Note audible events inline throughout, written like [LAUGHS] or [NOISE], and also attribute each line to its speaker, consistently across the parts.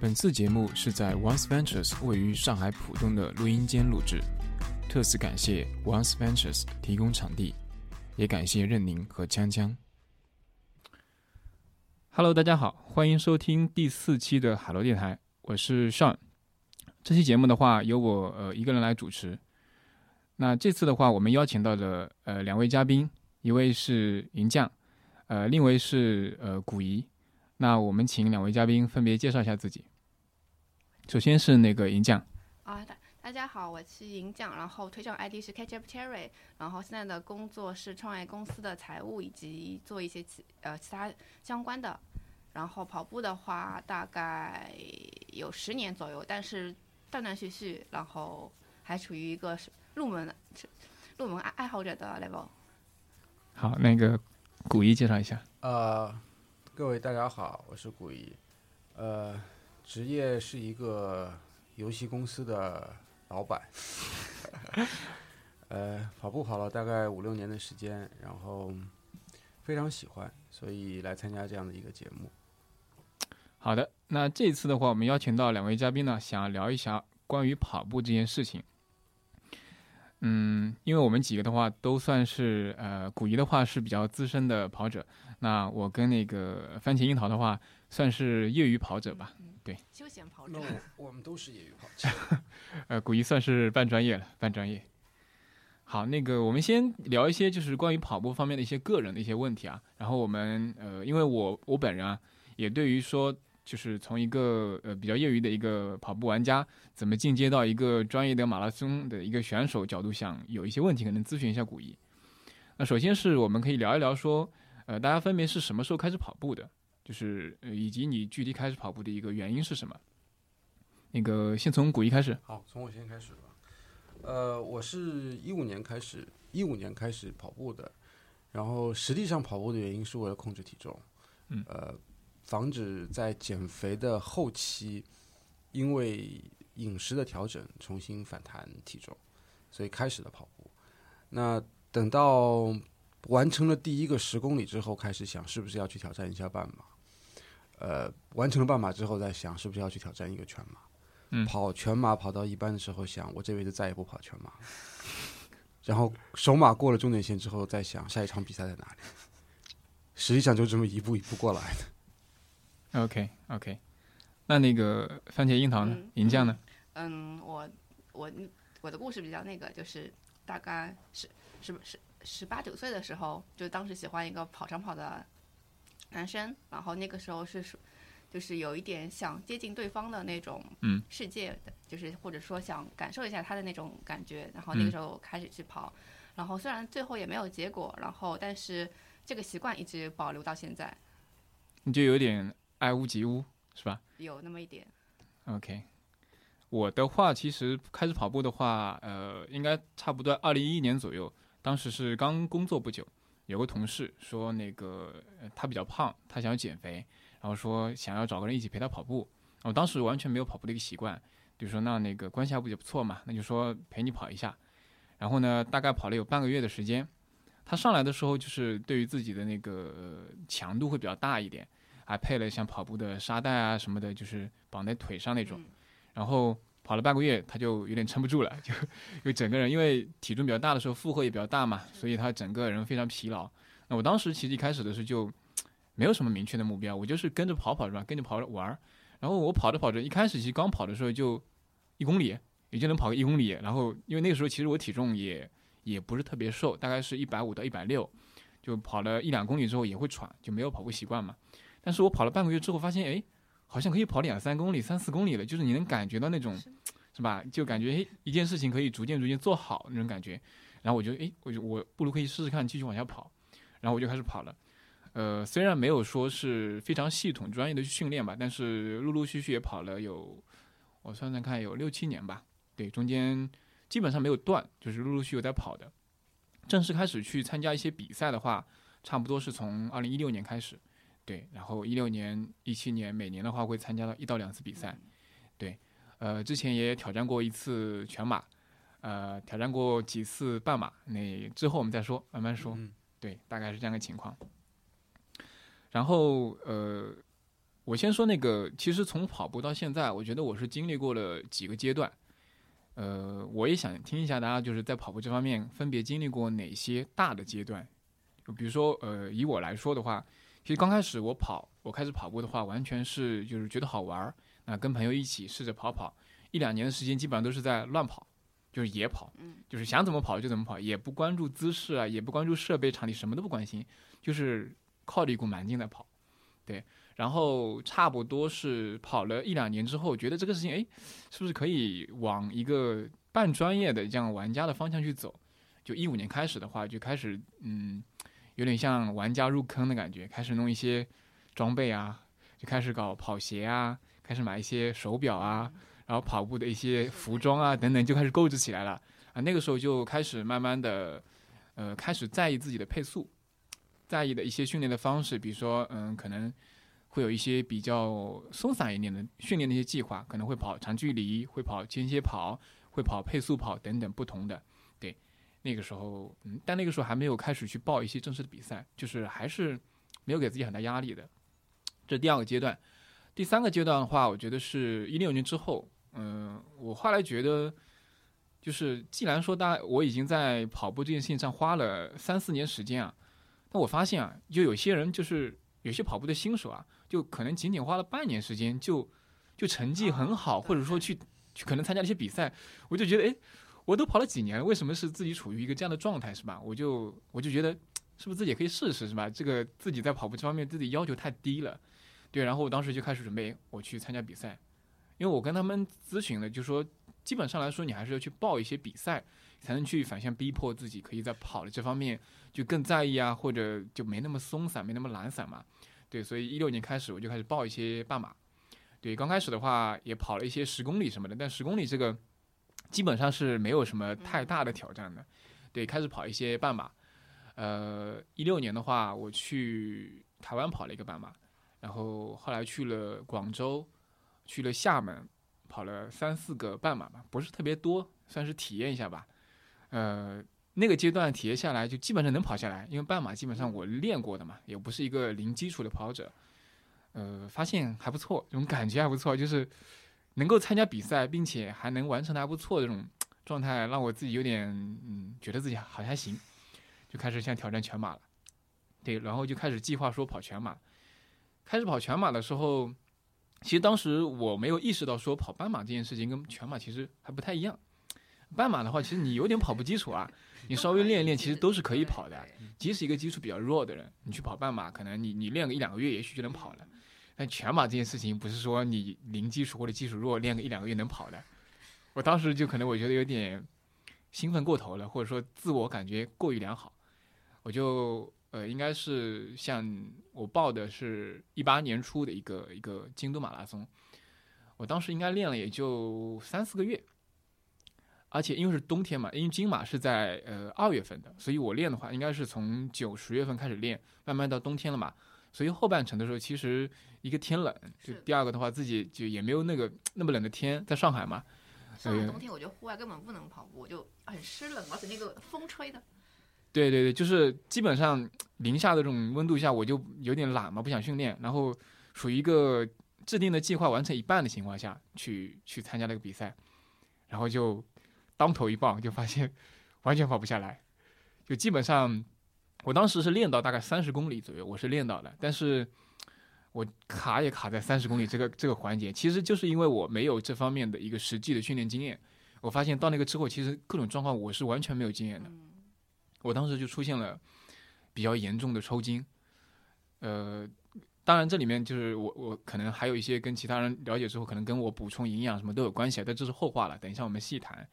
Speaker 1: 本次节目是在 Once Ventures 位于上海浦东的录音间录制，特此感谢 Once Ventures 提供场地，也感谢任宁和锵锵。Hello，大家好，欢迎收听第四期的海螺电台，我是 Sean。这期节目的话，由我呃一个人来主持。那这次的话，我们邀请到了呃两位嘉宾，一位是银匠，呃，另一位是呃古怡。那我们请两位嘉宾分别介绍一下自己。首先是那个银匠，
Speaker 2: 啊，大大家好，我是银匠，然后推账 ID 是 Ketchup Cherry，然后现在的工作是创业公司的财务以及做一些其呃其他相关的。然后跑步的话，大概有十年左右，但是断断续续，然后还处于一个是入门是入门爱爱好者的 level。
Speaker 1: 好，那个古一介绍一下。
Speaker 3: 呃，各位大家好，我是古一，呃，职业是一个游戏公司的老板， [LAUGHS] 呃，跑步跑了大概五六年的时间，然后非常喜欢，所以来参加这样的一个节目。
Speaker 1: 好的，那这一次的话，我们邀请到两位嘉宾呢，想聊一下关于跑步这件事情。嗯，因为我们几个的话都算是呃，古一的话是比较资深的跑者，那我跟那个番茄樱桃的话算是业余跑者吧。
Speaker 2: 嗯，
Speaker 1: 对，
Speaker 2: 休闲跑者
Speaker 3: 那。我我们都是业余跑者，
Speaker 1: 呃，古一算是半专业了，半专业。好，那个我们先聊一些就是关于跑步方面的一些个人的一些问题啊。然后我们呃，因为我我本人啊，也对于说就是从一个呃比较业余的一个跑步玩家，怎么进阶到一个专业的马拉松的一个选手角度想，有一些问题可能咨询一下古一。那首先是我们可以聊一聊说，呃，大家分别是什么时候开始跑步的，就是呃以及你具体开始跑步的一个原因是什么？那个先从古一开始。
Speaker 3: 好，从我先开始吧。呃，我是一五年开始，一五年开始跑步的，然后实际上跑步的原因是为了控制体重，
Speaker 1: 嗯
Speaker 3: 呃，防止在减肥的后期因为饮食的调整重新反弹体重，所以开始了跑步。那等到完成了第一个十公里之后，开始想是不是要去挑战一下半马。呃，完成了半马之后，再想是不是要去挑战一个全马。
Speaker 1: 嗯
Speaker 3: 跑全马跑到一半的时候，想我这辈子再也不跑全马了。 [LAUGHS] 然后首马过了终点线之后，再想下一场比赛在哪里。实际上就这么一步一步过来的。
Speaker 1: OK OK，那那个番茄樱桃呢
Speaker 2: 嗯？
Speaker 1: 银匠呢？
Speaker 2: 嗯，我我我的故事比较那个，就是大概十十十十八九岁的时候，就当时喜欢一个跑长跑的男生，然后那个时候是属就是有一点想接近对方的那种
Speaker 1: 嗯
Speaker 2: 世界的，就是或者说想感受一下他的那种感觉，然后
Speaker 1: 嗯
Speaker 2: 那个时候开始去跑，然后虽然最后也没有结果，然后但是这个习惯一直保留到现在，
Speaker 1: 你就有点爱屋及乌是吧
Speaker 2: 有那么一点，
Speaker 1: ？OK，我的话其实开始跑步的话，呃，应该差不多二零一一年左右，当时是刚工作不久，有个同事说那个、呃他比较胖，他想要减肥，然后说想要找个人一起陪他跑步。我当时完全没有跑步的一个习惯，就说那那个关系还不也不错嘛，那就说陪你跑一下。然后呢，大概跑了有半个月的时间，他上来的时候就是对于自己的那个、呃强度会比较大一点，还配了像跑步的沙袋啊什么的，就是绑在腿上那种。然后跑了半个月，他就有点撑不住了， [LAUGHS] 就就整个人因为体重比较大的时候负荷也比较大嘛，所以他整个人非常疲劳。那我当时其实一开始的时候就没有什么明确的目标，我就是跟着跑跑是吧？跟着跑着玩儿。然后我跑着跑着，一开始其实刚跑的时候就一公里，也就能跑个一公里。然后因为那个时候其实我体重也也不是特别瘦，大概是一百五到一百六，就跑了一两公里之后也会喘，就没有跑步习惯嘛。但是我跑了半个月之后发现，哎，好像可以跑两三公里、三四公里了，就是你能感觉到那种
Speaker 2: 是，
Speaker 1: 是吧？就感觉哎，一件事情可以逐渐逐渐做好那种感觉。然后我就哎，我就我不如可以试试看，继续往下跑。然后我就开始跑了。呃，虽然没有说是非常系统专业的去训练吧，但是陆陆续续也跑了有，我算算看有六七年吧。对，中间基本上没有断，就是陆陆续续有在跑的。正式开始去参加一些比赛的话，差不多是从二零一六年开始。对，然后一六年、一七年每年的话会参加到一到两次比赛。呃，之前也挑战过一次全马，呃，挑战过几次半马，那之后我们再说，慢慢说。
Speaker 3: 嗯
Speaker 1: 对，大概是这样个情况。然后呃，我先说那个，其实从跑步到现在，我觉得我是经历过了几个阶段。呃，我也想听一下大家就是在跑步这方面分别经历过哪些大的阶段。就比如说，呃，以我来说的话，其实刚开始我跑，我开始跑步的话，完全是就是觉得好玩儿，那跟朋友一起试着跑跑，一两年的时间基本上都是在乱跑，就是野跑，
Speaker 2: 嗯
Speaker 1: 就是想怎么跑就怎么跑，也不关注姿势啊，也不关注设备、场地，什么都不关心，就是靠着一股蛮劲在跑。对，然后差不多是跑了一两年之后，觉得这个事情，哎，是不是可以往一个半专业的这样玩家的方向去走？就一五年开始的话，就开始嗯，有点像玩家入坑的感觉，开始弄一些装备啊，就开始搞跑鞋啊，开始买一些手表啊，然后跑步的一些服装啊等等，就开始购置起来了啊。那个时候就开始慢慢的，呃，开始在意自己的配速，在意的一些训练的方式，比如说嗯，可能会有一些比较松散一点的训练的一些计划，可能会跑长距离，会跑间歇跑，会跑配速跑等等不同的。对，那个时候，嗯，但那个时候还没有开始去报一些正式的比赛，就是还是没有给自己很大压力的。这是第二个阶段，第三个阶段的话，我觉得是一六年之后，嗯、我后来觉得。就是，既然说大，我已经在跑步这件事情上花了三四年时间啊，但我发现啊，就有些人就是有些跑步的新手啊，就可能仅仅花了半年时间就就成绩很好，
Speaker 2: 哦对
Speaker 1: 或者说去去可能参加了一些比赛，我就觉得哎，诶我都跑了几年了，为什么是自己处于一个这样的状态是吧？我就我就觉得是不是自己也可以试试是吧？这个自己在跑步这方面自己要求太低了，对。然后我当时就开始准备我去参加比赛，因为我跟他们咨询了，就说基本上来说你还是要去报一些比赛，才能去反向逼迫自己可以在跑的这方面就更在意啊，或者就没那么松散，没那么懒散嘛。对，所以一六年开始我就开始报一些半马。对，刚开始的话也跑了一些十公里什么的，但十公里这个基本上是没有什么太大的挑战的。对，开始跑一些半马。呃，一六年的话，我去台湾跑了一个半马，然后后来去了广州，去了厦门，跑了三四个半马吧，不是特别多，算是体验一下吧。呃，那个阶段体验下来，就基本上能跑下来，因为半马基本上我练过的嘛，也不是一个零基础的跑者。呃，发现还不错，这种感觉还不错，就是能够参加比赛，并且还能完成的还不错，这种状态让我自己有点嗯，觉得自己好像还行，就开始想挑战全马了。对，然后就开始计划说跑全马。开始跑全马的时候，其实当时我没有意识到说跑半马这件事情跟全马其实还不太一样。半马的话，其实你有点跑步基础啊，你稍微练一练，其实都是可以跑的。啊即使一个基础比较弱的人，你去跑半马，可能你你练个一两个月，也许就能跑了。但全马这件事情，不是说你零基础或者基础弱练个一两个月能跑的。我当时就可能我觉得有点兴奋过头了，或者说自我感觉过于良好，我就呃应该是像我报的是一八年初的一个一个京都马拉松，我当时应该练了也就三四个月，而且因为是冬天嘛，因为金马是在呃二月份的，所以我练的话应该是从九十月份开始练，慢慢到冬天了嘛，所以后半程的时候其实一个天冷，就是
Speaker 2: 的
Speaker 1: 第二个的话自己就也没有那个那么冷的天，在上海嘛，
Speaker 2: 上海
Speaker 1: 呃
Speaker 2: 冬天我觉得户外根本不能跑步，我就很湿冷，而且那个风吹的，
Speaker 1: 对对对，就是基本上零下的这种温度下，我就有点懒嘛，不想训练，然后属于一个制定的计划完成一半的情况下去去参加那个比赛，然后就当头一棒，就发现 [LAUGHS] 完全跑不下来，就基本上我当时是练到大概三十公里左右，我是练到的，但是我卡也卡在三十公里这个这个环节，其实就是因为我没有这方面的一个实际的训练经验，我发现到那个之后，其实各种状况我是完全没有经验的。
Speaker 2: 嗯，
Speaker 1: 我当时就出现了比较严重的抽筋。呃，当然这里面就是我我可能还有一些跟其他人了解之后，可能跟我补充营养什么都有关系啊，但这是后话了，等一下我们细谈。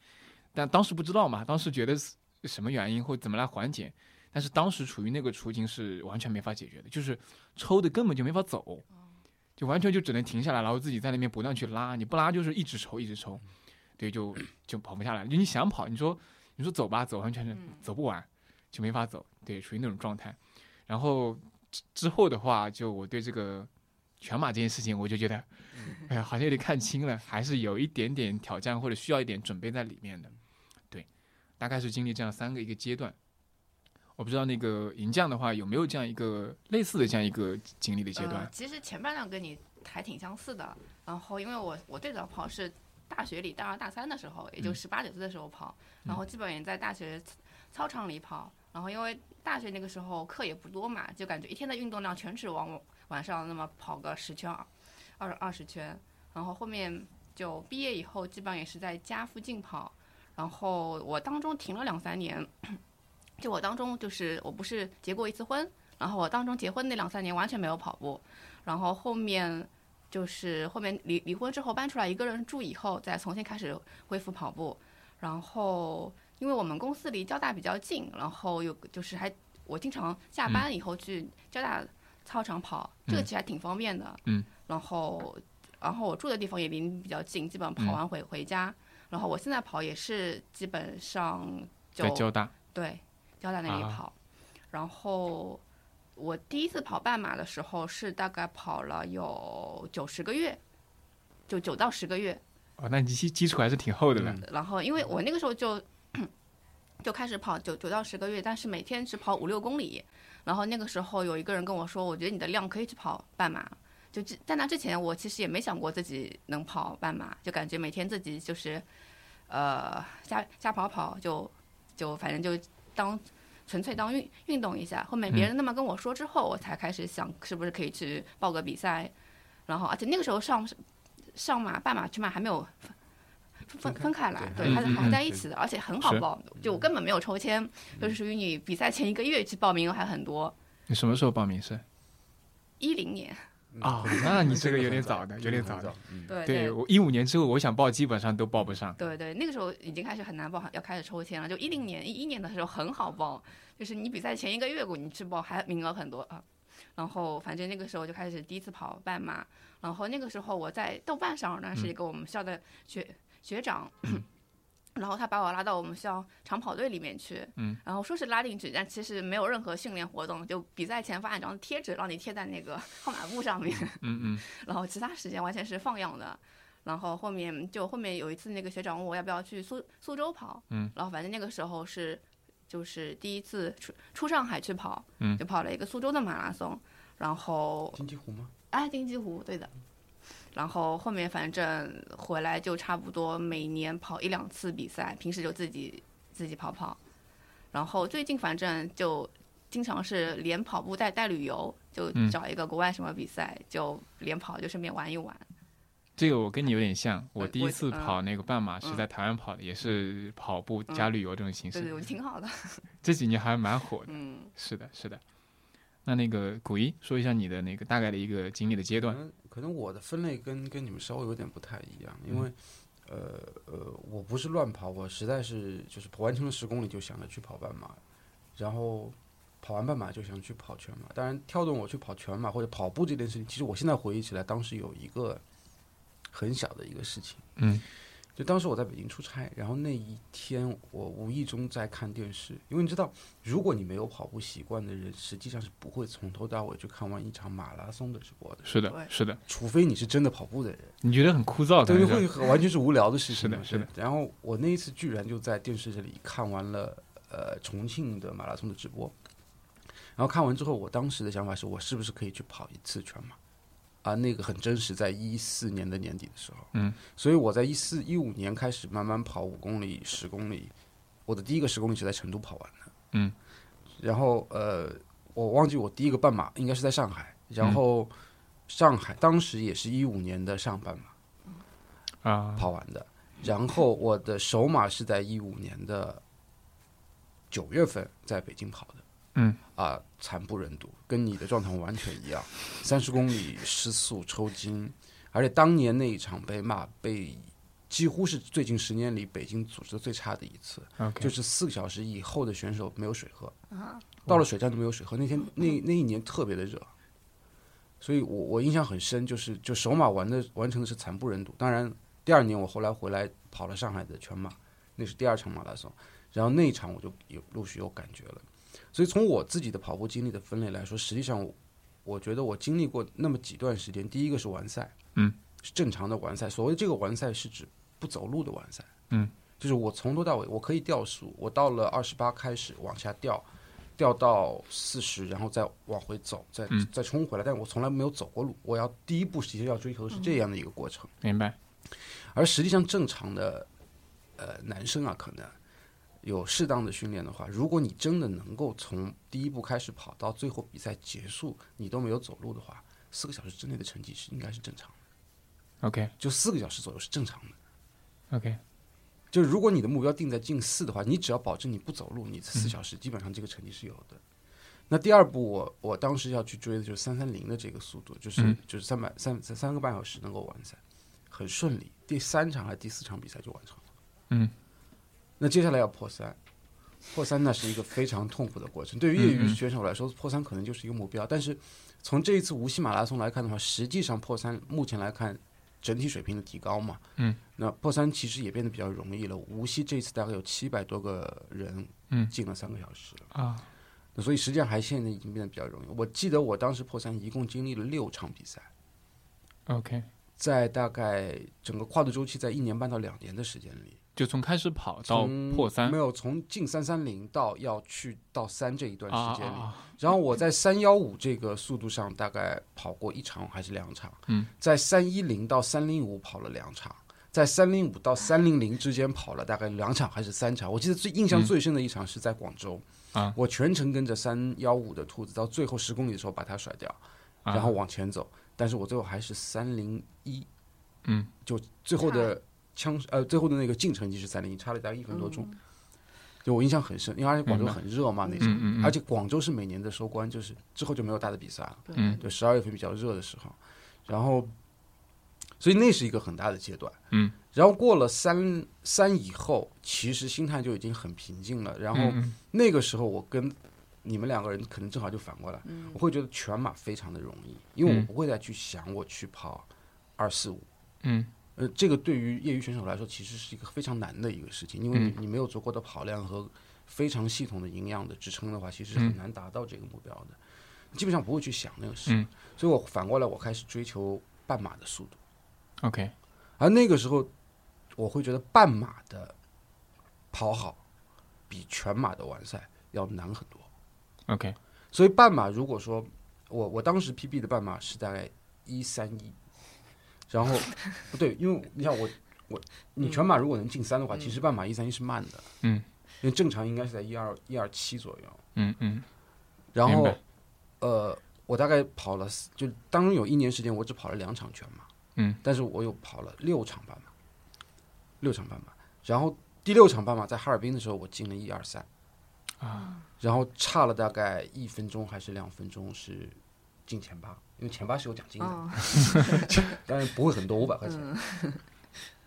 Speaker 1: 但当时不知道嘛，当时觉得是什么原因或怎么来缓解，但是当时处于那个处境是完全没法解决的，就是抽的根本就没法走，就完全就只能停下来，然后自己在那边不断去拉，你不拉就是一直抽一直抽，对，就就跑不下来。就你想跑，你说你说走吧，走完全是
Speaker 2: 嗯
Speaker 1: 走不完，就没法走，对，属于那种状态。然后之之后的话，就我对这个全马这件事情，我就觉得，
Speaker 2: 嗯
Speaker 1: [LAUGHS] 哎呀，好像有点看清了，还是有一点点挑战或者需要一点准备在里面的。对，大概是经历这样三个一个阶段。我不知道那个银匠的话有没有这样一个类似的这样一个经历的阶段
Speaker 2: 呃呃。其实前半段跟你还挺相似的。然后因为我我最早跑是大学里大二大三的时候，也就
Speaker 1: 嗯
Speaker 2: 十八九岁的时候跑，然后基本也在大学操场里跑。然后因为大学那个时候课也不多嘛，就感觉一天的运动量全指望晚上那么跑个十圈、二二十圈。然后后面就毕业以后，基本上也是在家附近跑。然后我当中停了两三年， [COUGHS] 就我当中就是我不是结过一次婚，然后我当中结婚那两三年完全没有跑步，然后后面就是后面离离婚之后搬出来一个人住以后，再重新开始恢复跑步。然后因为我们公司离交大比较近，然后有就是还我经常下班以后去交大操场跑，这个
Speaker 1: 嗯
Speaker 2: 其实还挺方便的。
Speaker 1: 嗯。
Speaker 2: 然后然后我住的地方也离比较近，基本
Speaker 1: 嗯
Speaker 2: 跑完回、回家。然后我现在跑也是基本上就
Speaker 1: 在交大，
Speaker 2: 对，交大那里
Speaker 1: 啊
Speaker 2: 跑。然后我第一次跑半马的时候是大概跑了有九十个月，就九到十个月。
Speaker 1: 哦，那你基基础还是挺厚的了。
Speaker 3: 嗯
Speaker 2: 然后因为我那个时候就就开始跑九九到十个月，但是每天只跑五六公里。然后那个时候有一个人跟我说，我觉得你的量可以去跑半马。就之在那之前，我其实也没想过自己能跑半马，就感觉每天自己就是呃瞎瞎跑跑就就反正就当。纯粹当运运动一下，后面别人那么跟我说之后，我才开始想是不是可以去报个比赛，然后而且那个时候上上马、半马、全马还没有分
Speaker 3: 分开
Speaker 2: 分开来，
Speaker 3: 对
Speaker 2: 对，
Speaker 1: 还
Speaker 2: 它是
Speaker 1: 没
Speaker 2: 还
Speaker 1: 嗯
Speaker 2: 在
Speaker 3: 嗯
Speaker 2: 一起的，而且很好
Speaker 1: 是
Speaker 2: 报，就我根本没有抽签，就是属于你比赛前一个月去报名还很多。
Speaker 1: 你什么时候报名是？
Speaker 2: 一零年，哦
Speaker 1: 啊、那你这个有点早
Speaker 3: [LAUGHS]
Speaker 1: 的，有点早的。。
Speaker 3: 嗯，
Speaker 2: 对
Speaker 1: 对我一五年之后，我想报基本上都报不上。
Speaker 2: 对对，那个时候已经开始很难报，要开始抽签了。就一零年、一一年的时候很好报，就是你比赛前一个月你去报，还名额很多啊。然后反正那个时候就开始第一次跑半马，然后那个时候我在豆瓣上认识
Speaker 1: 嗯
Speaker 2: 一个我们校的学、学长。 [CLEARS THROAT] 然后他把我拉到我们校长跑队里面去，
Speaker 1: 嗯，
Speaker 2: 然后说是拉进去，但其实没有任何训练活动，就比赛前发一张贴纸让你贴在那个号码布上面，
Speaker 1: 嗯嗯，
Speaker 2: [LAUGHS] 然后其他时间完全是放养的。然后后面就后面有一次，那个学长问我要不要去苏苏州跑，
Speaker 1: 嗯，
Speaker 2: 然后反正那个时候是就是第一次出出上海去跑，
Speaker 1: 嗯
Speaker 2: 就跑了一个苏州的马拉松，然后
Speaker 3: 金鸡湖吗？
Speaker 2: 哎金鸡湖对的，然后后面反正回来就差不多每年跑一两次比赛，平时就自己自己跑跑，然后最近反正就经常是连跑步带带旅游，就
Speaker 1: 嗯
Speaker 2: 找一个国外什么比赛、就连跑就顺便玩一玩。
Speaker 1: 这个我跟你有点像。我
Speaker 2: 呃
Speaker 1: 第
Speaker 2: 我
Speaker 1: 一次
Speaker 2: 嗯
Speaker 1: 跑那个半马是
Speaker 2: 嗯
Speaker 1: 在台湾跑的，也是跑步加旅游这种形
Speaker 2: 对对，
Speaker 1: 式。
Speaker 2: 我觉得挺好的。
Speaker 1: 这几年还蛮火的。
Speaker 2: 嗯，
Speaker 1: 是的，是的。那那个古一说一下你的那个大概的一个经历的阶
Speaker 3: 可
Speaker 1: 段。
Speaker 3: 能可能我的分类跟跟你们稍微有点不太一样，因
Speaker 1: 嗯
Speaker 3: 为呃呃，我不是乱跑，我实在是就是跑完成了十公里就想着去跑半马，然后跑完半马就想去跑全马。当然，跳动我去跑全马或者跑步这件事情，其实我现在回忆起来，当时有一个很小的一个事情。
Speaker 1: 嗯
Speaker 3: 就当时我在北京出差，然后那一天我无意中在看电视，因为你知道，如果你没有跑步习惯的人，实际上是不会从头到尾去看完一场马拉松的直播的，
Speaker 1: 是的，
Speaker 2: 对
Speaker 1: 是的。
Speaker 3: 除非你是真的跑步的人，
Speaker 1: 你觉得很枯燥，
Speaker 3: 对，
Speaker 1: 感觉
Speaker 3: 会很完全是无聊的事情嘛。
Speaker 1: 是的
Speaker 3: 对然后我那一次居然就在电视这里看完了呃重庆的马拉松的直播，然后看完之后，我当时的想法是我是不是可以去跑一次全马？啊，那个很真实，在一四年的年底的时候，
Speaker 1: 嗯，
Speaker 3: 所以我在一四一五年开始慢慢跑五公里、十公里，我的第一个十公里是在成都跑完的，
Speaker 1: 嗯，
Speaker 3: 然后呃，我忘记我第一个半马应该是在上海，
Speaker 1: 嗯
Speaker 3: 然后上海当时也是一五年的上半马，
Speaker 1: 啊，
Speaker 3: 跑完的。然后我的首马是在一五年的九月份在北京跑的，
Speaker 1: 嗯
Speaker 3: 啊、惨不忍睹，跟你的状态完全一样，三十公里失速抽筋，而且当年那一场被骂被几乎是最近十年里北京组织的最差的一次，
Speaker 1: OK，
Speaker 3: 就是四个小时以后的选手没有水喝，到了水站都没有水喝。那天那那一年特别的热，所以我我印象很深，就是就首马完的完成的是惨不忍睹。当然，第二年我后来回来跑了上海的全马，那是第二场马拉松，然后那一场我就有陆续有感觉了。所以从我自己的跑步经历的分类来说，实际上我我觉得我经历过那么几段时间，第一个是完赛，
Speaker 1: 嗯，
Speaker 3: 是正常的完赛。所谓这个完赛是指不走路的完赛。
Speaker 1: 嗯，
Speaker 3: 就是我从头到尾我可以掉速，我到了二十八开始往下掉，掉到四十，然后再往回走，再、
Speaker 1: 嗯
Speaker 3: 再冲回来。但我从来没有走过路，我要第一步其实要追求的是这样的一个过程。
Speaker 1: 明白，
Speaker 3: 而实际上，正常的呃男生啊，可能有适当的训练的话，如果你真的能够从第一步开始跑到最后比赛结束，你都没有走路的话，四个小时之内的成绩是应该是正常的，
Speaker 1: ，OK
Speaker 3: 就四个小时左右是正常的。
Speaker 1: OK，
Speaker 3: 就如果你的目标定在进四的话，你只要保证你不走路，你四小时基本上这个成绩是有的。那第二步我，我当时要去追的就是三三零的这个速度，就是、
Speaker 1: 嗯
Speaker 3: 就是三百三三三个半小时能够完赛，很顺利。第三场还是第四场比赛就完成了。
Speaker 1: 嗯，
Speaker 3: 那接下来要破三，破三那是一个非常痛苦的过程。对于
Speaker 1: 嗯
Speaker 3: 业余选手来说，破三可能就是一个目标，但是从这一次无锡马拉松来看的话，实际上破三目前来看整体水平的提高嘛，
Speaker 1: 嗯，
Speaker 3: 那破三其实也变得比较容易了。无锡这一次大概有七百多个人，
Speaker 1: 嗯
Speaker 3: 进了三个小时了，
Speaker 1: 啊，
Speaker 3: 那所以实际上还现在已经变得比较容易。我记得我当时破三一共经历了六场比赛，
Speaker 1: OK，
Speaker 3: 在大概整个跨度周期在一年半到两年的时间里，
Speaker 1: 就从开始跑到破三
Speaker 3: 没有从进三三零到要去到三这一段
Speaker 1: 啊
Speaker 3: 时间里，
Speaker 1: 啊
Speaker 3: 然后我在三幺五这个速度上大概跑过一场还是两场，
Speaker 1: 嗯，
Speaker 3: 在三一零到三零五跑了两场，在三零五到三零零之间跑了大概两场还是三场。我记得最印象最深的一场是在广州，
Speaker 1: 嗯啊
Speaker 3: 我全程跟着三幺五的兔子，到最后十公里的时候把它甩掉，
Speaker 1: 啊
Speaker 3: 然后往前走，但是我最后还是三零一，
Speaker 1: 嗯，
Speaker 3: 就最后的枪呃最后的那个进成绩是三零一，差了大概一分多钟。
Speaker 2: 嗯
Speaker 3: 就我印象很深，因为而且广州
Speaker 1: 明白
Speaker 3: 很热嘛，那时候，
Speaker 1: 嗯嗯嗯
Speaker 3: 而且广州是每年的收官，就是之后就没有大的比赛了，
Speaker 1: 嗯
Speaker 3: 对，十二月份比较热的时候，然后，所以那是一个很大的阶段，
Speaker 1: 嗯，
Speaker 3: 然后过了三三以后，其实心态就已经很平静了，然后
Speaker 1: 嗯
Speaker 3: 那个时候我跟你们两个人可能正好就反过来，我会觉得全马非常的容易，因为我
Speaker 1: 嗯
Speaker 3: 不会再去想我去跑二四五。
Speaker 1: 嗯
Speaker 3: 呃，这个对于业余选手来说，其实是一个非常难的一个事情，因为你
Speaker 1: 嗯
Speaker 3: 你没有足够的跑量和非常系统的营养的支撑的话，其实是很难达到这个目标的。基本上不会去想那个事，
Speaker 1: 嗯
Speaker 3: 所以我反过来，我开始追求半马的速度。
Speaker 1: ，OK，
Speaker 3: 而那个时候，我会觉得半马的跑好比全马的完赛要难很多。
Speaker 1: OK，
Speaker 3: 所以半马如果说我我当时 PB 的半马是大概一三一，然后不对，因为你想我我你全马如果能进三的话，其实半马一三一是慢的，
Speaker 1: 嗯，
Speaker 3: 因为正常应该是在一二一二七左右，
Speaker 1: 嗯嗯
Speaker 3: 然
Speaker 1: 明
Speaker 3: 后
Speaker 1: 白
Speaker 3: 呃我大概跑了四，就当中有一年时间我只跑了两场全马，
Speaker 1: 嗯，
Speaker 3: 但是我有跑了六场半马，六场半马，然后第六场半马在哈尔滨的时候我进了一二三。
Speaker 1: 啊，
Speaker 3: 然后差了大概一分钟还是两分钟是进前八，因为前八是有奖金的，
Speaker 2: 哦，
Speaker 3: 但是不会很多，五百块钱。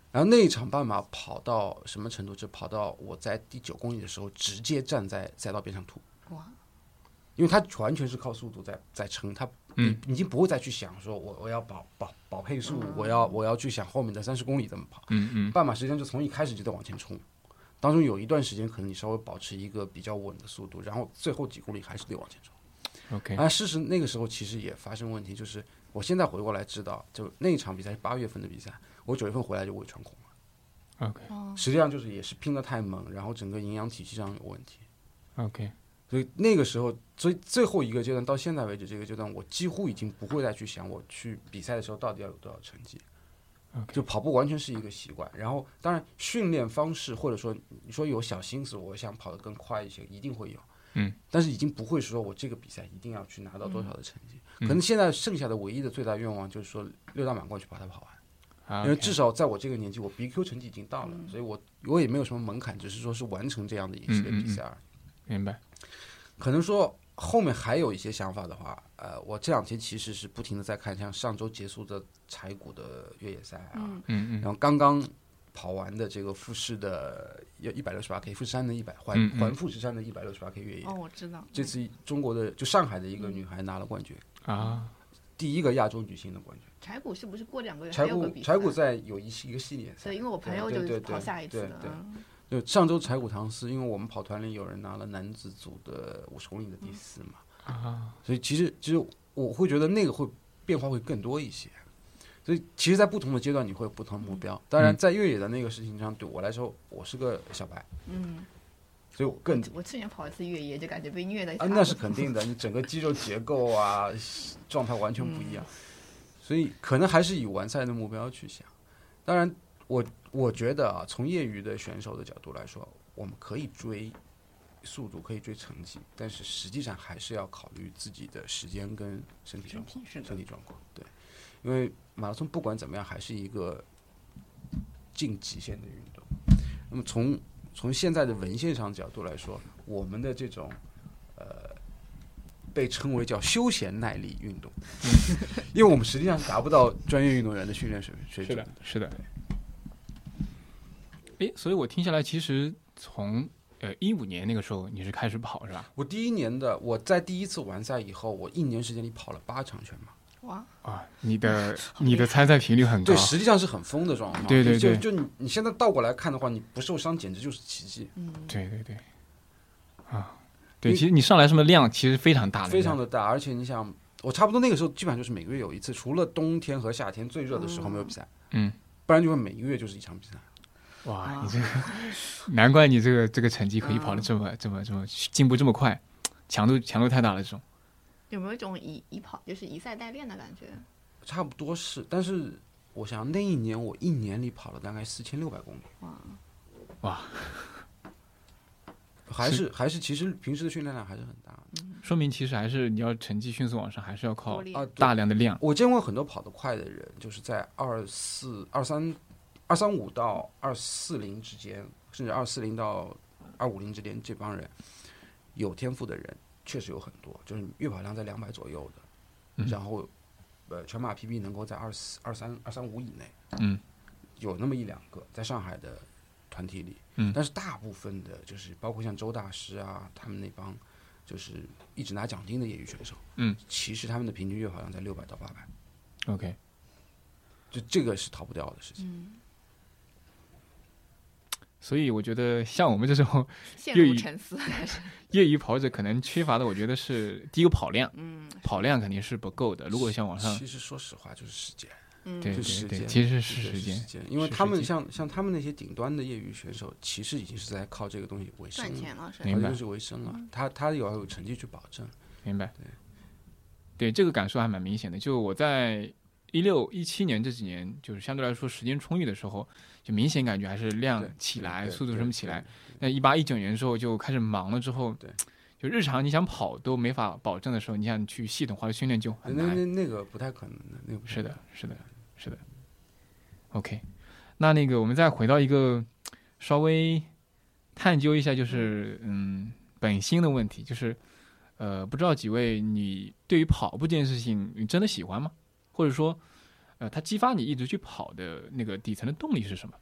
Speaker 3: 然后那一场半马跑到什么程度？就跑到我在第九公里的时候直接站在赛道边上吐，
Speaker 2: 哇，
Speaker 3: 因为它完全是靠速度在在撑，它
Speaker 1: 嗯
Speaker 3: 你已经不会再去想说我我要保保保配速，我要我要去想后面的三十公里怎么跑。
Speaker 1: 嗯嗯
Speaker 3: 半马时间就从一开始就在往前冲，当中有一段时间可能你稍微保持一个比较稳的速度，然后最后几公里还是得往前冲。
Speaker 1: ，OK，
Speaker 3: 啊，事实那个时候其实也发生问题，就是我现在回过来知道，就那一场比赛是八月份的比赛，我九月份回来就胃穿孔了。
Speaker 1: OK
Speaker 3: 实际上就是也是拼得太猛，然后整个营养体系上有问题。
Speaker 1: OK，
Speaker 3: 所以那个时候，所以最后一个阶段到现在为止，这个阶段我几乎已经不会再去想我去比赛的时候到底要有多少成绩。
Speaker 1: OK
Speaker 3: 就跑步完全是一个习惯，然后当然训练方式或者说你说有小心思，我想跑得更快一些，一定会有。
Speaker 1: 嗯，
Speaker 3: 但是已经不会说我这个比赛一定要去拿到多少的成绩，
Speaker 1: 嗯
Speaker 3: 可能现在剩下的唯一的最大愿望就是说六大满贯去把它跑完。
Speaker 1: 啊
Speaker 3: 因为至少在我这个年纪，我 BQ 成绩已经到
Speaker 1: 嗯
Speaker 3: 了，所以我我也没有什么门槛，只是说是完成这样的一
Speaker 1: 嗯
Speaker 3: 系列比赛而已。
Speaker 1: 明白，
Speaker 3: 可能说后面还有一些想法的话，呃，我这两天其实是不停的在看，像上周结束的柴谷的越野赛啊，
Speaker 1: 嗯嗯
Speaker 3: 然后刚刚跑完的这个富士的要一百六十八 K，富士山的一百环
Speaker 1: 嗯嗯
Speaker 3: 环富士山的一百六十八 K 越野，
Speaker 2: 哦，我知道，
Speaker 3: 这次中国的就上海的一个女孩拿了冠
Speaker 2: 嗯
Speaker 3: 军，
Speaker 1: 啊
Speaker 3: 第一个亚洲女性的冠军。
Speaker 2: 柴谷是不是过两个月还
Speaker 3: 柴
Speaker 2: 有个
Speaker 3: 谷
Speaker 2: 比赛？
Speaker 3: 柴谷在有一系一个系列赛
Speaker 2: 对，，因为我朋友
Speaker 3: 对
Speaker 2: 就
Speaker 3: 对
Speaker 2: 是
Speaker 3: 对
Speaker 2: 跑下一次的
Speaker 3: 对对，
Speaker 2: 嗯
Speaker 3: 就上周柴谷唐斯，因为我们跑团里有人拿了男子组的五十公里的第四嘛，
Speaker 1: 啊，
Speaker 3: 所以其实其实我会觉得那个会变化会更多一些。所以其实，在不同的阶段，你会有不同的目标。当然，在越野的那个事情上，对我来说，我是个小白，
Speaker 2: 嗯，
Speaker 3: 所以更
Speaker 2: 我去年跑一次越野，就感觉被虐的。
Speaker 3: 啊，那
Speaker 2: [LAUGHS]
Speaker 3: 是肯定的，你整个肌肉结构啊，状态完全不一样，所以可能还是以完赛的目标去想。当然，我我觉得啊，从业余的选手的角度来说，我们可以追速度，可以追成绩，但是实际上还是要考虑自己的时间跟身体
Speaker 2: 身
Speaker 3: 状况。
Speaker 2: 体是的
Speaker 3: 身体状况，对，因为马拉松不管怎么样还是一个近极限的运动。那么从从现在的文献上角度来说，我们的这种呃被称为叫休闲耐力
Speaker 1: [LAUGHS]
Speaker 3: 运动，因为我们实际上是达不到专业运动员的训练水水
Speaker 1: 是
Speaker 3: 准
Speaker 1: 的。，是的。诶，所以我听下来，其实从呃一五年那个时候你是开始跑是吧？
Speaker 3: 我第一年的我在第一次完赛以后，我一年时间里跑了八场全马，
Speaker 2: 哇，
Speaker 1: 啊，你的你的参赛频率很高
Speaker 3: 对，，实际上是很疯的状况。
Speaker 1: 嗯对对
Speaker 3: 就
Speaker 1: 对
Speaker 3: 就你你现在倒过来看的话，你不受伤简直就是奇迹。
Speaker 2: 嗯，
Speaker 1: 对对对，啊，对，
Speaker 3: 因为
Speaker 1: 其实你上来什么量其实非常大的，
Speaker 3: 非常的大，而且你想，我差不多那个时候基本上就是每个月有一次，除了冬天和夏天最热的时候没有比赛，
Speaker 1: 嗯，
Speaker 3: 不然就会每个月就是一场比赛。
Speaker 1: 哇，
Speaker 2: 啊
Speaker 1: 你这个难怪你这个这个成绩可以跑得这么这么这么进步这么快，强度强度太大了这种。
Speaker 2: 有没有一种以以跑就是以赛代练的感觉？
Speaker 3: 差不多是，但是我想那一年我一年里跑了大概四千六百公里，
Speaker 2: 哇，
Speaker 3: 还是还是其实平时的训练量还是很大的
Speaker 1: 说明其实还是你要成绩迅速往上，还是要
Speaker 2: 多
Speaker 1: 靠
Speaker 2: 练
Speaker 3: 啊。对
Speaker 1: 大量的量。
Speaker 3: 我见过很多跑得快的人，就是在二四二三二三五到二四零之间，甚至二四零到二五零之间，这帮人有天赋的人确实有很多，就是月跑量在两百左右的，
Speaker 1: 嗯
Speaker 3: 然后呃全马 PB 能够在二四二三二三五以内，
Speaker 1: 嗯，
Speaker 3: 有那么一两个在上海的团体里，
Speaker 1: 嗯
Speaker 3: 但是大部分的就是包括像周大师啊，他们那帮就是一直拿奖金的业余选手，
Speaker 1: 嗯，
Speaker 3: 其实他们的平均月跑量在六百到八百，
Speaker 1: OK，
Speaker 3: 就这个是逃不掉的事情。
Speaker 2: 嗯，
Speaker 1: 所以我觉得像我们这种 [LAUGHS]
Speaker 2: 陷
Speaker 1: 越
Speaker 2: 入
Speaker 1: 野
Speaker 2: 沉思， [LAUGHS] 还是
Speaker 1: 业余跑者，可能缺乏的，我觉得是第一个跑量，
Speaker 2: 嗯
Speaker 1: 跑量肯定是不够的。如果想往上，
Speaker 3: 其实说实话就是时间，
Speaker 2: 嗯，
Speaker 1: 对
Speaker 3: 就
Speaker 1: 对
Speaker 3: 时
Speaker 1: 对，
Speaker 3: 间
Speaker 1: 其实是
Speaker 3: 是
Speaker 1: 时间
Speaker 3: 时。间，因为
Speaker 1: 是
Speaker 3: 他
Speaker 1: 时
Speaker 3: 们
Speaker 1: 间
Speaker 3: 像像他们那些顶端的业余选手，其实已经是在靠这个东西为生
Speaker 2: 赚
Speaker 3: 了，
Speaker 2: 钱嗯了是
Speaker 1: 明
Speaker 3: 靠
Speaker 1: 白
Speaker 3: 这个东西为生了，他他有要有成绩去保证。
Speaker 1: 明白。对，这个感受还蛮明显的。就我在一六一七年这几年，就是相对来说时间充裕的时候，就明显感觉还是量
Speaker 3: 对
Speaker 1: 起
Speaker 3: 对
Speaker 1: 来，
Speaker 3: 对
Speaker 1: 速度
Speaker 3: 对
Speaker 1: 什么起
Speaker 3: 对
Speaker 1: 来。那一八一九年之后就开始忙了，之后
Speaker 3: 对，
Speaker 1: 就日常你想跑都没法保证的时候，你想去系统化的训练就很
Speaker 3: 那
Speaker 1: 难。
Speaker 3: 那那个不太可能的，那个不太
Speaker 1: 是
Speaker 3: 可
Speaker 1: 的
Speaker 3: 能，，
Speaker 1: 是的，是的。OK，那那个我们再回到一个稍微探究一下，就是嗯本心的问题，就是呃不知道几位你对于跑步这件事情你真的喜欢吗？或者说呃它激发你一直去跑的那个底层的动力是什么？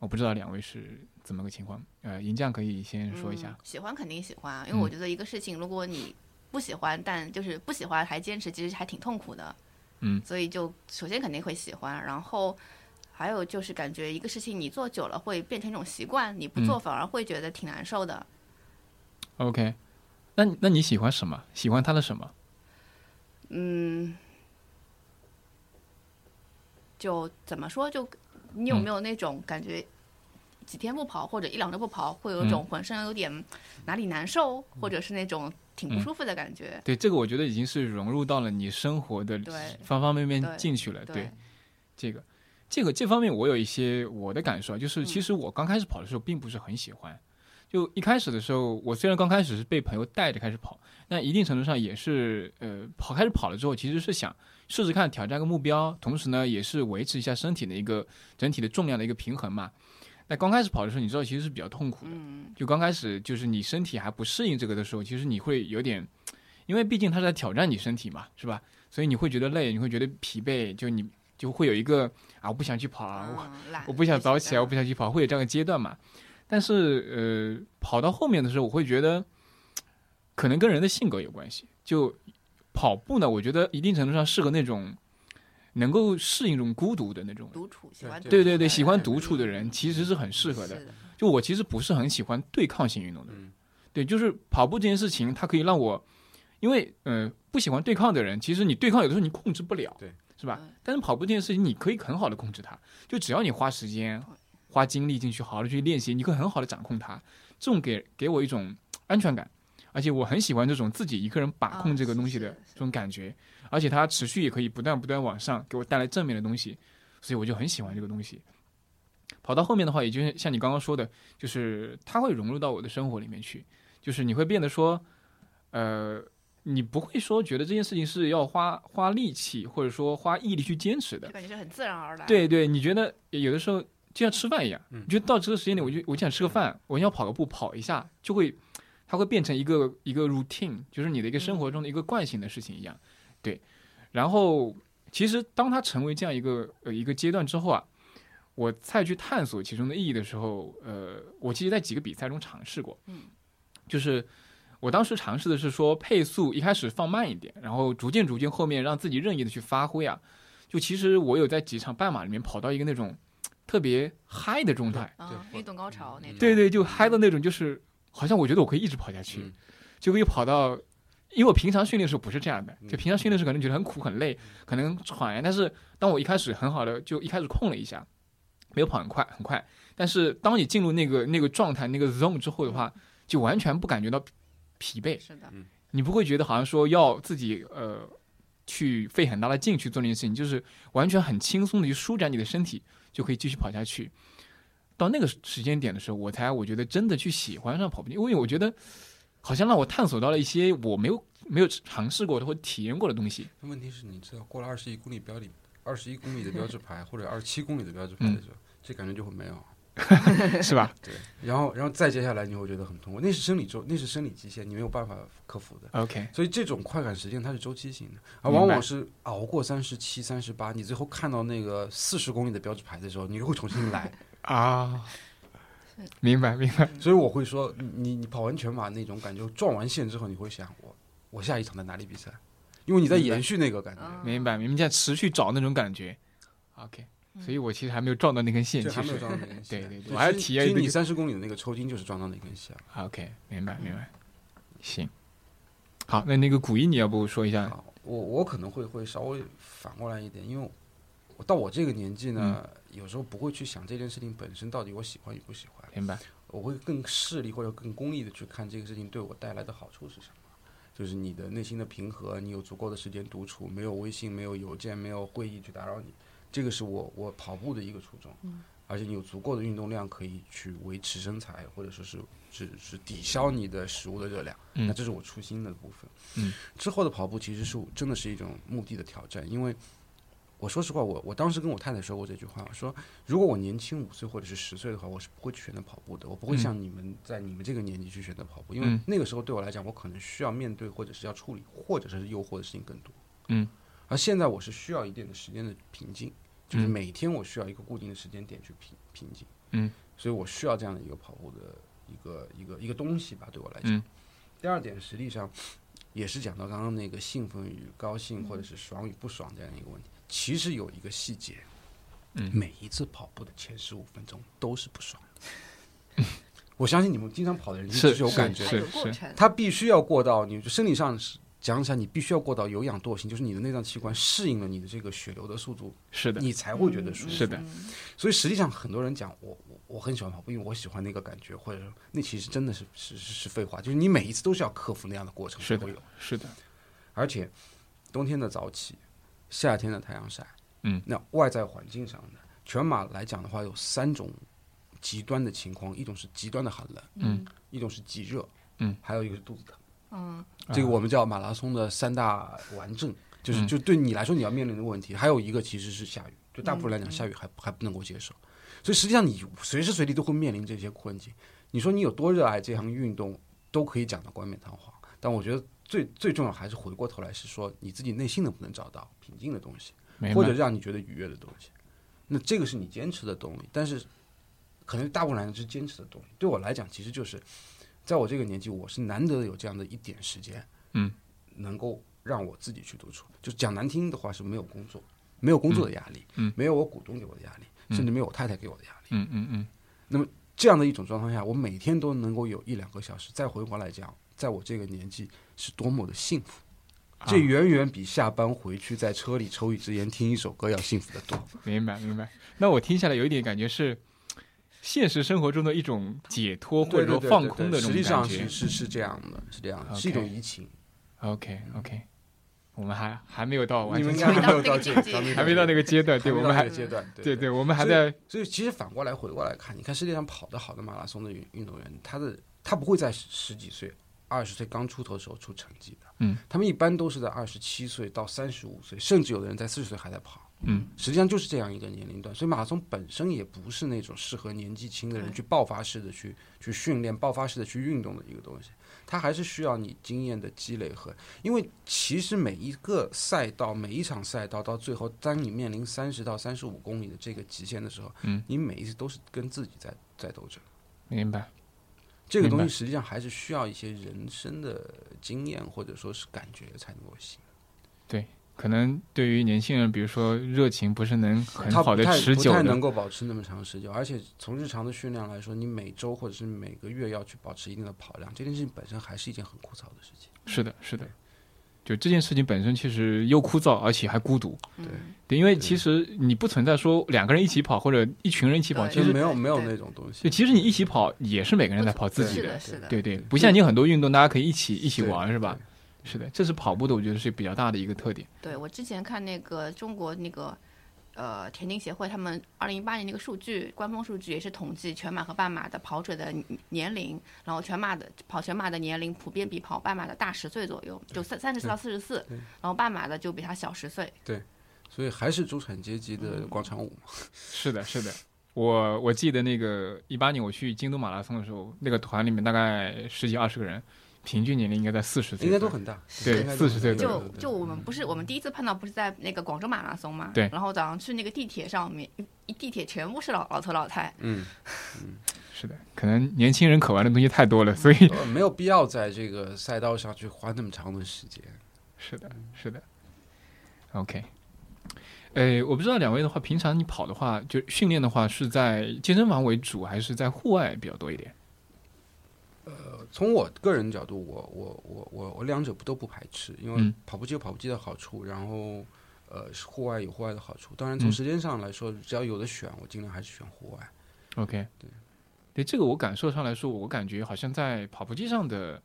Speaker 1: 我不知道两位是怎么个情况，呃，银匠可以先说一下
Speaker 2: 嗯。喜欢肯定喜欢啊，因为我
Speaker 1: 嗯
Speaker 2: 觉得一个事情，如果你不喜欢，但就是不喜欢还坚持，其实还挺痛苦的。
Speaker 1: 嗯
Speaker 2: 所以就首先肯定会喜欢，然后还有就是感觉一个事情你做久了会变成一种习惯，你不做
Speaker 1: 嗯
Speaker 2: 反而会觉得挺难受的。
Speaker 1: OK，那你那你喜欢什么？喜欢他的什么？
Speaker 2: 嗯，就怎么说，就你有
Speaker 1: 嗯
Speaker 2: 没有那种感觉？几天不跑或者一两周不跑，会有一
Speaker 1: 嗯
Speaker 2: 种浑身有点哪里难受，或者是那种挺不
Speaker 1: 嗯
Speaker 2: 舒服的感觉。
Speaker 1: 对，这个我觉得已经是融入到了你生活的
Speaker 2: 对
Speaker 1: 方方面面
Speaker 2: 对
Speaker 1: 进去了。
Speaker 2: 对，
Speaker 1: 这个，这个这方面我有一些我的感受，啊，就是
Speaker 2: 嗯
Speaker 1: 其实我刚开始跑的时候并不是很喜欢。就一开始的时候，我虽然刚开始是被朋友带着开始跑，但一定程度上也是，呃，跑开始跑了之后，其实是想试试看挑战个目标，同时呢，也是维持一下身体的一个整体的重量的一个平衡嘛。那刚开始跑的时候，你知道其实是比较痛苦的，
Speaker 2: 嗯，
Speaker 1: 就刚开始就是你身体还不适应这个的时候，其实你会有点，因为毕竟它是在挑战你身体嘛，是吧？所以你会觉得累，你会觉得疲惫，就你就会有一个啊，我不想去跑啊，我
Speaker 2: 嗯懒
Speaker 1: 我不想
Speaker 2: 就
Speaker 1: 早
Speaker 2: 是
Speaker 1: 起啊来，我不想去跑，会有这样的阶段嘛。但是呃，跑到后面的时候，我会觉得，可能跟人的性格有关系。就跑步呢，我觉得一定程度上适合那种能够适应这种孤独的那种人。
Speaker 2: 独处，喜
Speaker 3: 对
Speaker 2: 欢
Speaker 1: 嗯对
Speaker 3: 对
Speaker 2: 独
Speaker 1: 对
Speaker 2: 处
Speaker 1: 对，
Speaker 2: 的
Speaker 1: 喜欢
Speaker 2: 人嗯
Speaker 1: 独处的人其实是很适合的。
Speaker 2: 是的，
Speaker 1: 就我其实不是很喜欢对抗性运动的人，
Speaker 3: 嗯
Speaker 1: 对，就是跑步这件事情，它可以让我，因为呃不喜欢对抗的人，其实你对抗有的时候你控制不了，
Speaker 3: 对，
Speaker 1: 是吧
Speaker 2: 嗯？
Speaker 1: 但是跑步这件事情，你可以很好的控制它，就只要你花时间
Speaker 2: 对、
Speaker 1: 花精力进去，好好的去练习，你可以很好的掌控它。这种给给我一种安全感，而且我很喜欢这种自己一个人把
Speaker 2: 啊
Speaker 1: 控这个
Speaker 2: 是
Speaker 1: 东西
Speaker 2: 是
Speaker 1: 的
Speaker 2: 是
Speaker 1: 这种感觉，而且它持续也可以不断不断往上，给我带来正面的东西，所以我就很喜欢这个东西。跑到后面的话，也就是像你刚刚说的，就是它会融入到我的生活里面去，就是你会变得说，呃，你不会说觉得这件事情是要花花力气或者说花毅力去坚持的
Speaker 2: 就，感觉是很自然而然。
Speaker 1: 对对，你觉得有的时候就像吃饭一样，
Speaker 3: 嗯
Speaker 1: 你就到这个时间点，我就我就想吃个饭，我想跑个步，跑一下，就会它会变成一个一个 routine，就是你的一个生活中的一个惯性的事情一样。对，然后其实当它成为这样一个呃一个阶段之后啊，我再去探索其中的意义的时候，呃，我其实在几个比赛中尝试过，
Speaker 2: 嗯，
Speaker 1: 就是。我当时尝试的是说配速一开始放慢一点，然后逐渐逐渐后面让自己任意的去发挥啊，就其实我有在几场半马里面跑到一个那种特别嗨的状态，
Speaker 2: 啊，运动高
Speaker 3: 嗯
Speaker 2: 潮那种。
Speaker 1: 对对，就嗨到那种就是好像我觉得我可以一直跑下去，
Speaker 3: 嗯
Speaker 1: 就可以跑到，因为我平常训练的时候不是这样的，
Speaker 3: 嗯
Speaker 1: 就平常训练的时候可能觉得很苦很累，可能喘呀，但是当我一开始很好的就一开始控了一下，没有跑很快很快，但是当你进入那个那个状态那个 zone 之后的话，就完全不感觉到疲疲惫，
Speaker 2: 是
Speaker 3: 嗯
Speaker 2: 的，
Speaker 1: 你不会觉得好像说要自己呃去费很大的劲去做这件事情，就是完全很轻松的去舒展你的身体，就可以继续跑下去。到那个时间点的时候，我才我觉得真的去喜欢上跑步，因为我觉得好像让我探索到了一些我没有没有尝试过的或者体验过的东西。
Speaker 3: 那问题是，你知道过了二十一公里标里二十一公里的标志牌或者二十七公里的标志牌
Speaker 1: 嗯
Speaker 3: 的时候，这感觉就会没有。
Speaker 1: 是吧？
Speaker 3: 对，然后然后再接下来你会觉得很痛苦，那是生理周，那是生理极限，你没有办法克服的。
Speaker 1: ？OK，
Speaker 3: 所以这种快感实际上它是周期性的，而
Speaker 1: 明白
Speaker 3: 往往是熬过三十七、三十八，你最后看到那个四十公里的标志牌的时候，你又会重
Speaker 1: [LAUGHS]
Speaker 3: 新来。
Speaker 1: 啊，明白明白，
Speaker 3: 所以我会说，你你你跑完全马那种感觉，撞完线之后，你会想我我下一场在哪里比赛？因为你在延续那个感觉，
Speaker 2: 嗯
Speaker 1: 明白明白，在持续找那种感觉。OK，所以我其实还没有撞到那根线，
Speaker 3: 就还
Speaker 1: 其
Speaker 3: 没有
Speaker 1: 实
Speaker 3: 撞到那根线。
Speaker 1: 对对对我还
Speaker 3: 其实
Speaker 1: 体验
Speaker 3: 其实
Speaker 1: 那
Speaker 3: 你
Speaker 1: 个
Speaker 3: 三十公里的那个抽筋就是撞到那根线了。
Speaker 1: OK，明
Speaker 3: 嗯
Speaker 1: 白明白，行。好，那那个古一，你要不说一下？
Speaker 3: 啊，我我可能会会稍微反过来一点，因为我到我这个年纪呢，
Speaker 1: 嗯
Speaker 3: 有时候不会去想这件事情本身到底我喜欢与不喜欢，
Speaker 1: 明白。
Speaker 3: 我会更势利或者更功利的去看这个事情对我带来的好处是什么。就是你的内心的平和，你有足够的时间独处，没有微信，没有邮件，没有会议去打扰你，这个是我我跑步的一个初衷。而且你有足够的运动量可以去维持身材，或者说是只是抵消你的食物的热量。
Speaker 1: 嗯
Speaker 3: 那这是我初心的部分。
Speaker 1: 嗯，
Speaker 3: 之后的跑步其实是真的是一种目的的挑战，因为我说实话，我我当时跟我太太说过这句话，我说如果我年轻五岁或者是十岁的话，我是不会去选择跑步的，我不会
Speaker 1: 嗯
Speaker 3: 像你们在你们这个年纪去选择跑步，因为
Speaker 1: 嗯
Speaker 3: 那个时候对我来讲，我可能需要面对或者是要处理或者是诱惑的事情更多。
Speaker 1: 嗯，
Speaker 3: 而现在我是需要一定的时间的平静，就是
Speaker 1: 嗯
Speaker 3: 每天我需要一个固定的时间点去平平静。
Speaker 1: 嗯，
Speaker 3: 所以我需要这样的一个跑步的一个一个一个东西吧，对我来讲。
Speaker 1: 嗯
Speaker 3: 第二点，实际上也是讲到刚刚那个兴奋与高兴，或者是爽与不爽这样一个问题。其实有一个细节，
Speaker 1: 嗯
Speaker 3: 每一次跑步的前十五分钟都是不爽的。 [LAUGHS] 我相信你们经常跑的人
Speaker 1: 是
Speaker 3: 是有感觉
Speaker 1: 是
Speaker 3: 的
Speaker 2: 还有过程，
Speaker 3: 它必须要过到你生理上是讲起来，你必须要过到有氧惰性，就是你的内脏器官适应了你的这个血流的速度，
Speaker 1: 是的，嗯
Speaker 3: 你才会觉得舒服。
Speaker 1: 是的，
Speaker 3: 所以实际上很多人讲我我我很喜欢跑步，因为我喜欢那个感觉，或者说那其实真的是是是是废话，就是你每一次都是要克服那样的过程
Speaker 1: 是
Speaker 3: 才
Speaker 1: 的
Speaker 3: 会有，，
Speaker 1: 是的，
Speaker 3: 而且冬天的早起，夏天的太阳晒，
Speaker 1: 嗯，
Speaker 3: 那外在环境上的全马来讲的话，有三种极端的情况，一种是极端的寒冷，
Speaker 1: 嗯，
Speaker 3: 一种是极热，
Speaker 1: 嗯，
Speaker 3: 还有一个是肚子疼。
Speaker 2: 嗯，
Speaker 3: 这个我们叫马拉松的三大顽症，就是
Speaker 1: 嗯
Speaker 3: 就对你来说你要面临的问题，还有一个其实是下雨，对大部分人来讲下雨还还不能够接受，所以实际上你随时随地都会面临这些困境。你说你有多热爱这项运动，都可以讲的冠冕堂皇，但我觉得最最重要还是回过头来是说你自己内心能不能找到平静的东西，
Speaker 1: 明白
Speaker 3: 或者让你觉得愉悦的东西，那这个是你坚持的动力。但是，可能大部分人是坚持的动力。对我来讲，其实就是在我这个年纪，我是难得有这样的一点时间，
Speaker 1: 嗯，
Speaker 3: 能够让我自己去独处。就讲难听的话，是没有工作，没有工作的压力，
Speaker 1: 嗯嗯
Speaker 3: 没有我股东给我的压力，甚至没有我太太给我的压力。
Speaker 1: 嗯嗯嗯，
Speaker 3: 这样的一种状况下，我每天都能够有一两个小时。再回过来讲，在我这个年纪是多么的幸福。这
Speaker 1: 啊
Speaker 3: 远远比下班回去在车里抽一支烟、听一首歌要幸福得多。
Speaker 1: 明白明白。那我听下来有一点感觉是，现实生活中的一种解脱或者
Speaker 3: 对对
Speaker 1: 说
Speaker 3: 对
Speaker 1: 放
Speaker 3: 对
Speaker 1: 空的
Speaker 3: 对
Speaker 1: 这
Speaker 3: 实
Speaker 1: 种
Speaker 3: 际
Speaker 1: 感
Speaker 3: 上是
Speaker 1: 觉。
Speaker 3: 是是这样的，是这样的，
Speaker 1: OK
Speaker 3: 是一种移情。
Speaker 1: OK OK，我们还还没有到完
Speaker 3: 你们
Speaker 1: 全
Speaker 3: 应
Speaker 2: 还
Speaker 3: 该
Speaker 2: 没
Speaker 3: 还
Speaker 2: 到
Speaker 3: 没有
Speaker 2: 这个境
Speaker 3: 到这个
Speaker 2: 界
Speaker 3: 还没
Speaker 1: 还没到那个
Speaker 3: 个
Speaker 1: 阶段，对
Speaker 3: [LAUGHS] 还没
Speaker 1: 我
Speaker 3: 到
Speaker 1: 们
Speaker 3: 那
Speaker 1: 还
Speaker 3: 个阶段，
Speaker 1: 对对，我们还
Speaker 3: 所以
Speaker 1: 在
Speaker 3: 所以其实反过来回过来看，你看世界上跑得好的马拉松的运运动员，他的他不会在十十几岁、二十岁刚出头的时候出成绩的。
Speaker 1: 嗯，
Speaker 3: 他们一般都是在二十七岁到三十五岁，甚至有的人在四十岁还在跑。
Speaker 1: 嗯，
Speaker 3: 实际上就是这样一个年龄段，所以马拉松本身也不是那种适合年纪轻的人
Speaker 2: 对
Speaker 3: 去爆发式的去去训练、爆发式的去运动的一个东西，它还是需要你经验的积累和，因为其实每一个赛道、每一场赛道到最后，当你面临三十到三十五公里的这个极限的时候，
Speaker 1: 嗯，
Speaker 3: 你每一次都是跟自己在在斗争，
Speaker 1: 明白。
Speaker 3: 这个东
Speaker 1: 明
Speaker 3: 西
Speaker 1: 白
Speaker 3: 实际上还是需要一些人生的经验或者说是感觉才能够行，
Speaker 1: 可能对于年轻人，比如说热情不是能很
Speaker 3: 它
Speaker 1: 好
Speaker 3: 不
Speaker 1: 的
Speaker 3: 太
Speaker 1: 持
Speaker 3: 不
Speaker 1: 久
Speaker 3: 太能
Speaker 1: 的，
Speaker 3: 够保持那么长时久，而且从日常的训练来说，你每周或者是每个月要去保持一定的跑量，这件事情本身还是一件很枯燥的事情。
Speaker 1: 是的，是的。就这件事情本身其实又枯燥，而且还孤独。
Speaker 3: 对
Speaker 2: 嗯
Speaker 1: 对，因为其实你不存在说两个人一起跑或者一群人一起跑，
Speaker 2: 对
Speaker 1: 其
Speaker 3: 就
Speaker 1: 实
Speaker 3: 没有没有
Speaker 2: 对
Speaker 3: 那种东西，
Speaker 1: 就其实你一起跑也是每个人在跑自己
Speaker 2: 是
Speaker 1: 的
Speaker 2: 的，，是的，
Speaker 1: 对对，不像你很多运动大家可以一起一起
Speaker 3: 对
Speaker 1: 玩是吧？？是的，这是跑步的，我觉得是比较大的一个特点。
Speaker 2: 对我之前看那个中国那个呃田径协会，他们二零一八年那个数据，官方数据也是统计全马和半马的跑者的年年龄，然后全马的跑全马的年龄普遍比跑半马的大十岁左右，就三三十四到四十四
Speaker 3: 对，
Speaker 2: 然后半马的就比他小十岁。
Speaker 3: 对所以还是中产阶级的广场舞嘛。
Speaker 1: 是的，是的。我我记得那个一八年我去京都马拉松的时候，那个团里面大概十几二十个人，平均年龄应该在四十岁左
Speaker 3: 应
Speaker 1: 右，
Speaker 3: 该都很大，
Speaker 1: 对
Speaker 3: 应该都
Speaker 1: 40岁
Speaker 3: 很大
Speaker 1: 左
Speaker 2: 就
Speaker 1: 右
Speaker 3: 对对对
Speaker 2: 就我们不是我们第一次碰到不是在那个广州马拉松嘛？
Speaker 1: 对
Speaker 2: 然后早上去那个地铁上面，一一地铁全部是老老头老太。
Speaker 3: 嗯，
Speaker 1: 是的，可能年轻人可玩的东西太多了，所以
Speaker 3: 呃没有必要在这个赛道上去花那么长的时间。
Speaker 1: 是的，是的。OK，呃，我不知道两位的话，平常你跑的话，就训练的话，是在健身房为主，还是在户外比较多一点？
Speaker 3: 从我个人角度，我我我我我两者不都不排斥，因为
Speaker 1: 嗯
Speaker 3: 跑步机有跑步机的好处，然后呃是户外有户外的好处。当然，
Speaker 1: 嗯
Speaker 3: 从时间上来说，只要有的选，我尽量还是选户外。
Speaker 1: OK，对，对这个我感受上来说，我感觉好像在跑步机上的，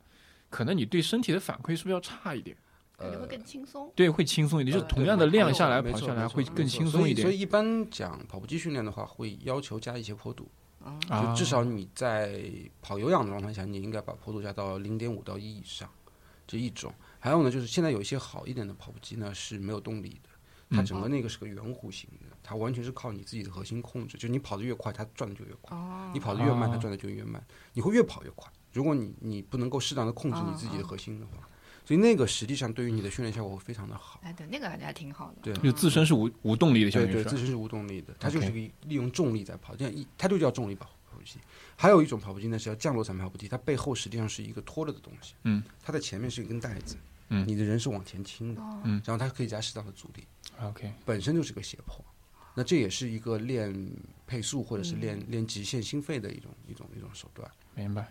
Speaker 1: 可能你对身体的反馈是不是要差一点？
Speaker 3: 呃
Speaker 2: 感觉会更轻松，
Speaker 1: 对，会轻松一点，就是
Speaker 2: 呃
Speaker 1: 同样的
Speaker 3: 对
Speaker 1: 量下来
Speaker 3: 没
Speaker 1: 跑
Speaker 3: 错
Speaker 1: 下来
Speaker 3: 没错
Speaker 1: 会
Speaker 3: 没错
Speaker 1: 更轻松一
Speaker 3: 所以所
Speaker 1: 点
Speaker 3: 以一般讲跑步机训练的话，会要求加一些坡度，
Speaker 2: 嗯，
Speaker 1: 啊。
Speaker 3: 就至少你在跑有氧的状态下，你应该把坡度加到零点五到一以上，这一种。还有呢，就是现在有一些好一点的跑步机呢是没有动力的，它
Speaker 1: 嗯
Speaker 3: 整个那个是个圆弧形的，它完全是靠你自己的核心控制，就你跑得越快，它转的就越快；
Speaker 2: 哦，
Speaker 3: 你跑得越慢，它
Speaker 1: 哦
Speaker 3: 转的就越慢。你会越跑越快，如果你你不能够适当的控制你自己的
Speaker 2: 哦哦
Speaker 3: 核心的话，所以那个实际上对于你的训练效果会非常的好。
Speaker 2: 哎，对，那个感觉还挺好的。
Speaker 3: 对
Speaker 1: 就自身是无无动力的，相当
Speaker 3: 对
Speaker 1: 于是
Speaker 3: 对，
Speaker 1: 吧
Speaker 3: 自身是无动力的，它就
Speaker 1: OK
Speaker 3: 是一个利用重力在跑，这样一它就叫重力跑跑步机。还有一种跑步机呢是叫降落伞跑步机，它背后实际上是一个拖着的东西，
Speaker 1: 嗯，
Speaker 3: 它的前面是一根带子，
Speaker 1: 嗯
Speaker 3: 你的人是往前倾的，
Speaker 2: 哦
Speaker 1: 嗯
Speaker 3: 然后它可以加适当的阻力，
Speaker 1: OK，
Speaker 3: 本身就是个斜坡，那这也是一个练配速或者是
Speaker 2: 嗯
Speaker 3: 练、练极限心肺的一种一种一种手段。
Speaker 1: 明白。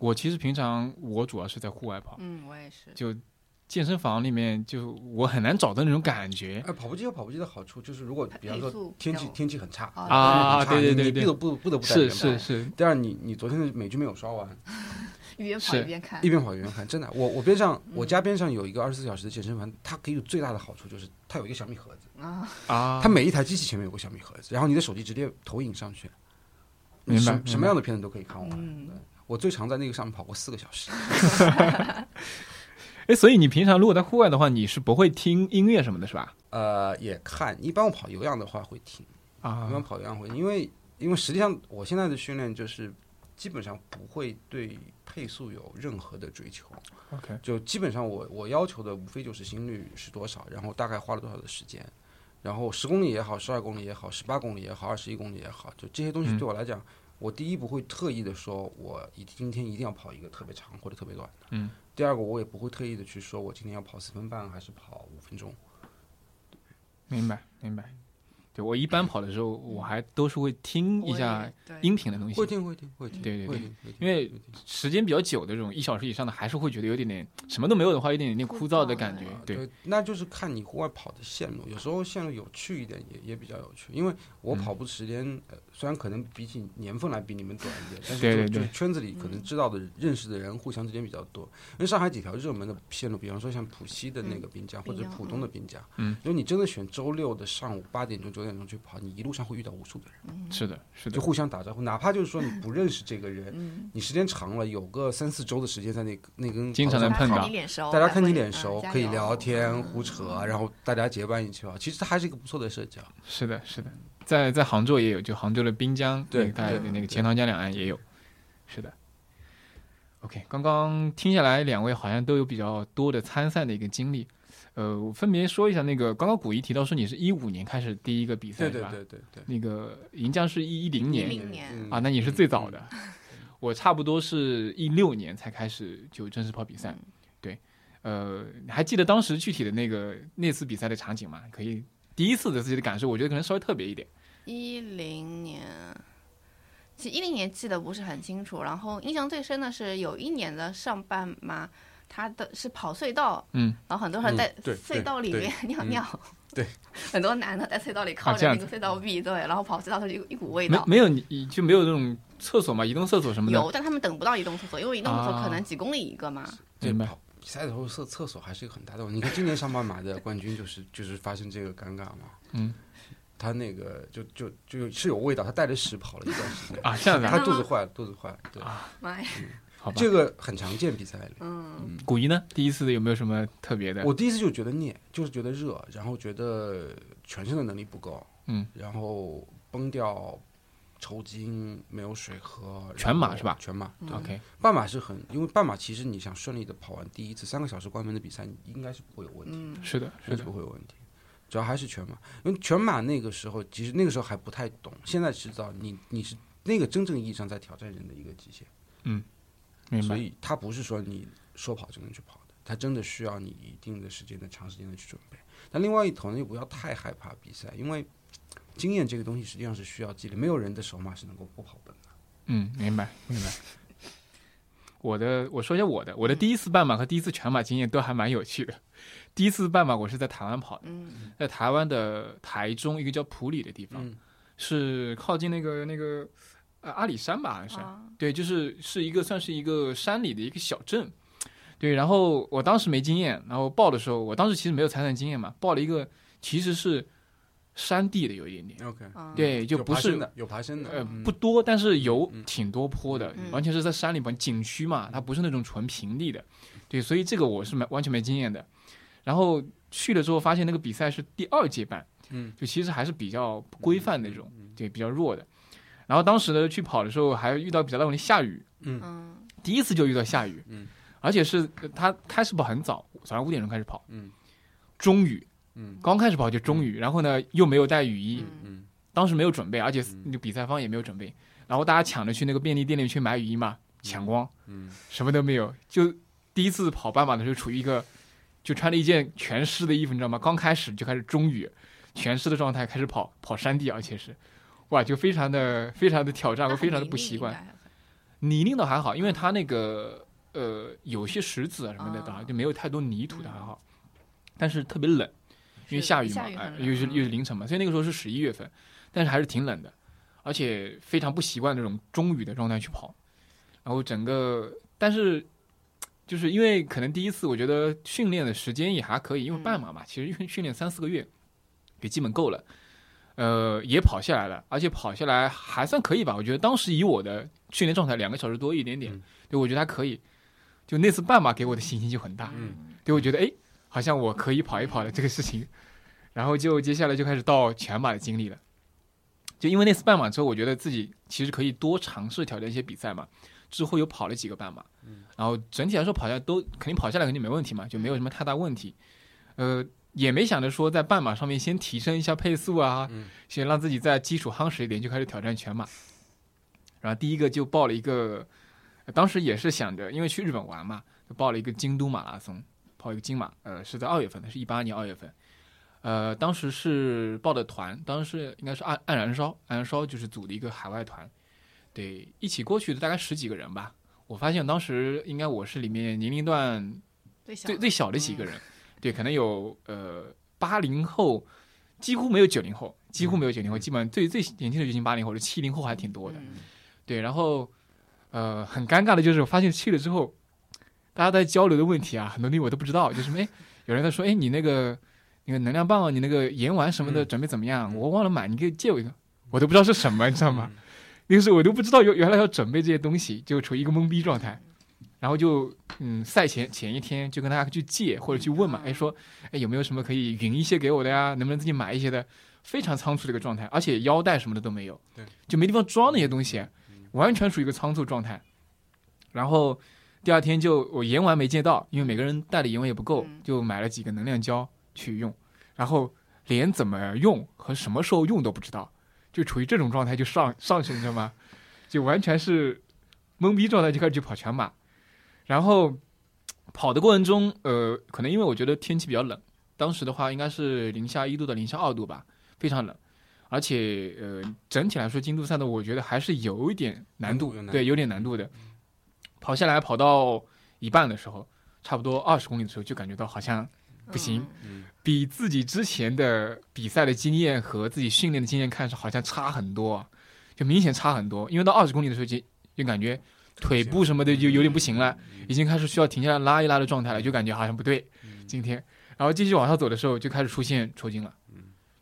Speaker 1: 我其实平常我主要是在户外跑，
Speaker 2: 嗯，我也是。
Speaker 1: 就健身房里面就我很难找到那种感觉
Speaker 3: 哎，跑步机有跑步机的好处，就是如果
Speaker 2: 它
Speaker 3: 比方
Speaker 2: 配
Speaker 3: 说
Speaker 2: 速
Speaker 3: 天
Speaker 2: 比
Speaker 3: 气
Speaker 2: 较
Speaker 3: 天气很差
Speaker 2: 哦
Speaker 1: 啊
Speaker 3: 天气很
Speaker 1: 对
Speaker 3: 差
Speaker 1: 对
Speaker 3: 你
Speaker 1: 对
Speaker 3: 你
Speaker 1: 对
Speaker 3: 不得不不得不在
Speaker 1: 是
Speaker 3: 里面
Speaker 1: 是
Speaker 3: 跑。
Speaker 1: 是，
Speaker 3: 第二，你你昨天的美剧没有刷完，
Speaker 2: 一边跑
Speaker 1: 是
Speaker 2: 一边看
Speaker 3: 一。边跑一边看，真的，我我边上我家边上有一个二十四小时的健身房，它可以有最大的好处就是它有一个小米盒子，
Speaker 2: 啊，
Speaker 1: 啊，
Speaker 3: 它每一台机器前面有个小米盒子，然后你的手机直接投影上去，
Speaker 1: 明白
Speaker 3: 什
Speaker 1: 明白
Speaker 3: 什么样的片子都可以看完。
Speaker 2: 嗯，
Speaker 3: 我最长在那个上面跑过四个小时，
Speaker 1: 哎，所以你平常如果在户外的话，你是不会听音乐什么的，是吧？
Speaker 3: 呃，也看。一般我跑有氧的话会停，一般
Speaker 1: 啊，
Speaker 3: 跑有氧会，因为因为实际上我现在的训练就是基本上不会对配速有任何的追求
Speaker 1: OK
Speaker 3: 就基本上我我要求的无非就是心率是多少，然后大概花了多少的时间，然后十公里也好，十二公里也好，十八公里也好，二十一公里也好，就这些东西
Speaker 1: 嗯
Speaker 3: 对我来讲，我第一不会特意的说我一今天一定要跑一个特别长或者特别短的，
Speaker 1: 嗯，
Speaker 3: 第二个我也不会特意的去说我今天要跑四分半还是跑五分钟，
Speaker 1: 明白明白。对我一般跑的时候，我还都是会听一下
Speaker 2: 对
Speaker 1: 音频的东西，
Speaker 3: 会听会听会听，
Speaker 1: 对对
Speaker 3: 会
Speaker 1: 对
Speaker 3: 听会
Speaker 1: 因
Speaker 3: 听
Speaker 1: 为时间比较久的这种一小时以上的，还是会觉得有点点什么都没有的话，有点点枯燥的感觉
Speaker 2: 枯燥。
Speaker 1: 嗯对，
Speaker 3: 啊对，那就是看你户外跑的线路，有时候线路有趣一点也也比较有趣。因为我
Speaker 1: 嗯
Speaker 3: 跑步时间、呃，虽然可能比起年份来比你们短一点，但是
Speaker 1: 对
Speaker 3: 就
Speaker 1: 对对
Speaker 3: 就圈子里可能知道的、认识的人互相之间比较多。因为上海几条热门的线路，比方说像浦西的那个滨江、或者
Speaker 2: 滨江
Speaker 3: 浦东的滨江，
Speaker 1: 嗯，
Speaker 3: 因为你真的选周六的上午八点钟九点钟去跑，你一路上会遇到无数的人，
Speaker 1: 是的，是的
Speaker 3: 就，互相打招呼，哪怕就是说你不认识这个人，
Speaker 2: 嗯，
Speaker 3: 你时间长了，有个三四周的时间在那个那根
Speaker 1: 经常
Speaker 3: 跑道
Speaker 1: 能碰到
Speaker 2: 你脸熟，
Speaker 3: 大家
Speaker 2: 还
Speaker 3: 看你
Speaker 2: 会
Speaker 3: 脸
Speaker 2: 嗯
Speaker 3: 熟，
Speaker 2: 加
Speaker 3: 可以
Speaker 2: 油
Speaker 3: 聊天、
Speaker 2: 嗯
Speaker 3: 胡扯，然后大家结伴一起玩，其实它还是一个不错的社交。
Speaker 1: 是的，是的，在在杭州也有，就杭州的滨江，
Speaker 3: 对
Speaker 1: 那个大
Speaker 2: 对
Speaker 1: 的那
Speaker 3: 对
Speaker 1: 个钱塘江两岸也有。是的。OK，刚刚听下来，两位好像都有比较多的参赛的一个经历。呃，我分别说一下那个，刚刚古一提到说你是一五年开始第一个比赛
Speaker 3: 对
Speaker 1: 是吧？
Speaker 3: 对对对
Speaker 1: 那个赢家是一一零年，
Speaker 2: 10年
Speaker 3: 嗯
Speaker 1: 啊，那你是最早的，我差不多是一六年才开始就正式跑比赛。
Speaker 2: 嗯
Speaker 1: 对，呃，你还记得当时具体的那个那次比赛的场景吗？可以第一次的自己的感受，我觉得可能稍微特别一点。
Speaker 2: 一零年，其实一零年记得不是很清楚。然后印象最深的是有一年的上半马，它的是跑隧道，
Speaker 1: 嗯，
Speaker 2: 然后很多人
Speaker 3: 嗯
Speaker 2: 在
Speaker 3: 对
Speaker 2: 隧道里
Speaker 3: 对
Speaker 2: 面尿
Speaker 3: 嗯
Speaker 2: 尿，
Speaker 3: 对，
Speaker 2: 很多男的在隧道里靠
Speaker 1: 啊这
Speaker 2: 着
Speaker 1: 样
Speaker 2: 那个隧道壁，对，然后跑隧道它就一股一股味
Speaker 1: 没
Speaker 2: 道。
Speaker 1: 没有你就没有那种厕所嘛，移动厕所什么的。
Speaker 2: 有，但他们等不到移动厕所，因为移动厕所
Speaker 1: 啊
Speaker 2: 可能几公里一个嘛。
Speaker 3: 对
Speaker 1: 明白
Speaker 3: 跑比赛的时候厕厕所还是一个很大的问题。你看今年上半马的冠军就是就是发生这个尴尬嘛，
Speaker 1: [LAUGHS] 嗯，，
Speaker 3: 他那个就就就是有味道，他带着屎跑了一段时间
Speaker 1: [LAUGHS] 啊，这样子
Speaker 3: 他
Speaker 1: 啊，
Speaker 3: 肚子坏了，肚子坏了。对，
Speaker 2: 妈呀，
Speaker 1: 好吧。
Speaker 3: 这个很常见比赛里。
Speaker 2: 嗯，
Speaker 1: 古一呢，第一次有没有什么特别的？
Speaker 3: 我第一次就觉得腻，就是觉得热，然后觉得全身的能力不够，
Speaker 1: 嗯，
Speaker 3: 然后崩掉抽筋，没有水喝，然后
Speaker 1: 全马是吧
Speaker 3: 全马，对，
Speaker 1: OK，
Speaker 3: 半马是很，因为半马其实你想顺利的跑完第一次三个小时关门的比赛，你应该是不会有问题，
Speaker 2: 嗯，
Speaker 1: 是的，
Speaker 3: 应该
Speaker 1: 是
Speaker 3: 是
Speaker 1: 的，
Speaker 3: 不会有问题。主要还是全马，因为全马那个时候其实那个时候还不太懂，现在知道你你是那个真正意义上在挑战人的一个极限。
Speaker 1: 明白。
Speaker 3: 所以它不是说你说跑就能去跑的，它真的需要你一定的时间的长时间的去准备。但另外一头呢，又不要太害怕比赛，因为经验这个东西实际上是需要积累，没有人的手马是能够不跑本的。
Speaker 1: 嗯，明白，明白。我的，我说一下我的，我的第一次半马和第一次全马经验都还蛮有趣的。第一次半马我是在台湾跑的，
Speaker 2: 嗯，
Speaker 1: 在台湾的台中一个叫普里的地方，
Speaker 3: 嗯
Speaker 1: 是靠近那个那个呃阿里山吧，好像是。
Speaker 2: 啊，
Speaker 1: 对，就是是一个算是一个山里的一个小镇，对。然后我当时没经验，然后报的时候，我当时其实没有参赛经验嘛，报了一个其实是山地的，有一点点，
Speaker 3: OK，
Speaker 2: 啊，
Speaker 1: 对，就
Speaker 3: 有
Speaker 1: 不
Speaker 3: 嗯爬
Speaker 1: 是
Speaker 3: 升的，有爬升的，
Speaker 1: 呃
Speaker 3: 嗯
Speaker 1: 不多，但是有
Speaker 3: 嗯
Speaker 1: 挺多坡的，
Speaker 2: 嗯
Speaker 1: 完全是在山里边景区嘛，它不是那种纯平地的，对，所以这个我是没完全没经验的。然后去了之后发现那个比赛是第二届办，
Speaker 3: 嗯，
Speaker 1: 就其实还是比较不规范的那种，
Speaker 3: 嗯
Speaker 1: 对，比较弱的。然后当时呢去跑的时候还遇到比较大问题，下雨，
Speaker 3: 嗯
Speaker 2: 嗯，
Speaker 1: 第一次就遇到下雨，
Speaker 3: 嗯，
Speaker 1: 而且是呃他开始跑很早，早上五点钟开始跑，
Speaker 3: 嗯
Speaker 1: 中雨，
Speaker 3: 嗯
Speaker 1: 刚开始跑就中雨，然后呢又没有带雨衣，
Speaker 2: 嗯
Speaker 3: 嗯
Speaker 1: 当时没有准备，而且
Speaker 3: 嗯
Speaker 1: 那个比赛方也没有准备，然后大家抢着去那个便利店里去买雨衣嘛，抢光，
Speaker 3: 嗯
Speaker 1: 什么都没有，就第一次跑半马的时候处于一个就穿了一件全湿的衣服，你知道吗？刚开始就开始中雨，全湿的状态开始跑，跑山地，而且是，哇，就非常的非常的挑战
Speaker 2: 那
Speaker 1: 和
Speaker 2: 很
Speaker 1: 非常的
Speaker 2: 泥
Speaker 1: 不
Speaker 2: 泞
Speaker 1: 习
Speaker 2: 应
Speaker 1: 惯。
Speaker 2: 该
Speaker 1: 泥泞倒还好，因为它那个呃有些石子啊什么的
Speaker 2: 啊嗯
Speaker 1: 倒还就没有太多泥土的还好，但是特别冷，因为
Speaker 2: 是
Speaker 1: 下雨嘛，
Speaker 2: 下雨
Speaker 1: 哎
Speaker 2: 很冷
Speaker 1: 又是
Speaker 2: 嗯
Speaker 1: 又是凌晨嘛，所以那个时候是十一月份，但是还是挺冷的，而且非常不习惯这种中雨的状态去跑，然后整个但是。就是因为可能第一次，我觉得训练的时间也还可以，因为
Speaker 2: 嗯
Speaker 1: 半马嘛，其实训训练三四个月也基本够了。呃，也跑下来了，而且跑下来还算可以吧。我觉得当时以我的训练状态，两个小时多一点点，
Speaker 3: 嗯
Speaker 1: 对我觉得还可以。就那次半马给我的信心就很大，
Speaker 3: 嗯
Speaker 1: 对我觉得哎，好像我可以跑一跑了这个事情。 [LAUGHS] 然后就接下来就开始到全马的经历了。就因为那次半马之后，我觉得自己其实可以多尝试挑战一些比赛嘛。之后又跑了几个半马，然后整体来说跑下来都肯定跑下来肯定没问题嘛，就没有什么太大问题。呃，也没想着说在半马上面先提升一下配速啊，
Speaker 3: 嗯
Speaker 1: 先让自己在基础夯实一点，就开始挑战全马。然后第一个就报了一个，呃当时也是想着，因为去日本玩嘛，就报了一个京都马拉松，跑一个金马，呃，是在二月份的，是一八年二月份。呃，当时是报的团，当时是应该是暗暗燃烧，暗燃烧就是组的一个海外团，对，一起过去的大概十几个人吧。我发现当时应该我是里面年龄段
Speaker 2: 最小
Speaker 1: 最最小的几个人，对，可能有呃八零后，几乎没有九零后，几乎没有九零后，基本上最最年轻的就已经八零后了，七零后还挺多的。
Speaker 2: 嗯
Speaker 1: 对，然后呃，很尴尬的就是我发现去了之后，大家在交流的问题啊，很多东西我都不知道，就是哎，有人在说哎你那个那个能量棒啊，你那个盐丸什么的
Speaker 3: 嗯嗯
Speaker 1: 准备怎么样？我忘了买，你可以借我一个，我都不知道是什么，你知道 [LAUGHS] 吗？那个时候我都不知道有原来要准备这些东西，就处于一个懵逼状态。然后就嗯，赛前前一天就跟大家去借或者去问嘛，哎说哎有没有什么可以匀一些给我的呀？能不能自己买一些的？非常仓促的一个状态，而且腰带什么的都没有，
Speaker 3: 对，
Speaker 1: 就没地方装那些东西，完全处于一个仓促状态。然后第二天就我盐丸没借到，因为每个人带的盐丸也不够
Speaker 2: 嗯，
Speaker 1: 就买了几个能量胶去用，然后连怎么用和什么时候用都不知道，就处于这种状态就上上去，你知道吗？就完全是懵逼状态，就开始去跑全马，然后跑的过程中，呃，可能因为我觉得天气比较冷，当时的话应该是零下一度到零下二度吧，非常冷。而且，呃，整体来说，京都赛道我觉得还是有一点难度，
Speaker 3: 难度有难度
Speaker 1: 对，有点难度的。跑下来跑到一半的时候，差不多二十公里的时候，就感觉到好像不行，
Speaker 3: 嗯
Speaker 1: 比自己之前的比赛的经验和自己训练的经验看上好像差很多，就明显差很多。因为到二十公里的时候就就感觉腿部什么的就有点不行了，已经开始需要停下来拉一拉的状态了，就感觉好像不对。今天，然后继续往上走的时候就开始出现抽筋了，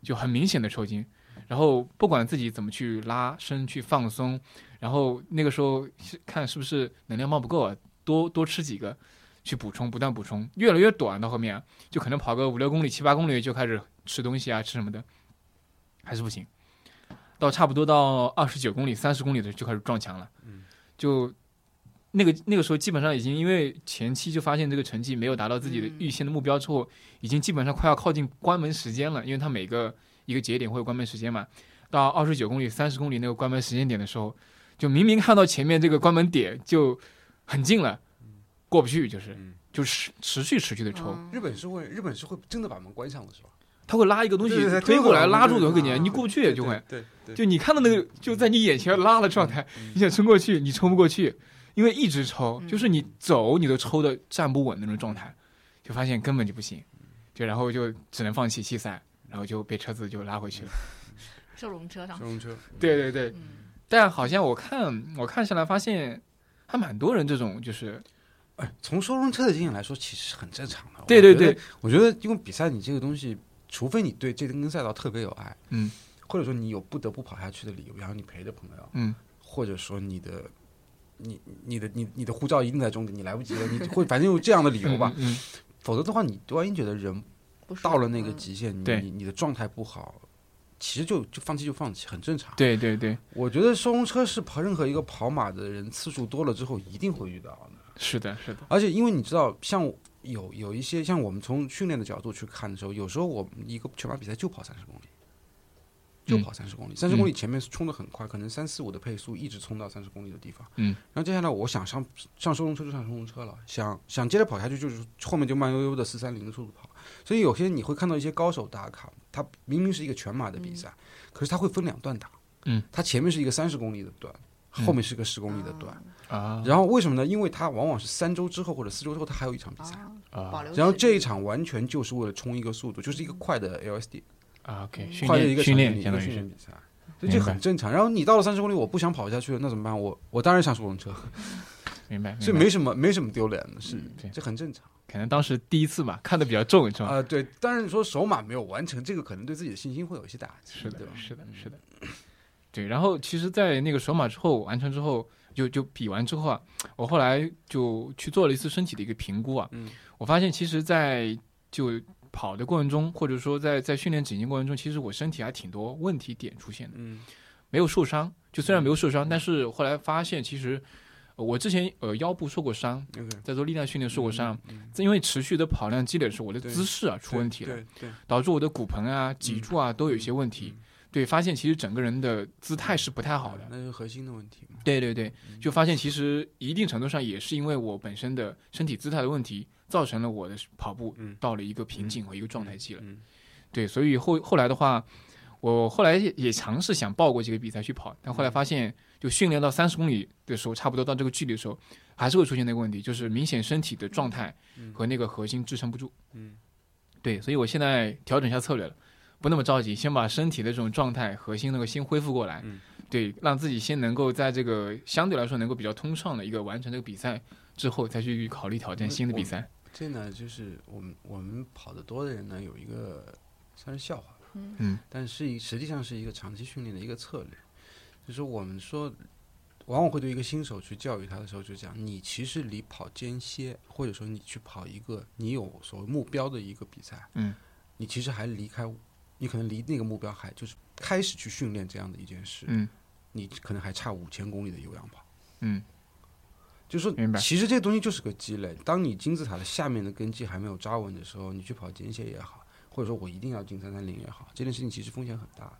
Speaker 1: 就很明显的抽筋。然后不管自己怎么去拉伸、去放松，然后那个时候是看是不是能量棒不够啊，多多吃几个，去补充，不断补充，越来越短到后面啊、就可能跑个五六公里、七八公里就开始吃东西啊，吃什么的，还是不行。到差不多到二十九公里、三十公里的时候就开始撞墙了，就那个那个时候基本上已经因为前期就发现这个成绩没有达到自己的
Speaker 2: 嗯
Speaker 1: 预先的目标之后，已经基本上快要靠近关门时间了，因为它每个一个节点会有关门时间嘛。到二十九公里、三十公里那个关门时间点的时候，就明明看到前面这个关门点就很近了，过不去，就是
Speaker 3: 嗯
Speaker 1: 就持持续持续的抽。
Speaker 2: 嗯
Speaker 3: 日本是会，日本是会真的把门关上的，是吧？
Speaker 1: 他会拉一个东西
Speaker 3: 对对对
Speaker 1: 推过来，
Speaker 3: 推过来
Speaker 1: 拉住的
Speaker 3: 对
Speaker 1: 会给
Speaker 2: 对
Speaker 1: 你，
Speaker 2: 对
Speaker 1: 你过不去也就会。
Speaker 3: 啊对对，嗯
Speaker 1: 就你看到那个就在你眼前拉的状态，你想冲过去，你冲不过去，因为一直抽，
Speaker 2: 嗯
Speaker 1: 就是你走你都抽的站不稳的那种状态，就发现根本就不行，就然后就只能放弃弃赛，然后就被车子就拉回去
Speaker 3: 嗯
Speaker 1: 了。
Speaker 2: 收容车上
Speaker 3: 小，龙车，
Speaker 1: 对对对，
Speaker 2: 嗯，
Speaker 1: 但好像我看我看下来发现，还蛮多人这种就是
Speaker 3: 哎，从收容车的经验来说，其实很正常的。
Speaker 1: 对对对，
Speaker 3: 我觉得因为比赛你这个东西，除非你对这根赛道特别有爱，
Speaker 1: 嗯，
Speaker 3: 或者说你有不得不跑下去的理由，然后你陪着朋友，
Speaker 1: 嗯
Speaker 3: 或者说你的。你你的你你的护照一定在终点，你来不及了，你会 [LAUGHS] 反正有这样的理由吧，
Speaker 1: 嗯，嗯
Speaker 3: 否则的话，你万一觉得人
Speaker 2: 不舒服
Speaker 3: 到了那个
Speaker 2: 嗯
Speaker 3: 极限，
Speaker 1: 对
Speaker 3: 你你的状态不好，其实就就放弃就放弃，很正常。
Speaker 1: 对对对，
Speaker 3: 我觉得收容车是跑任何一个跑马的人次数多了之后一定会遇到的，
Speaker 1: 是的是的，
Speaker 3: 而且因为你知道，像有有一些像我们从训练的角度去看的时候，有时候我们一个全马比赛就跑三十公里，就跑三十
Speaker 1: 嗯
Speaker 3: 公里，三十公里前面冲的很快，可能三四五的配速一直冲到三十公里的地方，
Speaker 1: 嗯，
Speaker 3: 然后接下来我想上上收容车就上收容车了，想想接着跑下去就是后面就慢悠悠的四三零的速度跑，所以有些你会看到一些高手打卡，他明明是一个全马的比赛，可是他会分两段打，
Speaker 1: 嗯，
Speaker 3: 他前面是一个三十公里的段，
Speaker 1: 嗯
Speaker 3: 后面是个十公里的段，
Speaker 1: 啊
Speaker 3: 然后为什么呢？因为他往往是三周之后或者四周之后他还有一场比赛，
Speaker 2: 啊，保留
Speaker 3: 然后
Speaker 2: 时
Speaker 3: 这一场完全就是为了冲一个速度，就是一个快的 LSD，
Speaker 1: 啊 OK 训
Speaker 3: 快的一
Speaker 1: 练
Speaker 3: 个
Speaker 1: 训
Speaker 3: 场地
Speaker 1: 练
Speaker 3: 一
Speaker 1: 相
Speaker 3: 个
Speaker 1: 当
Speaker 3: 训
Speaker 1: 于是
Speaker 3: 练比赛，所以这
Speaker 1: 明白
Speaker 3: 很正常。然后你到了三十公里，我不想跑下去了，那怎么办？我我当然上收容车，
Speaker 1: 明白，
Speaker 3: 所以
Speaker 1: 明白
Speaker 3: 没什么没什么丢脸的事，
Speaker 1: 嗯对
Speaker 3: 这很正常。
Speaker 1: 可能当时第一次吧，看的比较重是吧？
Speaker 3: 啊、对，当然你说首马没有完成，这个可能对自己的信心会有一些打击，
Speaker 1: 是的
Speaker 3: 对吧，？嗯
Speaker 1: 是的，是的，对。然后其实，在那个首马之后完成之后，就就比完之后啊，我后来就去做了一次身体的一个评估啊，
Speaker 3: 嗯
Speaker 1: 我发现其实，在就跑的过程中，或者说在在训练执行过程中，其实我身体还挺多问题点出现的，
Speaker 3: 嗯
Speaker 1: 没有受伤，就虽然没有受伤，但是后来发现其实。呃我之前呃腰部受过伤，
Speaker 3: ，OK，
Speaker 1: 在做力量训练受过伤，
Speaker 3: 嗯
Speaker 1: 因为持续的跑量积累的时候，我的
Speaker 3: 对
Speaker 1: 姿势啊出问题了。
Speaker 3: 对对，嗯
Speaker 1: 导致我的骨盆啊、脊柱啊都有一些问题。对，发现其实整个人的姿态是不太好的。
Speaker 3: 那是核心的问题嘛。
Speaker 1: 对对对，
Speaker 3: 嗯
Speaker 1: 就发现其实一定程度上也是因为我本身的身体姿态的问题，造成了我的跑步
Speaker 3: 嗯
Speaker 1: 到了一个瓶颈和一个状态期了。
Speaker 3: 嗯
Speaker 1: 对，所以后后来的话，我后来也也尝试想报过几个比赛去跑，但后
Speaker 3: 嗯
Speaker 1: 来发现，就训练到三十公里的时候，差不多到这个距离的时候，还是会出现那个问题，就是明显身体的状态和那个核心支撑不住。
Speaker 3: 嗯，
Speaker 1: 对，所以我现在调整一下策略了，不那么着急，先把身体的这种状态、核心能够先恢复过来，
Speaker 3: 嗯
Speaker 1: 对，让自己先能够在这个相对来说能够比较通畅的一个完成这个比赛之后，再去考虑
Speaker 3: 嗯
Speaker 1: 挑战新的比赛。
Speaker 3: 这呢就是我们我们跑得多的人呢有一个算是笑话吧，
Speaker 2: 嗯
Speaker 1: 嗯，
Speaker 3: 但是一实际上是一个长期训练的一个策略，就是我们说。往往会对一个新手去教育他的时候，就讲你其实离跑间歇，或者说你去跑一个你有所谓目标的一个比赛，
Speaker 1: 嗯，
Speaker 3: 你其实还离开，你可能离那个目标还就是开始去训练这样的一件事，
Speaker 1: 嗯
Speaker 3: 你可能还差五千公里的有氧跑。
Speaker 1: 嗯，
Speaker 3: 就是说，
Speaker 1: 明白
Speaker 3: 其实这东西就是个积累。当你金字塔的下面的根基还没有扎稳的时候，你去跑间歇也好，或者说我一定要进三三零也好，这件事情其实风险很大的。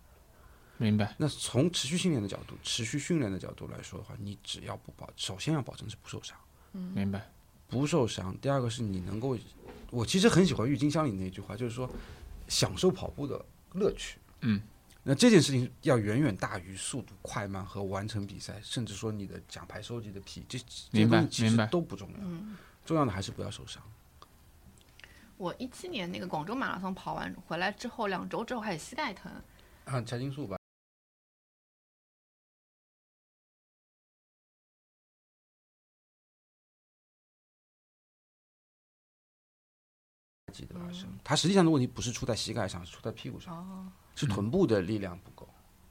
Speaker 1: 明白。
Speaker 3: 那从持续训练的角度，持续训练的角度来说的话，你只要不保，首先要保证是不受伤，
Speaker 1: 明白，
Speaker 3: 不受伤。第二个是你能够，我其实很喜欢郁金香里那句话，就是说享受跑步的乐趣。
Speaker 1: 嗯，
Speaker 3: 那这件事情要远远大于速度快慢和完成比赛，甚至说你的奖牌收集的匹，这这些
Speaker 1: 明白
Speaker 3: 东西其
Speaker 1: 明
Speaker 3: 实
Speaker 1: 白
Speaker 3: 都不重要。重要的还是不要受伤。
Speaker 2: 我一七年那个广州马拉松跑完回来之后，两周之后开始膝盖疼，
Speaker 3: 啊，柴金素吧，记得吧？是
Speaker 2: 嗯
Speaker 3: 它实际上的问题不是出在膝盖上，是出在屁股上，
Speaker 2: 哦，
Speaker 3: 是臀部的力量不够，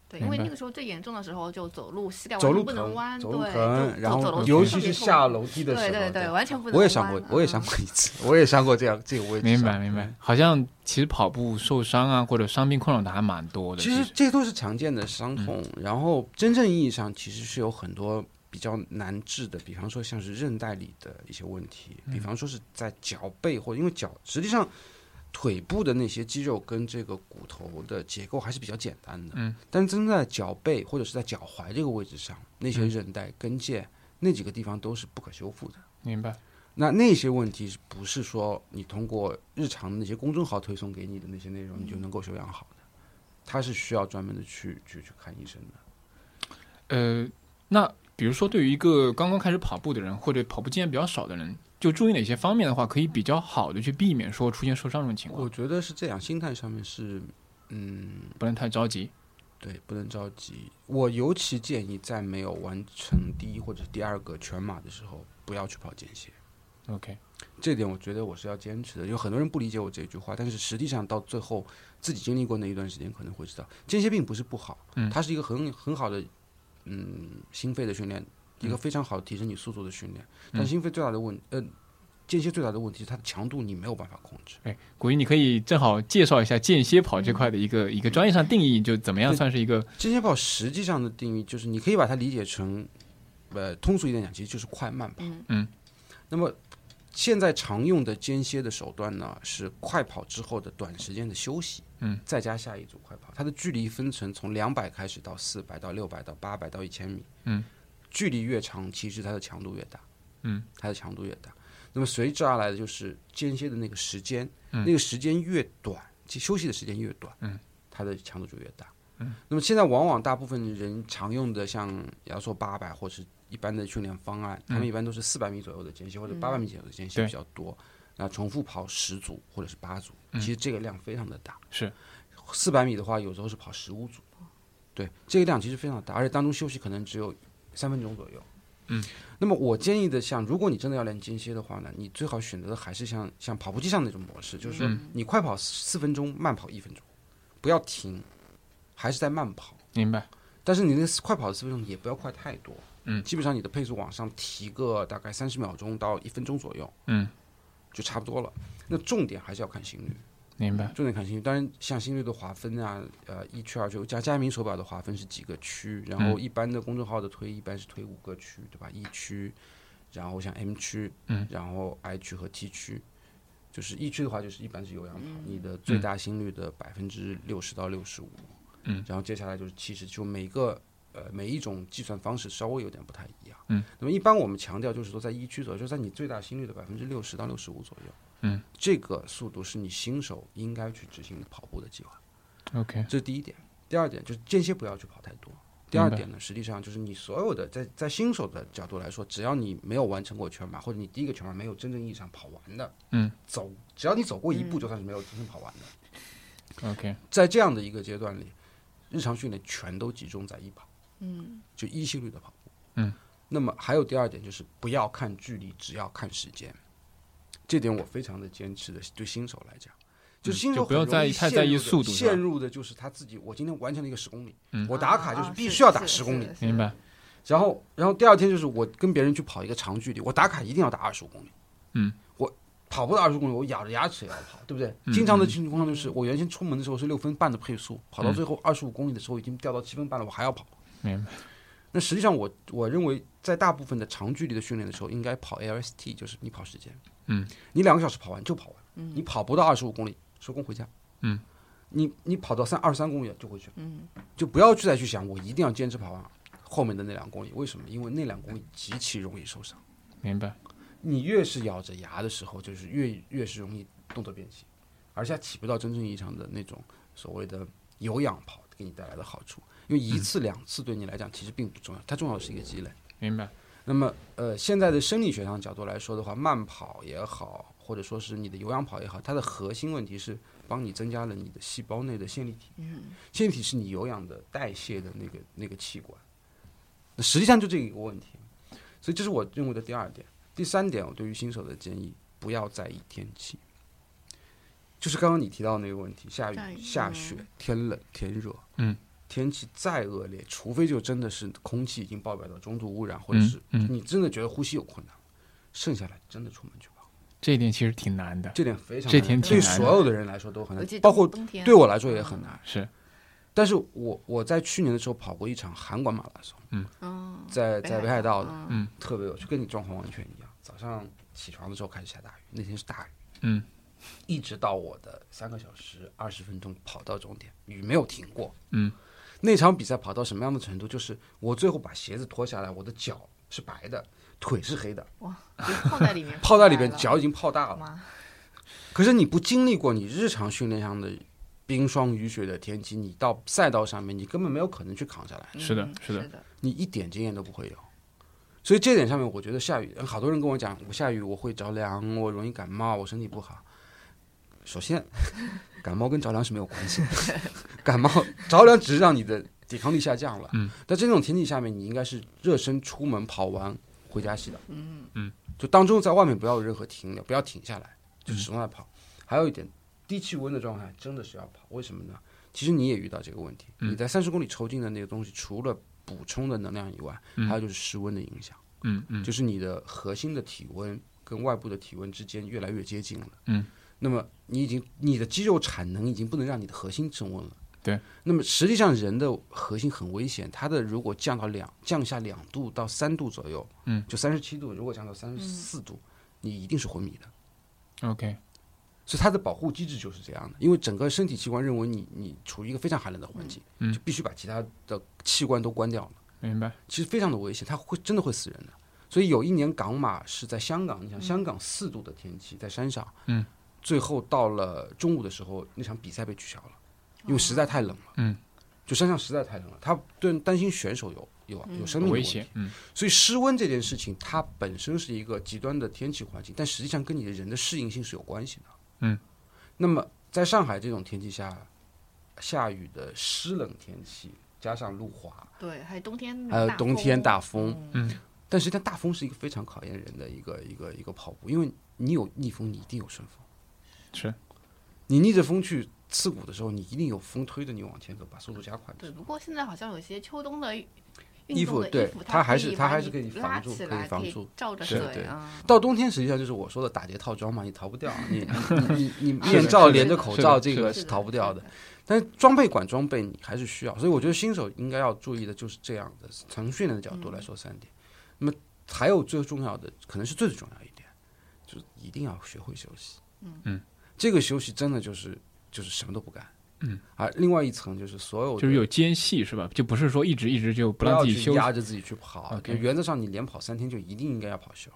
Speaker 2: 对，
Speaker 1: 明
Speaker 2: 因为
Speaker 1: 白
Speaker 2: 那个时候最严重的时候哎就走路膝盖完
Speaker 3: 走
Speaker 2: 全
Speaker 3: 路
Speaker 2: 不能弯，
Speaker 3: 疼，走路
Speaker 2: 对，
Speaker 3: 疼，
Speaker 2: 就
Speaker 3: 然
Speaker 2: 走走
Speaker 3: 后
Speaker 2: 楼梯
Speaker 3: 尤
Speaker 2: 特
Speaker 3: 其
Speaker 2: 别
Speaker 3: 是
Speaker 2: 痛
Speaker 3: 下楼梯的时候，
Speaker 2: 对对对，完全不能弯。
Speaker 3: 我也上过，我也上
Speaker 2: 嗯
Speaker 3: 过一次，我也嗯上过这样这个位置。
Speaker 1: 明白，明白。。好像其实跑步受伤啊，或者伤病困扰的还蛮多的。
Speaker 3: 其实这都是常见的伤痛，然后真正意义上其实是有很多比较难治的，比方说像是韧带里的一些问题，比方说是在脚背或因为脚实际上腿部的那些肌肉跟这个骨头的结构还是比较简单的，
Speaker 1: 嗯，
Speaker 3: 但是真在脚背或者是在脚踝这个位置上，那些
Speaker 1: 嗯
Speaker 3: 韧带、跟腱那几个地方都是不可修复的。
Speaker 1: 明白，
Speaker 3: 那那些问题是不是说你通过日常的那些公众号推送给你的那些内容，你就能够修养好的？它是需要专门的去去去看医生的。
Speaker 1: 呃，那比如说对于一个刚刚开始跑步的人，或者跑步经验比较少的人，就注意哪些方面的话，可以比较好的去避免说出现受伤这种情
Speaker 3: 我
Speaker 1: 况，
Speaker 3: 觉得是这样，心态上面是，嗯，
Speaker 1: 不能太着急。
Speaker 3: 对，不能着急。我尤其建议在没有完成第一或者第二个全马的时候，不要去跑间歇。
Speaker 1: OK，
Speaker 3: 这点我觉得我是要坚持的。有很多人不理解我这句话，但是实际上到最后自己经历过那一段时间，可能会知道间歇并不是不好，
Speaker 1: 嗯
Speaker 3: 它是一个很很好的嗯心肺的训练，一
Speaker 1: 嗯
Speaker 3: 个非常好的提升你速度的训练。但心肺最大的问呃间歇最大的问题是它的强度你没有办法控制。
Speaker 1: 哎，古一，你可以正好介绍一下间歇跑这块的一个、一个专业上定义，就怎么样
Speaker 3: 嗯对
Speaker 1: 算是一个
Speaker 3: 间歇跑实际上的定义就是你可以把它理解成呃通俗一点讲，其实就是快慢跑。
Speaker 2: 嗯
Speaker 1: 嗯
Speaker 3: 那么现在常用的间歇的手段呢，是快跑之后的短时间的休息，
Speaker 1: 嗯，
Speaker 3: 再加下一组快跑，它的距离分成从两百开始到四百到六百到八百到一千米，
Speaker 1: 嗯，
Speaker 3: 距离越长，其实它的强度越大，
Speaker 1: 嗯，
Speaker 3: 它的强度越大。那么随之而来的就是间歇的那个时间，
Speaker 1: 嗯
Speaker 3: 那个时间越短，其休息的时间越短，
Speaker 1: 嗯，
Speaker 3: 它的强度就越大。那么现在往往大部分人常用的像压缩八百或是一般的训练方案，他们一般都是四百米左右的间歇或者八百米左右的间歇
Speaker 1: 嗯对
Speaker 3: 比较多，那重复跑十组或者是八组，其实这个量非常的大。
Speaker 1: 嗯是
Speaker 3: 四百米的话，有时候是跑十五组，对，这个量其实非常大，而且当中休息可能只有三分钟左右。
Speaker 1: 嗯，
Speaker 3: 那么我建议的像，如果你真的要练间歇的话呢，你最好选择的还是像像跑步机上那种模式，就是说
Speaker 1: 嗯
Speaker 3: 你快跑四分钟，慢跑一分钟，不要停，还是在慢跑。
Speaker 1: 明白？
Speaker 3: 但是你那快跑的四分钟也不要快太多，
Speaker 1: 嗯
Speaker 3: 基本上你的配速往上提个大概三十秒钟到一分钟左右
Speaker 1: 嗯，
Speaker 3: 就差不多了。那重点还是要看心率，
Speaker 1: 明白。
Speaker 3: 重点看心率。当然，像心率的划分啊，呃，一区、二区，加佳明手表的划分是几个区，然
Speaker 1: 嗯
Speaker 3: 后一般的公众号的推一般是推五个区，对吧？一？E 区，然后像 M 区，
Speaker 1: 嗯
Speaker 3: 然后 I 区和 T 区。就是 E 一区的话，就是一般是有氧跑，你的最大心率的百分之六十到六十五，
Speaker 1: 嗯
Speaker 3: 然后接下来就是七十，就每个呃每一种计算方式稍微有点不太一样，
Speaker 1: 嗯，
Speaker 3: 那么一般我们强调就是说在一区左右，就是在你最大心率的百分之六十到六十五左右，
Speaker 1: 嗯，
Speaker 3: 这个速度是你新手应该去执行的跑步的计划。
Speaker 1: ，OK，
Speaker 3: 这是第一点。第二点就是间歇不要去跑太多。第二点呢，实际上就是你所有的在在新手的角度来说，只要你没有完成过全马，或者你第一个全马没有真正意义上跑完的，
Speaker 1: 嗯，
Speaker 3: 走只要你走过一步，就算是没有真正跑完的。
Speaker 1: ，OK，
Speaker 3: 在这样的一个阶段里，日常训练全都集中在一跑，
Speaker 2: 嗯
Speaker 3: 就一心率的跑步。
Speaker 1: 嗯，
Speaker 3: 那么还有第二点就是不要看距离，只要看时间。这点我非常的坚持的，对新手来讲，就是新手
Speaker 1: 嗯就不要
Speaker 3: 很容易
Speaker 1: 在意太在意
Speaker 3: 陷入的
Speaker 1: 速度是吧
Speaker 3: 陷入的就是他自己，我今天完成了一个十公里，
Speaker 1: 嗯
Speaker 3: 我打卡
Speaker 2: 啊
Speaker 3: 啊就是必须要打十公里，
Speaker 1: 明。白，
Speaker 3: 然后然后第二天就是我跟别人去跑一个长距离，我打卡一定要打二十五公里，
Speaker 1: 嗯，
Speaker 3: 我跑不到二十公里，我咬着牙齿也要跑，对不对？
Speaker 1: 嗯嗯
Speaker 3: 经常的情况就是，我原先出门的时候是六分半的配速，跑到最后二十五公里的时候已经掉到七分半了，我还要跑。
Speaker 1: 明白，
Speaker 3: 那实际上我我认为，在大部分的长距离的训练的时候，应该跑 ALST，就是你跑时间，
Speaker 1: 嗯，
Speaker 3: 你两个小时跑完就跑完，
Speaker 2: 嗯
Speaker 3: 你跑不到二十五公里收工回家，
Speaker 1: 嗯，
Speaker 3: 你你跑到三二十三公里就回去了，
Speaker 2: 嗯，
Speaker 3: 就不要去再去想我一定要坚持跑完后面的那两公里，为什么？因为那两公里极其容易受伤，
Speaker 1: 明白，
Speaker 3: 你越是咬着牙的时候，就是越越是容易动作变形，而且它起不到真正意义上的那种所谓的有氧跑给你带来的好处，因为一次两次对你来讲其实并不重要，它重要的是一个积累。
Speaker 1: 明白，
Speaker 3: 那么，呃，现在的生理学上角度来说的话，慢跑也好，或者说是你的有氧跑也好，它的核心问题是帮你增加了你的细胞内的线粒体。嗯，线粒体是你有氧的代谢的那个那个器官。那实际上就这一个问题，所以这是我认为的第二点。第三点，我对于新手的建议，不要在意天气。就是刚刚你提到那个问题，下
Speaker 2: 下雨
Speaker 3: 雨、下
Speaker 2: 嗯
Speaker 3: 雪、天冷、天热，
Speaker 1: 嗯，
Speaker 3: 天气再恶劣，除非就真的是空气已经爆表到中度污染，或者
Speaker 1: 嗯
Speaker 3: 是
Speaker 1: 嗯
Speaker 3: 你真的觉得呼吸有困难，剩下来真的出门去跑，
Speaker 1: 这一点其实挺难的，
Speaker 3: 这点非常
Speaker 1: 这
Speaker 3: 难
Speaker 1: 点
Speaker 3: 对
Speaker 1: 挺难的嗯
Speaker 3: 所有的人来说都很
Speaker 2: 尤其
Speaker 3: 难，包括
Speaker 2: 冬天
Speaker 3: 对我来说也很难。
Speaker 1: 是，
Speaker 3: 但是我我在去年的时候跑过一场韩国马拉松，
Speaker 2: 嗯，
Speaker 3: 在在北海道的，
Speaker 2: 嗯
Speaker 1: 嗯
Speaker 3: 特别有趣，跟你状况完全一样。早上起床的时候开始下大雨，那天是大雨，
Speaker 1: 嗯，
Speaker 3: 一直到我的三个小时二十分钟跑到终点，雨没有停过。
Speaker 1: 嗯，
Speaker 3: 那场比赛跑到什么样的程度？就是我最后把鞋子脱下来，我的脚是白的，腿是黑的，
Speaker 2: 哇，就泡在里面出来了，
Speaker 3: [LAUGHS] 泡在里边，
Speaker 2: [LAUGHS]
Speaker 3: 脚已经泡大
Speaker 2: 好
Speaker 3: 了。
Speaker 2: 吗？
Speaker 3: 可是你不经历过你日常训练上的冰霜雨雪的天气，你到赛道上面，你根本没有可能去扛下来。
Speaker 1: 是的
Speaker 2: 嗯
Speaker 1: 是的
Speaker 2: 是的，
Speaker 3: 你一点经验都不会有。所以这点上面，我觉得下雨，好多人跟我讲，我下雨我会着凉，我容易感冒，我身体不好。首先，感冒跟着凉是没有关系的， [LAUGHS] 感冒着凉只是让你的抵抗力下降了。
Speaker 1: 嗯，
Speaker 3: 在这种天气下面，你应该是热身出门跑完回家洗澡。
Speaker 2: 嗯
Speaker 3: 就当中在外面不要有任何停留，不要停下来，就
Speaker 1: 嗯
Speaker 3: 始终在跑。还有一点，低气温的状态真的是要跑，为什么呢？其实你也遇到这个问题，
Speaker 1: 嗯
Speaker 3: 你在三十公里抽筋的那个东西，除了补充的能量以外，
Speaker 1: 嗯
Speaker 3: 还有就是湿温的影响，
Speaker 1: 嗯嗯，
Speaker 3: 就是你的核心的体温跟外部的体温之间越来越接近了。
Speaker 1: 嗯，
Speaker 3: 那么你已经你的肌肉产能已经不能让你的核心升温了。
Speaker 1: 对，
Speaker 3: 那么实际上人的核心很危险，它的如果降到两降下两度到三度左右，
Speaker 1: 嗯，
Speaker 3: 就三十七度，如果降到三十四度，你一定是昏迷的。
Speaker 1: OK，
Speaker 3: 所以它的保护机制就是这样的，因为整个身体器官认为你你处于一个非常寒冷的环境，
Speaker 1: 嗯
Speaker 3: 就必须把其他的器官都关掉了。
Speaker 1: 明白，
Speaker 3: 其实非常的危险，它会真的会死人的。所以有一年港马是在香港，你想香港四度的天气，在山上，
Speaker 1: 嗯，
Speaker 3: 最后到了中午的时候，那场比赛被取消了，因为实在太冷了，
Speaker 1: 哦嗯，
Speaker 3: 就山上实在太冷了，他对担心选手有有有生命的
Speaker 1: 危
Speaker 3: 问
Speaker 1: 险
Speaker 3: 题，，
Speaker 1: 嗯
Speaker 3: 所以湿温这件事情，它本身是一个极端的天气环境，但实际上跟你的人的适应性是有关系的，
Speaker 1: 嗯，
Speaker 3: 那么在上海这种天气下，下雨的湿冷天气加上路滑，
Speaker 2: 对，还有冬天那种
Speaker 3: 还有呃冬天大风，
Speaker 2: 嗯
Speaker 1: 嗯，
Speaker 3: 但实际上大风是一个非常考验人的一个一个一个跑步，因为你有逆风，你一定有顺风。
Speaker 1: 是，
Speaker 3: 你逆着风去刺骨的时候，你一定有风推着你往前走，把速度加快。
Speaker 2: 对。不过现在好像有些秋冬的运
Speaker 3: 衣
Speaker 2: 动
Speaker 3: 服
Speaker 2: 的
Speaker 3: 对
Speaker 2: 衣服，
Speaker 3: 它还
Speaker 2: 可
Speaker 3: 是
Speaker 2: 以
Speaker 3: 它
Speaker 2: 把
Speaker 3: 还
Speaker 2: 你
Speaker 3: 是可以
Speaker 2: 拉
Speaker 3: 防住
Speaker 2: 起
Speaker 3: 可以
Speaker 2: 来
Speaker 3: 防
Speaker 2: 可以
Speaker 3: 住
Speaker 2: 罩着
Speaker 1: 是
Speaker 2: 水
Speaker 3: 对
Speaker 2: 啊。
Speaker 3: 到冬天实际上就是我说的打结套装嘛，你逃不掉。啊
Speaker 2: [LAUGHS]
Speaker 3: 你你你你
Speaker 2: 是的
Speaker 3: 面罩
Speaker 2: 是的
Speaker 3: 连着口
Speaker 1: 是的
Speaker 3: 罩，
Speaker 1: 是
Speaker 3: 这
Speaker 1: 的
Speaker 3: 个
Speaker 2: 是
Speaker 3: 是
Speaker 2: 的
Speaker 3: 逃不掉
Speaker 2: 是
Speaker 3: 的
Speaker 2: 的。
Speaker 3: 但是装备管装备，你还是需要。所以我觉得新手应该要注意的就是这样的，从训练的角度来说三点。那么还有最重要的，可能是最重要一点，就是一定要学会休息。
Speaker 2: 嗯
Speaker 1: 嗯，
Speaker 3: 这个休息真的就是就是什么都不干。嗯，而另外一层就是所有的
Speaker 1: 就是有间隙是吧？就不是说一直一直就不
Speaker 3: 不
Speaker 1: 让
Speaker 3: 要
Speaker 1: 自己
Speaker 3: 去
Speaker 1: 休息
Speaker 3: 压着自己去跑。
Speaker 1: OK
Speaker 3: 原则上你连跑三天就一定应该要跑休。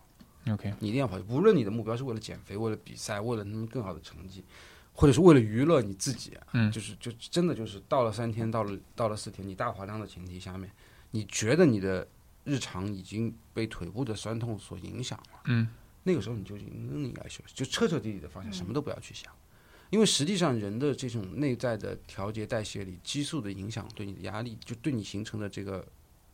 Speaker 1: OK，
Speaker 3: 你一定要跑步，无论你的目标是为了减肥、为了比赛、为了能更好的成绩，或者是为了娱乐你自己啊，
Speaker 1: 嗯
Speaker 3: 就是就真的就是到了三天，到了到了四天，你大排量的前提下面，你觉得你的日常已经被腿部的酸痛所影响了，
Speaker 1: 嗯，
Speaker 3: 那个时候你就应应该休息，就彻彻底底的放下，什么都不要去想。因为实际上，人的这种内在的调节代谢里，激素的影响对你的压力，就对你形成的这个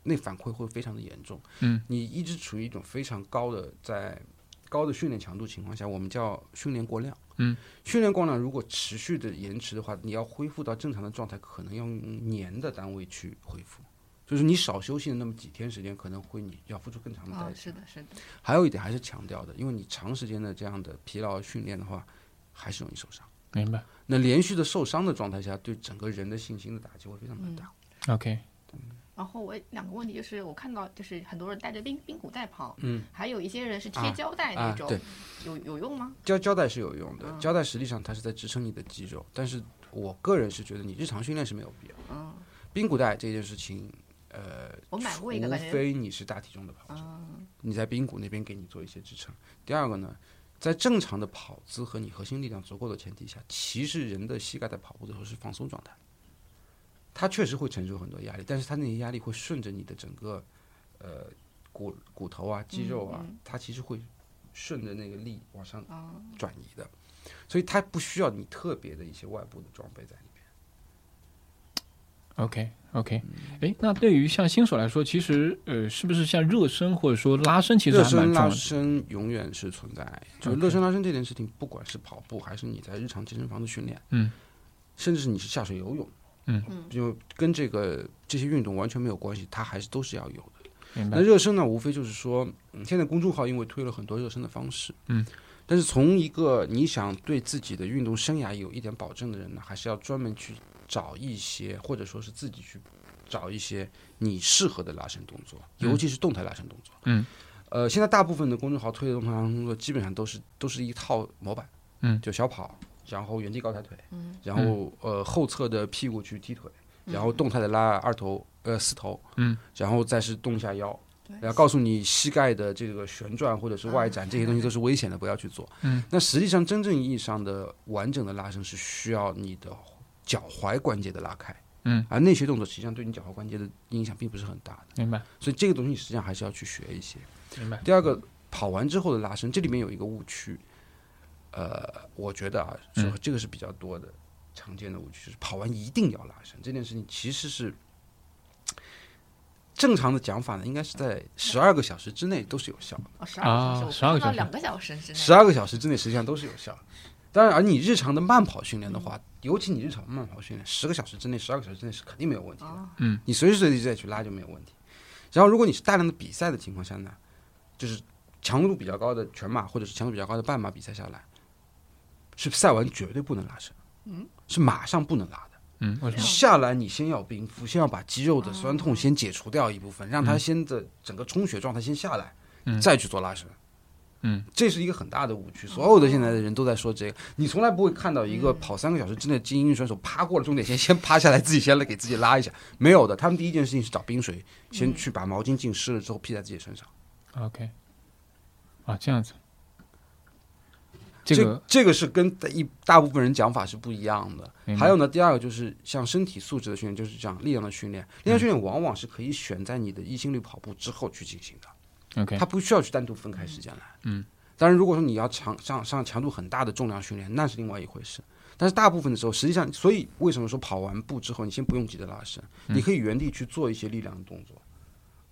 Speaker 3: 内反馈会非常的严重。
Speaker 1: 嗯，
Speaker 3: 你一直处于一种非常高的在高的训练强度情况下，我们叫训练过量。
Speaker 1: 嗯，
Speaker 3: 训练过量如果持续的延迟的话，你要恢复到正常的状态，可能要用年的单位去恢复。就是你少休息那么几天时间，可能会你要付出更长的代
Speaker 1: 啊
Speaker 2: 哦，
Speaker 3: 价。
Speaker 2: 是的，是的，
Speaker 3: 还有一点还是强调的，因为你长时间的这样的疲劳训练的话，还是容易受伤。
Speaker 1: 明白。
Speaker 3: 那连续的受伤的状态下，对整个人的信心的打击会非常的大。
Speaker 2: 嗯
Speaker 1: OK，
Speaker 2: 然后我两个问题就是，我看到就是很多人带着冰冰骨带跑，
Speaker 3: 嗯，
Speaker 2: 还有一些人是贴
Speaker 3: 啊
Speaker 2: 胶带那
Speaker 3: 啊，
Speaker 2: 种，
Speaker 3: 对，
Speaker 2: 有有用吗？
Speaker 3: 胶胶带是有用的，
Speaker 2: 嗯
Speaker 3: 胶带实际上它是在支撑你的肌肉，但是我个人是觉得你日常训练是没有必要。
Speaker 2: 嗯，
Speaker 3: 髌骨带这件事情，呃，
Speaker 2: 我买过一个，
Speaker 3: 除
Speaker 2: 感觉，
Speaker 3: 非你是大体重的跑者，
Speaker 2: 嗯
Speaker 3: 你在髌骨那边给你做一些支撑。第二个呢，在正常的跑姿和你核心力量足够的前提下，其实人的膝盖在跑步的时候是放松状态，它确实会承受很多压力，但是它那些压力会顺着你的整个，呃，骨骨头啊、肌肉啊，
Speaker 2: 嗯嗯
Speaker 3: 它其实会顺着那个力往上
Speaker 2: 嗯，
Speaker 3: 转移的，所以它不需要你特别的一些外部的装备在里面。
Speaker 1: OK OK，哎，那对于像新手来说，其实呃，是不是像热身或者说拉伸，其实
Speaker 3: 热
Speaker 1: 还蛮
Speaker 3: 身
Speaker 1: 重要
Speaker 3: 拉
Speaker 1: 的？
Speaker 3: 伸永远是存在，就是
Speaker 1: OK
Speaker 3: 热身拉伸这件事情，不管是跑步还是你在日常健身房的训练，
Speaker 1: 嗯，
Speaker 3: 甚至是你是下水游泳，
Speaker 1: 嗯
Speaker 2: 嗯
Speaker 3: 就跟这个这些运动完全没有关系，它还是都是要有的。
Speaker 1: 明白
Speaker 3: 那。热身呢，无非就是说，嗯现在公众号因为推了很多热身的方式，
Speaker 1: 嗯，
Speaker 3: 但是从一个你想对自己的运动生涯有一点保证的人呢，还是要专门去找一些，或者说是自己去找一些你适合的拉伸动作，
Speaker 1: 嗯
Speaker 3: 尤其是动态拉伸动作，
Speaker 1: 嗯，
Speaker 3: 呃，现在大部分的公众号推的动态拉伸动作，基本上都是都是一套模板，
Speaker 1: 嗯
Speaker 3: 就小跑，然后原地高抬腿，
Speaker 2: 嗯，
Speaker 3: 然后呃后侧的屁股去踢腿，然后动态的拉二头呃四头，
Speaker 1: 嗯，
Speaker 3: 然后再是动一下腰。
Speaker 2: 对
Speaker 3: 然后告诉你膝盖的这个旋转或者是外展这些东西都是危险的，不要去做。
Speaker 1: 嗯，
Speaker 3: 那实际上真正意义上的完整的拉伸是需要你的脚踝关节的拉开。
Speaker 1: 嗯，
Speaker 3: 而那些动作实际上对你脚踝关节的影响并不是很大的，
Speaker 1: 明白
Speaker 3: 所以这个东西实际上还是要去学一些。
Speaker 1: 明白。
Speaker 3: 第二个，跑完之后的拉伸，这里面有一个误区，呃，我觉得啊，
Speaker 1: 嗯
Speaker 3: 说这个是比较多的、常见的误区，就是跑完一定要拉伸这件事情，其实是正常的讲法呢，应该是在十二个小时之内都是有效的，
Speaker 2: 哦，十二个小时，
Speaker 1: 啊12个
Speaker 2: 我看
Speaker 1: 小
Speaker 2: 到
Speaker 1: 时
Speaker 2: 两个小时之内，
Speaker 3: 十二个小时之内实际上都是有效的。当然，而你日常的慢跑训练的
Speaker 2: 嗯
Speaker 3: 话，尤其你日常慢跑训练，十个小时之内、十二个小时之内是肯定没有问题的。
Speaker 2: 啊，
Speaker 3: 你随时随地再去拉就没有问题。然后如果你是大量的比赛的情况下呢，就是强度比较高的全马或者是强度比较高的半马比赛下来，是赛完绝对不能拉伸，嗯，是马上不能拉的。
Speaker 1: 嗯，为什么？
Speaker 3: 下来你先要冰敷，先要把肌
Speaker 1: 哦
Speaker 3: 肉的酸痛先解除掉一部分，让它先的整个充血状态先下来，
Speaker 1: 嗯
Speaker 3: 再去做拉伸。
Speaker 1: 嗯，
Speaker 3: 这是一个很大的误区。所有的现在的人都在说这个，你从来不会看到一个
Speaker 1: 嗯
Speaker 3: 跑三个小时之内的精英选手趴过了终点线，先 [LAUGHS] 趴下来自己先来给自己拉一下，没有的。他们第一件事情是找冰水，先
Speaker 1: 嗯
Speaker 3: 去把毛巾浸湿了之后披在自己身上。
Speaker 1: OK，啊，这样子，这个
Speaker 3: 这个是跟一大部分人讲法是不一样的。
Speaker 1: 明白
Speaker 3: 还有呢，第二个就是像身体素质的训练，就是讲力量的训练。力量训练往往是可以选在你的一心率跑步之后去进行的，
Speaker 1: OK，
Speaker 3: 它不需要去单独分开时间来。
Speaker 1: 嗯，
Speaker 3: 当然，如果说你要长上上强度很大的重量训练，那是另外一回事。但是大部分的时候，实际上，所以为什么说跑完步之后，你先不用急着拉伸，
Speaker 1: 嗯
Speaker 3: 你可以原地去做一些力量的动作，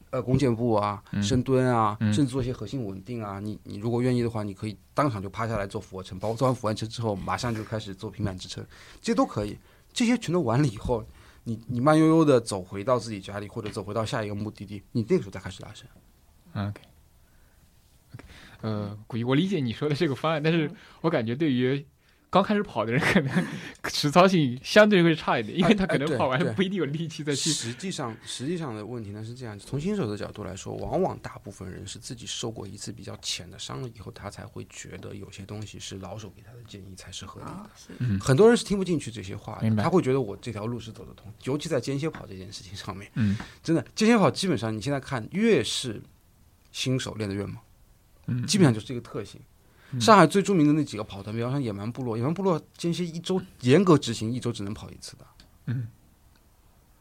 Speaker 3: 呃，弓箭步啊、
Speaker 1: 嗯
Speaker 3: 深蹲啊，甚至做一些核心稳定啊。你你如果愿意的话，你可以当场就趴下来做俯卧撑，包括做完俯卧撑之后，马上就开始做平板支撑，这些都可以。这些全都完了以后，你你慢悠悠的走回到自己家里，或者走回到下一个目的地，你那个时候再开始拉伸。
Speaker 1: OK，OK，呃，估计我理解你说的这个方案，但
Speaker 3: 嗯
Speaker 1: 是我感觉对于刚开始跑的人，可能实操性相对会差一点，因为
Speaker 3: 哎
Speaker 1: 他可
Speaker 3: 哎
Speaker 1: 能
Speaker 3: 对
Speaker 1: 跑完
Speaker 3: 对
Speaker 1: 不一定有力气再去。
Speaker 3: 实际上，实际上的问题呢是这样：从新手的角度来说，往往大部分人是自己受过一次比较浅的伤了以后，他才会觉得有些东西是老手给他的建议才是合理的
Speaker 2: 啊。，是，
Speaker 1: 嗯
Speaker 3: 很多人是听不进去这些话的
Speaker 1: 明，白
Speaker 3: 他会觉得我这条路是走得通，尤其在间歇跑这件事情上 [LAUGHS] 面，
Speaker 1: 嗯，
Speaker 3: 真的间歇跑基本上你现在看越是新手练得越猛，
Speaker 1: 嗯
Speaker 3: 基本上就是这个特性。
Speaker 1: 嗯
Speaker 3: 上海最著名的那几个跑团，比方说野蛮部落，野蛮部落间歇一周严格执行，一周只能跑一次的。
Speaker 1: 嗯，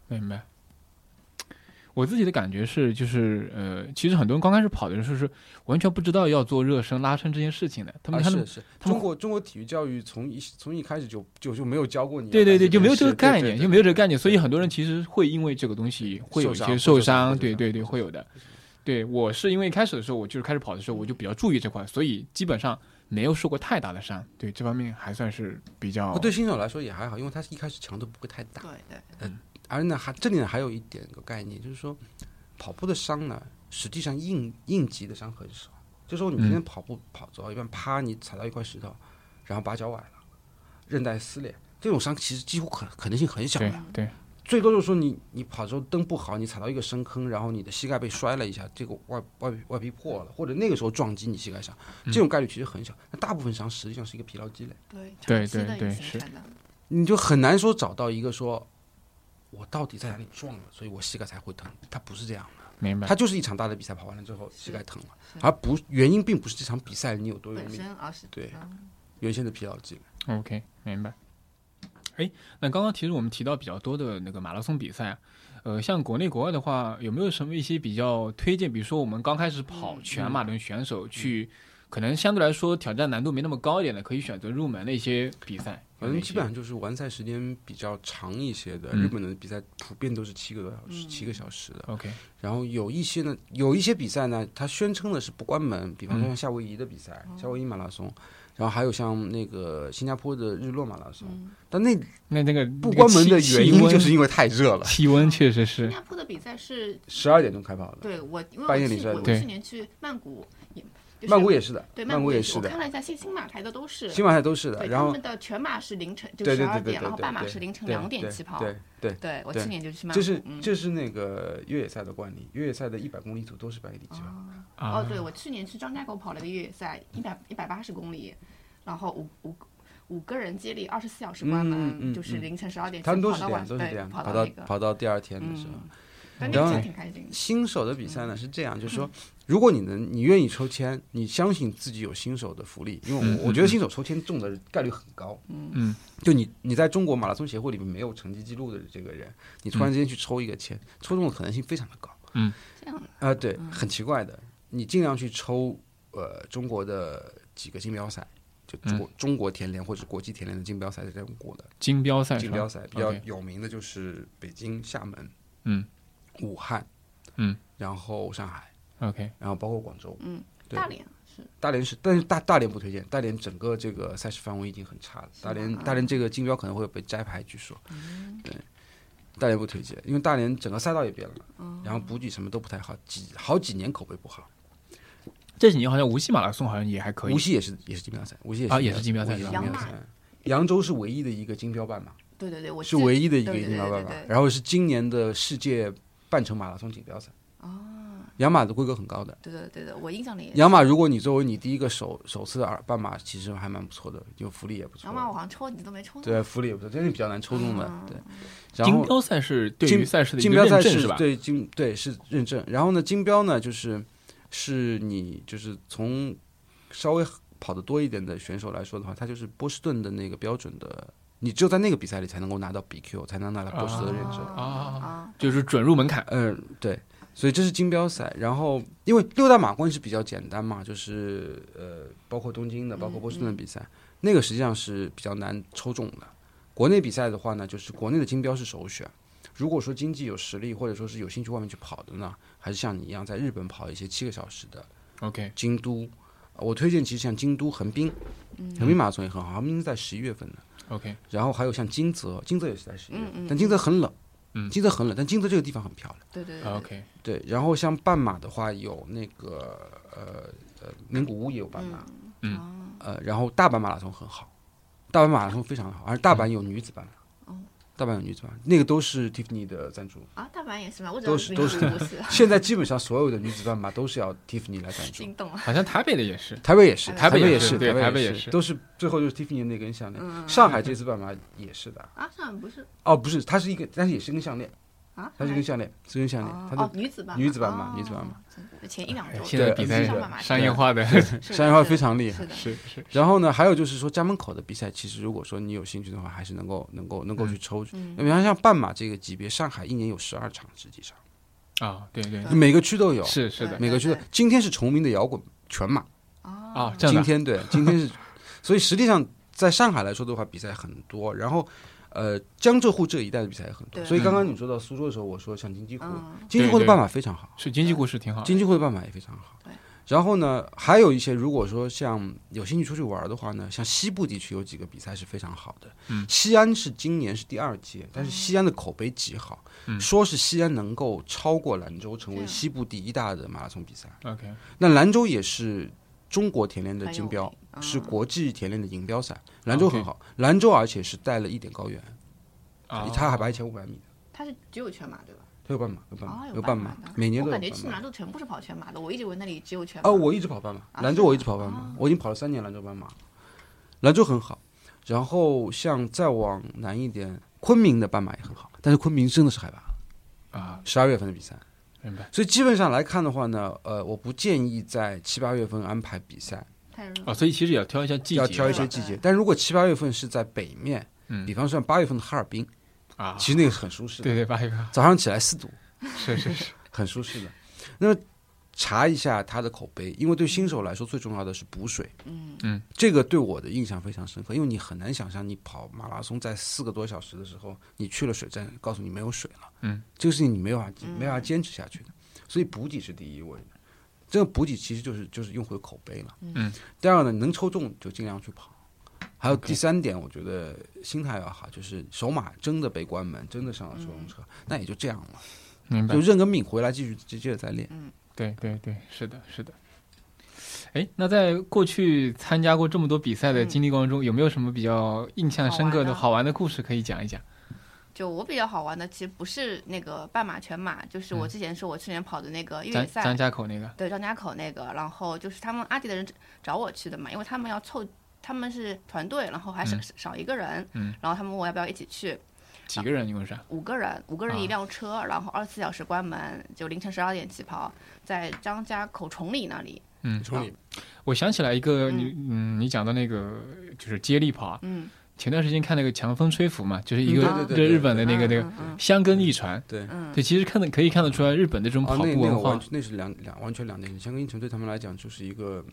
Speaker 1: 明白。我自己的感觉是，就是呃，其实很多人刚开始跑的时候是完全不知道要做热身、拉伸这件事情的。他们
Speaker 3: 啊
Speaker 1: 看他
Speaker 3: 是
Speaker 1: 们，
Speaker 3: 是，
Speaker 1: 他们
Speaker 3: 中国中国体育教育从一从一开始就就就没有教过你要啊
Speaker 1: 对
Speaker 3: 干这件
Speaker 1: 对对，
Speaker 3: 事，
Speaker 1: 就没有这个概念，就没有这个概念，所以很
Speaker 3: 多
Speaker 1: 多人其实会因为这个东西会有一
Speaker 3: 受
Speaker 1: 些
Speaker 3: 伤
Speaker 1: 受
Speaker 3: 会受伤
Speaker 1: 伤，
Speaker 3: 会
Speaker 1: 对
Speaker 3: 受伤
Speaker 1: 对
Speaker 3: 会
Speaker 1: 对，
Speaker 3: 受
Speaker 1: 会有的。对我是因为开始的时候，我就是开始跑的时候，我就比较注意这块，所以基本上没有受过太大的伤。对这方面还算是比较
Speaker 3: 哦对新手来说也还好，因为他一开始强度不会太大
Speaker 2: 对。对，
Speaker 3: 而呢，还这里呢还有一点个概念，就是说跑步的伤呢，实际上应应急的伤很少。就说你今天
Speaker 1: 嗯
Speaker 3: 跑步跑走到一半，啪你踩到一块石头，然后把脚崴了，韧带撕裂，这种伤其实几乎可可能性很小
Speaker 1: 对
Speaker 3: 的。
Speaker 1: 对，
Speaker 3: 最多就是说你你跑之后蹬不好，你踩到一个深坑，然后你的膝盖被摔了一下，这个外外外皮破了，或者那个时候撞击你膝盖上，
Speaker 1: 嗯
Speaker 3: 这种概率其实很小。那大部分伤实际上是一个疲劳积累，
Speaker 2: 对，
Speaker 1: 对
Speaker 2: 长期
Speaker 1: 对
Speaker 2: 的
Speaker 1: 对
Speaker 2: 隐
Speaker 1: 是
Speaker 2: 形反的，
Speaker 3: 你就很难说找到一个说，我到底在哪里撞了，所以我膝盖才会疼。它不是这样的，
Speaker 1: 明白
Speaker 3: 它。就是一场大的比赛跑完了之后膝盖疼了，
Speaker 2: 是
Speaker 3: 而不原因并不是这场比赛你有多用
Speaker 2: 本
Speaker 3: 力，
Speaker 2: 身而是
Speaker 3: 对
Speaker 2: 嗯
Speaker 3: 原先的疲劳积累。
Speaker 1: OK，明白。哎，那刚刚其实我们提到比较多的那个马拉松比赛啊，呃，像国内国外的话，有没有什么一些比较推荐？比如说我们刚开始跑
Speaker 2: 嗯
Speaker 1: 全马的选手去，可能相对来说挑战难度没那么高一点的，可以选择入门的一些比赛。有
Speaker 3: 反正
Speaker 1: 哪
Speaker 3: 基
Speaker 1: 些
Speaker 3: 本上就是完赛时间比较长一些的，
Speaker 1: 嗯
Speaker 3: 日本的比赛普遍都是七个多小时，
Speaker 2: 嗯
Speaker 3: 七个小时的。
Speaker 1: OK，
Speaker 3: 然后有一些呢，有一些比赛呢，它宣称的是不关门，比方说
Speaker 1: 嗯
Speaker 3: 像夏威夷的比赛，
Speaker 2: 哦
Speaker 3: 夏威夷马拉松，然后还有像那个新加坡的日落马拉松，
Speaker 2: 嗯，
Speaker 3: 但那
Speaker 1: 那那个
Speaker 3: 不关门的原因就是
Speaker 1: 因
Speaker 3: 因为太热
Speaker 1: [LAUGHS]
Speaker 3: 了，
Speaker 1: 气温确实
Speaker 2: 新
Speaker 3: [LAUGHS]
Speaker 1: 是
Speaker 2: 加坡的比赛是
Speaker 3: 十二点钟开跑的。
Speaker 2: 对我，因为我
Speaker 3: 半夜
Speaker 2: 去
Speaker 3: 比赛
Speaker 2: 我我
Speaker 1: 对
Speaker 2: 去年去曼谷，也就是
Speaker 3: 曼谷也是的，
Speaker 2: 对
Speaker 3: 曼
Speaker 2: 谷
Speaker 3: 也
Speaker 2: 是，
Speaker 3: 是
Speaker 2: 我看
Speaker 3: 的，
Speaker 2: 了一下新新马台的都是，
Speaker 3: 新马泰都是的。
Speaker 2: 对
Speaker 3: 然
Speaker 2: 他
Speaker 3: 后
Speaker 2: 们的全马是凌晨就
Speaker 3: 对
Speaker 2: 十
Speaker 3: 对
Speaker 2: 二
Speaker 3: 对对
Speaker 2: 点，
Speaker 3: 对
Speaker 2: 然后
Speaker 3: 对
Speaker 2: 半马
Speaker 3: 对
Speaker 2: 是凌晨
Speaker 3: 对
Speaker 2: 两点
Speaker 3: 对
Speaker 2: 起跑。
Speaker 3: 对对，
Speaker 2: 对我
Speaker 3: 对
Speaker 2: 去年就去曼谷，
Speaker 3: 这是
Speaker 2: 嗯
Speaker 3: 这是那个越野赛的惯例，越野赛的一百公里组都是百里起跑。
Speaker 2: 哦
Speaker 1: 啊
Speaker 2: 哦，对我去年去张家口跑了个越野赛，一百一百八十公里，然后五五五个人接力，二十四小时关
Speaker 3: 嗯嗯
Speaker 2: 门，
Speaker 3: 嗯
Speaker 2: 就是
Speaker 3: 嗯
Speaker 2: 凌晨十二点起
Speaker 3: 他
Speaker 2: 跑
Speaker 3: 们都是
Speaker 2: 到
Speaker 3: 这样，
Speaker 2: 晚
Speaker 3: 都是这
Speaker 2: 对
Speaker 3: 样，
Speaker 2: 跑
Speaker 3: 跑
Speaker 2: 那
Speaker 3: 到
Speaker 2: 个
Speaker 3: 跑到第二天的时候。
Speaker 2: 嗯，但
Speaker 1: 然
Speaker 2: 那
Speaker 1: 后
Speaker 2: 个挺开心的，
Speaker 3: 新手的比赛
Speaker 2: 嗯
Speaker 3: 呢是这样，就是说，如果你能，你愿意抽签，你相信自己有新手的福利，因为
Speaker 1: 嗯
Speaker 3: 我我觉得新手抽签中的概率很高。
Speaker 1: 嗯，
Speaker 3: 就你你在中国马拉松协会里面没有成绩记录的这个人，你突然之间去抽一个签，抽中的可能性非常的高。
Speaker 2: 嗯
Speaker 1: 嗯
Speaker 2: 这样的嗯
Speaker 3: 啊、对，很奇怪的，你尽量去抽呃中国的几个锦标赛。就中
Speaker 1: 嗯
Speaker 3: 国、中国田联或者国际田联的锦标赛是在中国的
Speaker 1: 金标赛是
Speaker 3: 锦
Speaker 1: 吧
Speaker 3: 标赛比较
Speaker 1: OK
Speaker 3: 有名的就是北京、厦门、
Speaker 1: 嗯
Speaker 3: 武汉，
Speaker 1: 嗯，
Speaker 3: 然后上海，
Speaker 1: OK，
Speaker 3: 然后包括广州，
Speaker 2: 嗯，
Speaker 3: 对
Speaker 2: 大连是
Speaker 3: 大连是，但是大大连不推荐，大连整个这个赛事范围已经很差了，
Speaker 2: 是吗嗯
Speaker 3: 大连大连这个竞标可能会被摘牌，据说，对，大连不推荐，因为大连整个赛道也变了，
Speaker 2: 哦
Speaker 3: 然后补给什么都不太好，几好几年口碑不好，
Speaker 1: 这几年好像无锡马拉松好像也还可以
Speaker 3: 无。锡也是也是锦标赛，无锡
Speaker 1: 啊
Speaker 3: 也
Speaker 1: 也是竞标赛
Speaker 3: 无锡
Speaker 2: 是吧
Speaker 3: 竞标赛，扬州是唯一的一个金标办马，
Speaker 2: 对对对，我
Speaker 3: 是
Speaker 2: 记
Speaker 3: 唯一的一个
Speaker 2: 对对
Speaker 3: 金标办
Speaker 2: 对
Speaker 3: 马
Speaker 2: 对，对
Speaker 3: 然后是今年的世界半程马拉松锦标赛，哦，养马的规格很高的。
Speaker 2: 对对对对，我印象里也是
Speaker 3: 养马，如果你作为你第一个首首次的耳半马，其实还蛮不错的，就福利也不错。
Speaker 2: 然后我好像嗯抽你都没抽到，
Speaker 3: 对，福利也不错，真是比较难抽中的。对，然
Speaker 1: 金
Speaker 3: 后
Speaker 1: 标赛是对于
Speaker 3: 金
Speaker 1: 赛事的一
Speaker 3: 金
Speaker 1: 个
Speaker 3: 标赛
Speaker 1: 认证
Speaker 3: 是
Speaker 1: 吧？
Speaker 3: 对金对是认证，然后呢，金标呢就是是你就是从稍微跑得多一点的选手来说的话，他就是波士顿的那个标准的，你只有在那个比赛里才能够拿到 BQ，才能拿到波士顿的认证。
Speaker 1: 啊，就是准入门槛。
Speaker 3: 嗯，对，所以这是金标赛。然后因为六大马关是比较简单嘛，就是呃，包括东京的，包括波士顿的比赛，
Speaker 2: 嗯
Speaker 3: 那个实际上是比较难抽中的。国内比赛的话呢，就是国内的金标是首选。如果说经济有实力，或者说是有兴趣外面去跑的呢，还是像你一样在日本跑一些七个小时的
Speaker 1: OK，
Speaker 3: 京都。呃我推荐其实像京都、横滨，横滨马拉松也很好，横滨是在十一月份的。
Speaker 1: OK，
Speaker 3: 然后还有像金泽，金泽也是在十一月份，
Speaker 2: 嗯嗯
Speaker 3: 但金泽很冷，
Speaker 1: 嗯
Speaker 3: 金泽很冷，但金泽这个地方很漂亮。
Speaker 2: 对对对对
Speaker 1: OK，
Speaker 3: 对，然后像半马的话，有那个呃呃名古屋也有半马，
Speaker 1: 嗯
Speaker 3: 呃，然后大阪马拉松很好，大阪马拉松非常好，而大阪
Speaker 1: 嗯
Speaker 3: 有女子半
Speaker 1: 哦
Speaker 3: 马，大阪有女子半马，那个都是 Tiffany 的赞助，
Speaker 2: 啊，大阪也是吗？我只
Speaker 3: 都
Speaker 2: 要
Speaker 3: 是
Speaker 2: 名
Speaker 3: 都
Speaker 2: 古屋是 [LAUGHS]
Speaker 3: 现在基本上所有的女子半马都是要 Tiffany 来赞助。
Speaker 2: 心动了，
Speaker 1: 好像台北的也是。
Speaker 3: 台北也是，
Speaker 2: 台
Speaker 1: 北
Speaker 3: 北
Speaker 1: 也是嗯
Speaker 3: 是，
Speaker 1: 对台
Speaker 3: 台
Speaker 1: 北也
Speaker 3: 也
Speaker 1: 是
Speaker 3: 都是最后就是 Tiffany 那根项链。上海这次半马也是的，
Speaker 2: 啊，上海不是
Speaker 3: 哦，不是，它是一个，但是也是根项链，
Speaker 2: 啊，
Speaker 3: 它是跟项链，是跟项链，
Speaker 2: 哦
Speaker 3: 它
Speaker 2: 哦
Speaker 3: 的
Speaker 2: 女子版
Speaker 3: 女子版嘛
Speaker 2: 嘛，
Speaker 3: 女子版嘛
Speaker 2: 嘛，前前一两周
Speaker 1: 哎现在
Speaker 3: 对
Speaker 1: 比赛
Speaker 2: 上半马
Speaker 1: 商
Speaker 3: 对
Speaker 1: 业化的
Speaker 2: 是的
Speaker 3: 商业化
Speaker 2: 是的
Speaker 3: 非常厉害
Speaker 2: 是。
Speaker 1: [LAUGHS]
Speaker 2: 的，
Speaker 1: 是 [LAUGHS] 是
Speaker 3: 然后呢，还有就是说家门口的比赛，其实如果说你有兴趣的话，还是能够能够能够去抽。
Speaker 2: 嗯
Speaker 3: 因为像半马这个级别，上海一年有十二场，实际上
Speaker 1: 啊，对对
Speaker 2: 嗯
Speaker 3: 每个区都有，
Speaker 1: 是是的
Speaker 2: 对
Speaker 3: 每个区都有。今天是崇明的摇滚全马，
Speaker 1: 啊
Speaker 2: 哦，，
Speaker 1: 这样
Speaker 3: 今
Speaker 1: 的
Speaker 3: 天对，今天是，所以实际上在上海来说的话，比赛很多，然后呃，江浙沪这一带的比赛也很多。
Speaker 2: 对
Speaker 3: 所以刚刚你说到苏州的时候，我说像金鸡湖，
Speaker 2: 嗯，
Speaker 3: 金鸡湖
Speaker 1: 对
Speaker 3: 的
Speaker 1: 对
Speaker 3: 办法非常好，
Speaker 1: 是经济故事挺好的，
Speaker 3: 金鸡湖的办法也非常好
Speaker 2: 对。
Speaker 3: 然后呢，还有一些如果说像有兴趣出去玩的话呢，像西部地区有几个比赛是非常好的。
Speaker 1: 嗯
Speaker 3: 西安是今年是第二届，
Speaker 2: 嗯
Speaker 3: 但是西安的口碑极好，
Speaker 1: 嗯
Speaker 3: 说是西安能够超过兰州，成
Speaker 2: 这
Speaker 3: 为
Speaker 2: 样
Speaker 3: 西部第一大的马拉松比赛。
Speaker 1: OK，
Speaker 3: 那兰州也是中国田联的
Speaker 2: 很有
Speaker 3: 金标，
Speaker 2: 名嗯
Speaker 3: 是国际田联的银标赛。兰州
Speaker 1: OK
Speaker 3: 很好，兰州而且是带了一点高原，
Speaker 1: 啊，
Speaker 3: 它海拔一千五百米，
Speaker 2: 它是只有全马对吧？
Speaker 3: 它有半马，嗯有半马，
Speaker 2: 哦，
Speaker 3: 半
Speaker 2: 半
Speaker 3: 马
Speaker 2: 的，
Speaker 3: 每年
Speaker 2: 我
Speaker 3: 都有
Speaker 2: 感
Speaker 3: 半
Speaker 2: 觉去
Speaker 3: 马
Speaker 2: 兰。州全部是跑全马的，我一直以为那里只有全马。
Speaker 3: 哦，我一直跑半马，
Speaker 2: 啊
Speaker 3: 兰州我一直跑半马，我已经跑了三年兰州半马，兰州很好。然后像再往南一点，昆明的半马也很好，但是昆明真的是海拔，
Speaker 1: 啊，
Speaker 3: 十二月份的比赛，
Speaker 1: 明白
Speaker 3: 所以基本上来看的话呢，呃，我不建议在七八月份安排比赛，
Speaker 2: 太热
Speaker 1: 啊，
Speaker 2: 了，
Speaker 1: 所以其实也要挑一下季节，
Speaker 3: 要挑一
Speaker 2: 吧
Speaker 3: 些
Speaker 1: 是
Speaker 3: 季节
Speaker 2: 对。
Speaker 3: 但如果七八月份是在北面，
Speaker 1: 嗯
Speaker 3: 比方说八月份的哈尔滨，
Speaker 1: 吧啊，
Speaker 3: 其实那个是很舒适的，
Speaker 1: 对对，八月份
Speaker 3: 早上起来四度，
Speaker 1: 是是 [LAUGHS] 是，
Speaker 3: 很舒适的。那么查一下它的口碑，因为对新手来说最重要的是补水。
Speaker 2: 嗯，
Speaker 3: 这个对我的印象非常深刻，因为你很难想象你跑马拉松在四个多小时的时候，你去了水站，告诉你没有水了，
Speaker 1: 嗯，
Speaker 3: 这个事情你没有办法没办法坚持下去的，所以补给是第一位的。这个补给其实就是就是用户的口碑了，
Speaker 1: 嗯。
Speaker 3: 第二呢，能抽中就尽量去跑。还有
Speaker 1: OK
Speaker 3: 第三点，我觉得心态要好，就是手马真的被关门，真的上了收容车，那也就这样了，
Speaker 1: 明白
Speaker 3: 就，认个命，回来继续接接着再练。
Speaker 1: 对对对，是的，是的。哎，那在过去参加过这么多比赛的
Speaker 2: 嗯
Speaker 1: 经历过程中，有没有什么比较印象
Speaker 2: 好
Speaker 1: 深刻
Speaker 2: 玩
Speaker 1: 的
Speaker 2: 的
Speaker 1: 好玩的故事可以讲一讲？
Speaker 2: 就我比较好玩的，其实不是那个半马、全马，
Speaker 1: 嗯
Speaker 2: 就是我之前说我去年跑的那个越
Speaker 1: 张
Speaker 2: 野
Speaker 1: 张
Speaker 2: 赛，
Speaker 1: 家口那个
Speaker 2: 对张家口那个，然后就是他们阿迪的人找我去的嘛，因为他们要凑，他们是团队，然后还少
Speaker 1: 嗯
Speaker 2: 少一个人，
Speaker 1: 嗯
Speaker 2: 然后他们问我要不要一起去，
Speaker 1: 几个人一共是？
Speaker 2: 五个人，五个人
Speaker 1: 啊
Speaker 2: 一辆车，然后二十四小时关门，就凌晨十二点起跑，在张家口崇礼那里，
Speaker 1: 嗯，
Speaker 3: 崇礼
Speaker 1: 我想起来一个，你嗯，你讲到那个就是接力跑啊，
Speaker 2: 嗯，
Speaker 1: 前段时间看那个《强风吹拂》嘛，就是一
Speaker 3: 嗯
Speaker 1: 个
Speaker 2: 对
Speaker 3: 对对
Speaker 1: 日
Speaker 3: 对
Speaker 1: 日本的那个那个
Speaker 2: 嗯嗯
Speaker 1: 香根一传，
Speaker 3: 对，
Speaker 2: 嗯，
Speaker 1: 对，其实看的可以看得出来，日本的这种
Speaker 3: 啊，
Speaker 1: 跑
Speaker 3: 那
Speaker 1: 步
Speaker 3: 那个
Speaker 1: 文化
Speaker 3: 完，全那是两两完全两件事。香根英城对他们来讲就是一个，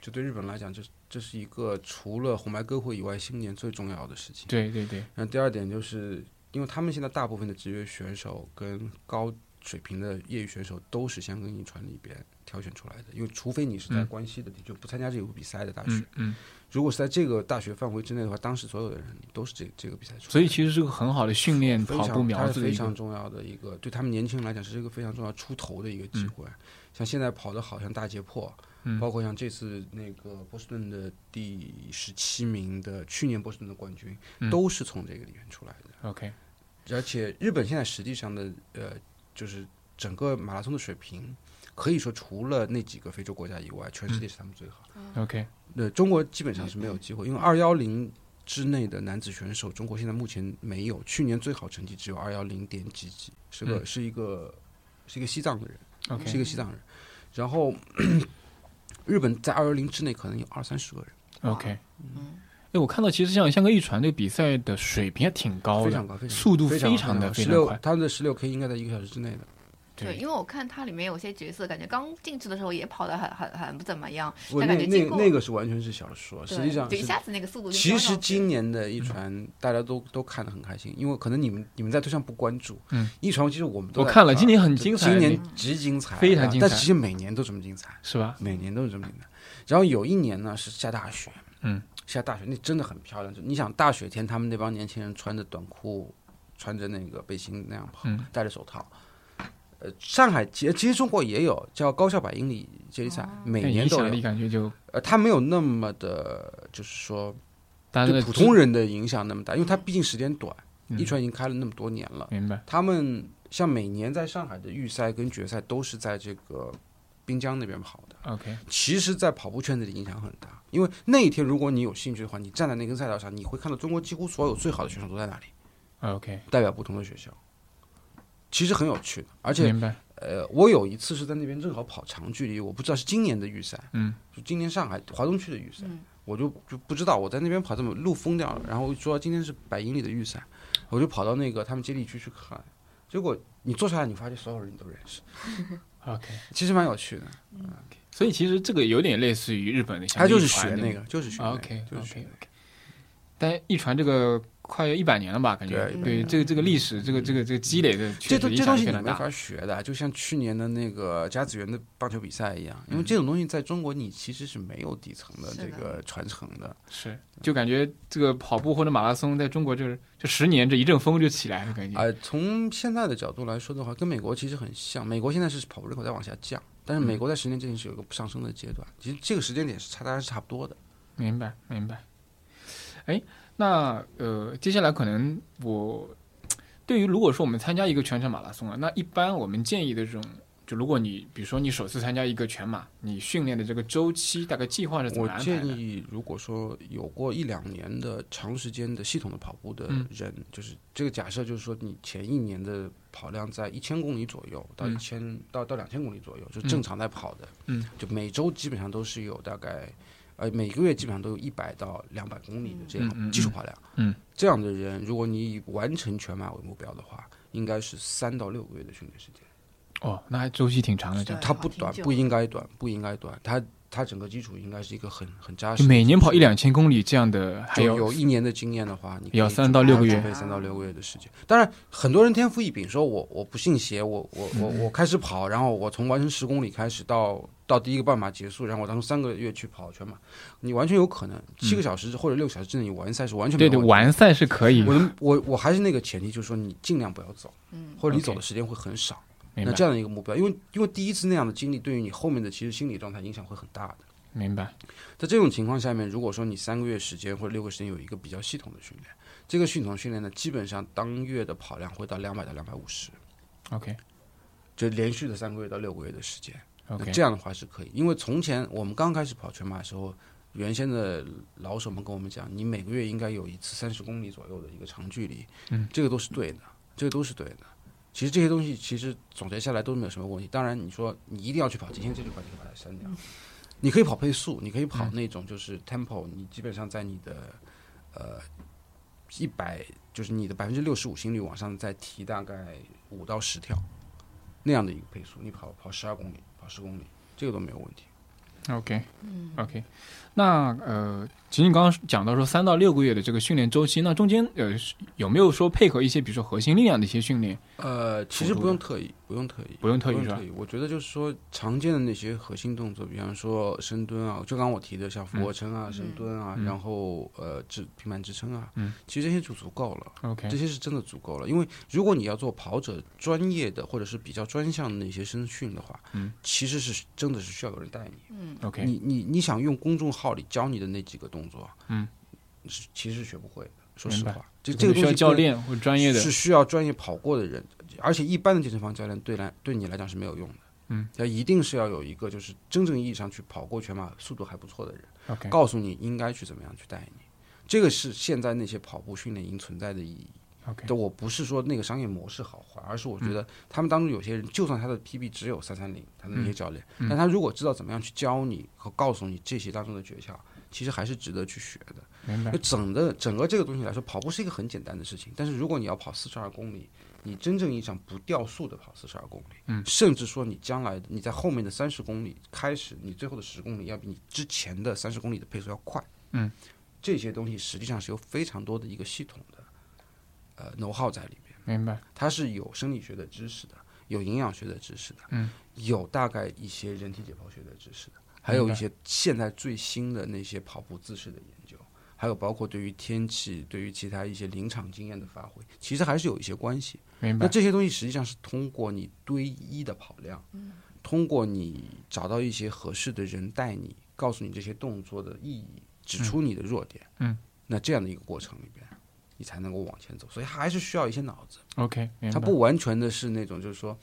Speaker 3: 就对日本来讲，这是这是一个除了红白歌会以外新年最重要的事情。
Speaker 1: 对对对，
Speaker 3: 然后第二点就是，因为他们现在大部分的职业选手跟高水平的业余选手都是香根一传里边挑选出来的，因为除非你是在
Speaker 1: 嗯
Speaker 3: 关西的，你就不参加这个比赛的大学。
Speaker 1: 嗯嗯，
Speaker 3: 如果是在这个大学范围之内的话，当时所有的人都是这这个比赛出来的。
Speaker 1: 所以其实是个很好的训练
Speaker 3: 非
Speaker 1: 跑步
Speaker 3: 常，
Speaker 1: 苗
Speaker 3: 它是
Speaker 1: 子的
Speaker 3: 非
Speaker 1: 一个
Speaker 3: 常，重要的一个，对他们年轻人来讲是一个非常重要出头的一个机会。像现在跑的好，像大杰破，
Speaker 1: 嗯
Speaker 3: 包括像这次那个波士顿的第十七名的，去年波士顿的冠军，
Speaker 1: 嗯
Speaker 3: 都是从这个里面出来的。
Speaker 1: OK，
Speaker 3: 而且日本现在实际上的呃，就是整个马拉松的水平，可以说除了那几个非洲国家以外，全
Speaker 1: 嗯
Speaker 3: 世界是他们最好。
Speaker 1: OK，
Speaker 3: 那呃中国基本上是没有机会，因为二幺零之内的男子选手，中国现在目前没有。去年最好成绩只有二幺零点几几，是个、
Speaker 1: 嗯
Speaker 3: 是一个是一个西藏的人
Speaker 1: OK
Speaker 3: 是一个西藏人。然后日本在二幺零之内可能有二三十个人，
Speaker 1: OK，哎，
Speaker 3: 嗯
Speaker 1: 我看到其实像像个一传这个比赛的水平还挺高
Speaker 3: 非常
Speaker 1: 的，
Speaker 3: 高，非常
Speaker 1: 哦
Speaker 3: 高
Speaker 1: 速度
Speaker 3: 非
Speaker 1: 非常的
Speaker 3: 非
Speaker 1: 非
Speaker 3: 常
Speaker 1: 常
Speaker 3: 高
Speaker 1: 快
Speaker 3: 16，他们的十六 K 应该在一个小时之内的。
Speaker 2: 对，因为我看它里面有些角色，感觉刚进去的时候也跑得很很很不怎么样，
Speaker 3: 我
Speaker 2: 但
Speaker 3: 那
Speaker 2: 感觉
Speaker 3: 那
Speaker 2: 经过
Speaker 3: 那个是完全是小说，实际
Speaker 2: 对
Speaker 3: 上
Speaker 2: 就是一下子那个速度就
Speaker 3: 其
Speaker 2: 飙
Speaker 3: 实
Speaker 2: 上去
Speaker 3: 今年的
Speaker 1: 嗯
Speaker 3: 一传大家都都看得很开心，因为可能你们你们在推上不关注。
Speaker 1: 嗯，
Speaker 3: 一传其实我们都
Speaker 1: 我
Speaker 3: 在
Speaker 1: 看了
Speaker 3: 看
Speaker 1: 今年很精彩
Speaker 3: 今年极精彩，啊
Speaker 1: 非常精彩
Speaker 3: 但其实每年都这么精彩，
Speaker 1: 是吧？
Speaker 3: 每年都是这么精彩。然后有一年呢是下大雪，
Speaker 1: 嗯，
Speaker 3: 下大雪那真的很漂亮。就你想大雪天，他们那帮年轻人穿着短裤，穿着那个背心那样跑，
Speaker 1: 嗯
Speaker 3: 戴着手套。呃，上海其其实中国也有叫高校百英里接力赛，每
Speaker 1: 那
Speaker 3: 年
Speaker 1: 影
Speaker 3: 都
Speaker 1: 响力
Speaker 3: 有。
Speaker 1: 感觉就
Speaker 3: 呃，它没有那么的，就是说
Speaker 1: 大家
Speaker 3: 对
Speaker 1: 的
Speaker 3: 普通人的影响那么大，因为它毕竟时间短，
Speaker 1: 嗯
Speaker 3: 一传已经开了那么多年了。
Speaker 1: 明白
Speaker 3: 他们像每年在上海的预赛跟决赛都是在这个滨江那边跑的，
Speaker 1: OK，
Speaker 3: 其实，在跑步圈子里影响很大。因为那一天，如果你有兴趣的话，你站在那根赛道上，你会看到中国几乎所有最好的选手都在那里，
Speaker 1: OK，
Speaker 3: 代表不同的学校。其实很有趣的。而且
Speaker 1: 明白，
Speaker 3: 呃，我有一次是在那边正好跑长距离，我不知道是今年的预赛，
Speaker 1: 嗯，
Speaker 3: 就今年上海华东区的预赛，
Speaker 2: 嗯
Speaker 3: 我就就不知道我在那边跑这么路封掉了，然后说今天是百英里的预赛，我就跑到那个他们接力区去看，结果你坐下来，你发现所有人你都认识，
Speaker 1: [LAUGHS] OK。
Speaker 3: 其实蛮有趣的。
Speaker 1: 所以其实这个有点类似于日本的像
Speaker 3: 他就是
Speaker 1: 一传
Speaker 3: 学
Speaker 1: 那
Speaker 3: 那
Speaker 1: 个
Speaker 3: 个，就是学那个
Speaker 1: OK
Speaker 3: 就是
Speaker 1: OK
Speaker 3: 学那
Speaker 1: OK
Speaker 3: 个。
Speaker 1: 但一传这个快要一百年了吧？感觉
Speaker 3: 对
Speaker 1: 对这个这个历史，这个这个这个积累的
Speaker 3: 嗯
Speaker 1: 确
Speaker 3: 这东
Speaker 1: 实影
Speaker 3: 这东
Speaker 1: 响非
Speaker 3: 西你
Speaker 1: 常
Speaker 3: 没
Speaker 1: 大。
Speaker 3: 法学的，啊就像去年的那个甲子园的棒球比赛一样，因
Speaker 1: 嗯
Speaker 3: 为这种东西在中国你其实是没有底层的
Speaker 2: 是
Speaker 3: 这
Speaker 2: 的
Speaker 3: 个传承的。
Speaker 1: 是，就感觉这个跑步或者马拉松在中国就是这十年这一阵风就起来了，感觉。
Speaker 3: 呃，从现在的角度来说的话，跟美国其实很像。美国现在是跑步人口在往下降，但是美
Speaker 1: 嗯
Speaker 3: 国在十年之前是有一个上升的阶段。其实这个时间点是差，大家是差不多的。
Speaker 1: 明白，明白。哎，那呃，接下来可能我对于如果说我们参加一个全程马拉松啊，那一般我们建议的这种，就如果你比如说你首次参加一个全马，你训练的这个周期大概计划是怎
Speaker 3: 我
Speaker 1: 么安排的？
Speaker 3: 建议，如果说有过一两年的长时间的系统的跑步的
Speaker 1: 嗯
Speaker 3: 人，就是这个假设，就是说你前一年的跑量在一千公里左右到一
Speaker 1: 嗯
Speaker 3: 千、到到两千公里左右，就
Speaker 1: 嗯
Speaker 3: 正常在跑的，
Speaker 1: 嗯，
Speaker 3: 就每周基本上都是有大概，呃，每个月基本上都有一百到两百公里的这
Speaker 1: 嗯嗯
Speaker 3: 样
Speaker 1: 嗯
Speaker 3: 基础跑量，
Speaker 1: 嗯，
Speaker 3: 这样的人，如果你以完成全马为目标的话，应该是三到六个月的训练时间。
Speaker 1: 哦，那还周期挺长的，这样
Speaker 2: 对
Speaker 3: 它
Speaker 2: 跑
Speaker 3: 不
Speaker 2: 呃挺
Speaker 3: 短，
Speaker 2: 久
Speaker 3: 不
Speaker 2: 的
Speaker 3: 应该短，不应该短。它它整个基础应该是一个很很扎实
Speaker 1: 就
Speaker 3: 的基础。
Speaker 1: 每年跑一两千公里这样的，还
Speaker 3: 就
Speaker 1: 有
Speaker 3: 有一年的经验的话，你可以
Speaker 1: 要三到六个
Speaker 3: 准
Speaker 1: 月
Speaker 3: 备三到六个月的时间。当然，很多人天赋异禀，说我我不信邪，我我我
Speaker 1: 嗯
Speaker 3: 我开始跑，然后我从完成十公里开始到到第一个半马结束，然后我当中三个月去跑全马，你完全有可能七个小时或者六小时之内你完赛是完全没
Speaker 1: 嗯对
Speaker 3: 有
Speaker 1: 对，
Speaker 3: 问题
Speaker 1: 完赛是可以
Speaker 3: 我，的我我还是那个前提，就是说你尽量不要走，
Speaker 2: 嗯
Speaker 3: 或者你
Speaker 1: OK
Speaker 3: 走的时间会很少。
Speaker 1: 明
Speaker 3: 那
Speaker 1: 白
Speaker 3: 这样的一个目标，因为因为第一次那样的经历，对于你后面的其实心理状态影响会很大的。
Speaker 1: 明白，
Speaker 3: 在这种情况下面，如果说你三个月时间或者六个时间有一个比较系统的训练，这个系统训练呢，基本上当月的跑量会到两百到两百五十，
Speaker 1: OK
Speaker 3: 就连续的三个月到六个月的时间。那
Speaker 1: OK，
Speaker 3: 这样的话是可以，因为从前我们刚开始跑全马的时候，原先的老手们跟我们讲，你每个月应该有一次三十公里左右的一个长距离，
Speaker 1: 嗯，
Speaker 3: 这个都是对的，这个都是对的。其实这些东西其实总结下来都没有什么问题。当然，你说你一定要去跑极限这句话，你可以把它删掉。你可以跑配速，你可以跑那种就是 tempo，你基本上在你的呃一百就是你的百分之六十五心率往上再提大概五到十跳那样的一个配速，你跑跑十二公里，跑十公里，这个都没有问题。
Speaker 1: OK OK，那呃，其实你刚刚讲到说三到六个月的这个训练周期，那中间呃是有没有说配合一些比如说核心力量的一些训练？
Speaker 3: 呃，其
Speaker 1: 辅
Speaker 3: 实
Speaker 1: 助
Speaker 3: 不用
Speaker 1: 的
Speaker 3: 特意，不用特意，
Speaker 1: 不用特意
Speaker 3: 不用
Speaker 1: 是吧
Speaker 3: 特意。我觉得就是说常见的那些核心动作，比方说深蹲啊，就刚刚我提的像俯卧撑啊、深
Speaker 2: 嗯
Speaker 3: 蹲啊，
Speaker 1: 嗯
Speaker 3: 然后呃支平板支撑啊，
Speaker 1: 嗯，
Speaker 3: 其实这些就足够了。
Speaker 1: OK，
Speaker 3: 这些是真的足够了，因为如果你要做跑者专业的或者是比较专项的那些声训的话，
Speaker 1: 嗯，
Speaker 3: 其实是真的是需要有人带你。
Speaker 1: OK，
Speaker 3: 你你你想用公众号里教你的那几个动作，
Speaker 1: 嗯，
Speaker 3: 是其实是学不会的。说
Speaker 1: 明
Speaker 3: 实
Speaker 1: 白
Speaker 3: 话，这
Speaker 1: 可
Speaker 3: 这
Speaker 1: 能
Speaker 3: 个
Speaker 1: 需
Speaker 3: 东
Speaker 1: 要
Speaker 3: 西
Speaker 1: 教
Speaker 3: 对
Speaker 1: 练或者专业的
Speaker 3: 是需要专业跑过的人，而且一般的健身房教练对来对你来讲是没有用的。
Speaker 1: 嗯，
Speaker 3: 要一定是要有一个就是真正意义上去跑过全马、速度还不错的人，
Speaker 1: OK
Speaker 3: 告诉你应该去怎么样去带你。这个是现在那些跑步训练营存在的意义。
Speaker 1: OK 嗯
Speaker 3: 但我不是说那个商业模式好坏，而是我觉得他们当中有些人，就算他的 PB 只有三三零，他的那些教练，
Speaker 1: 嗯
Speaker 3: 但他如果知道怎么样去教你和告诉你这些当中的诀窍，其实还是值得去学的。
Speaker 1: 明白
Speaker 3: 就整的整个这个东西来说，跑步是一个很简单的事情，但是如果你要跑四十二公里，你真正意义上不掉速的跑四十二公里，嗯，甚至说你将来你在后面的三十公里开始，你最后的十公里要比你之前的三十公里的配速要快，
Speaker 1: 嗯，
Speaker 3: 这些东西实际上是有非常多的一个系统的，呃，能耗在里面，
Speaker 1: 明白
Speaker 3: 它是有生理学的知识的，有营养学的知识的，
Speaker 1: 嗯，
Speaker 3: 有大概一些人体解剖学的知识的。还有一些现在最新的那些跑步姿势的研究，还有包括对于天气、对于其他一些临场经验的发挥，其实还是有一些关系。
Speaker 1: 明
Speaker 3: 那
Speaker 1: 白
Speaker 3: 这些东西实际上是通过你堆一的跑量，
Speaker 1: 嗯
Speaker 3: 通过你找到一些合适的人带你，告诉你这些动作的意义，指出你的弱点，
Speaker 1: 嗯，
Speaker 3: 那这样的一个过程里边，你才能够往前走。所以还是需要一些脑子。
Speaker 1: OK 明
Speaker 3: 它
Speaker 1: 白
Speaker 3: 不完全的是那种，就是说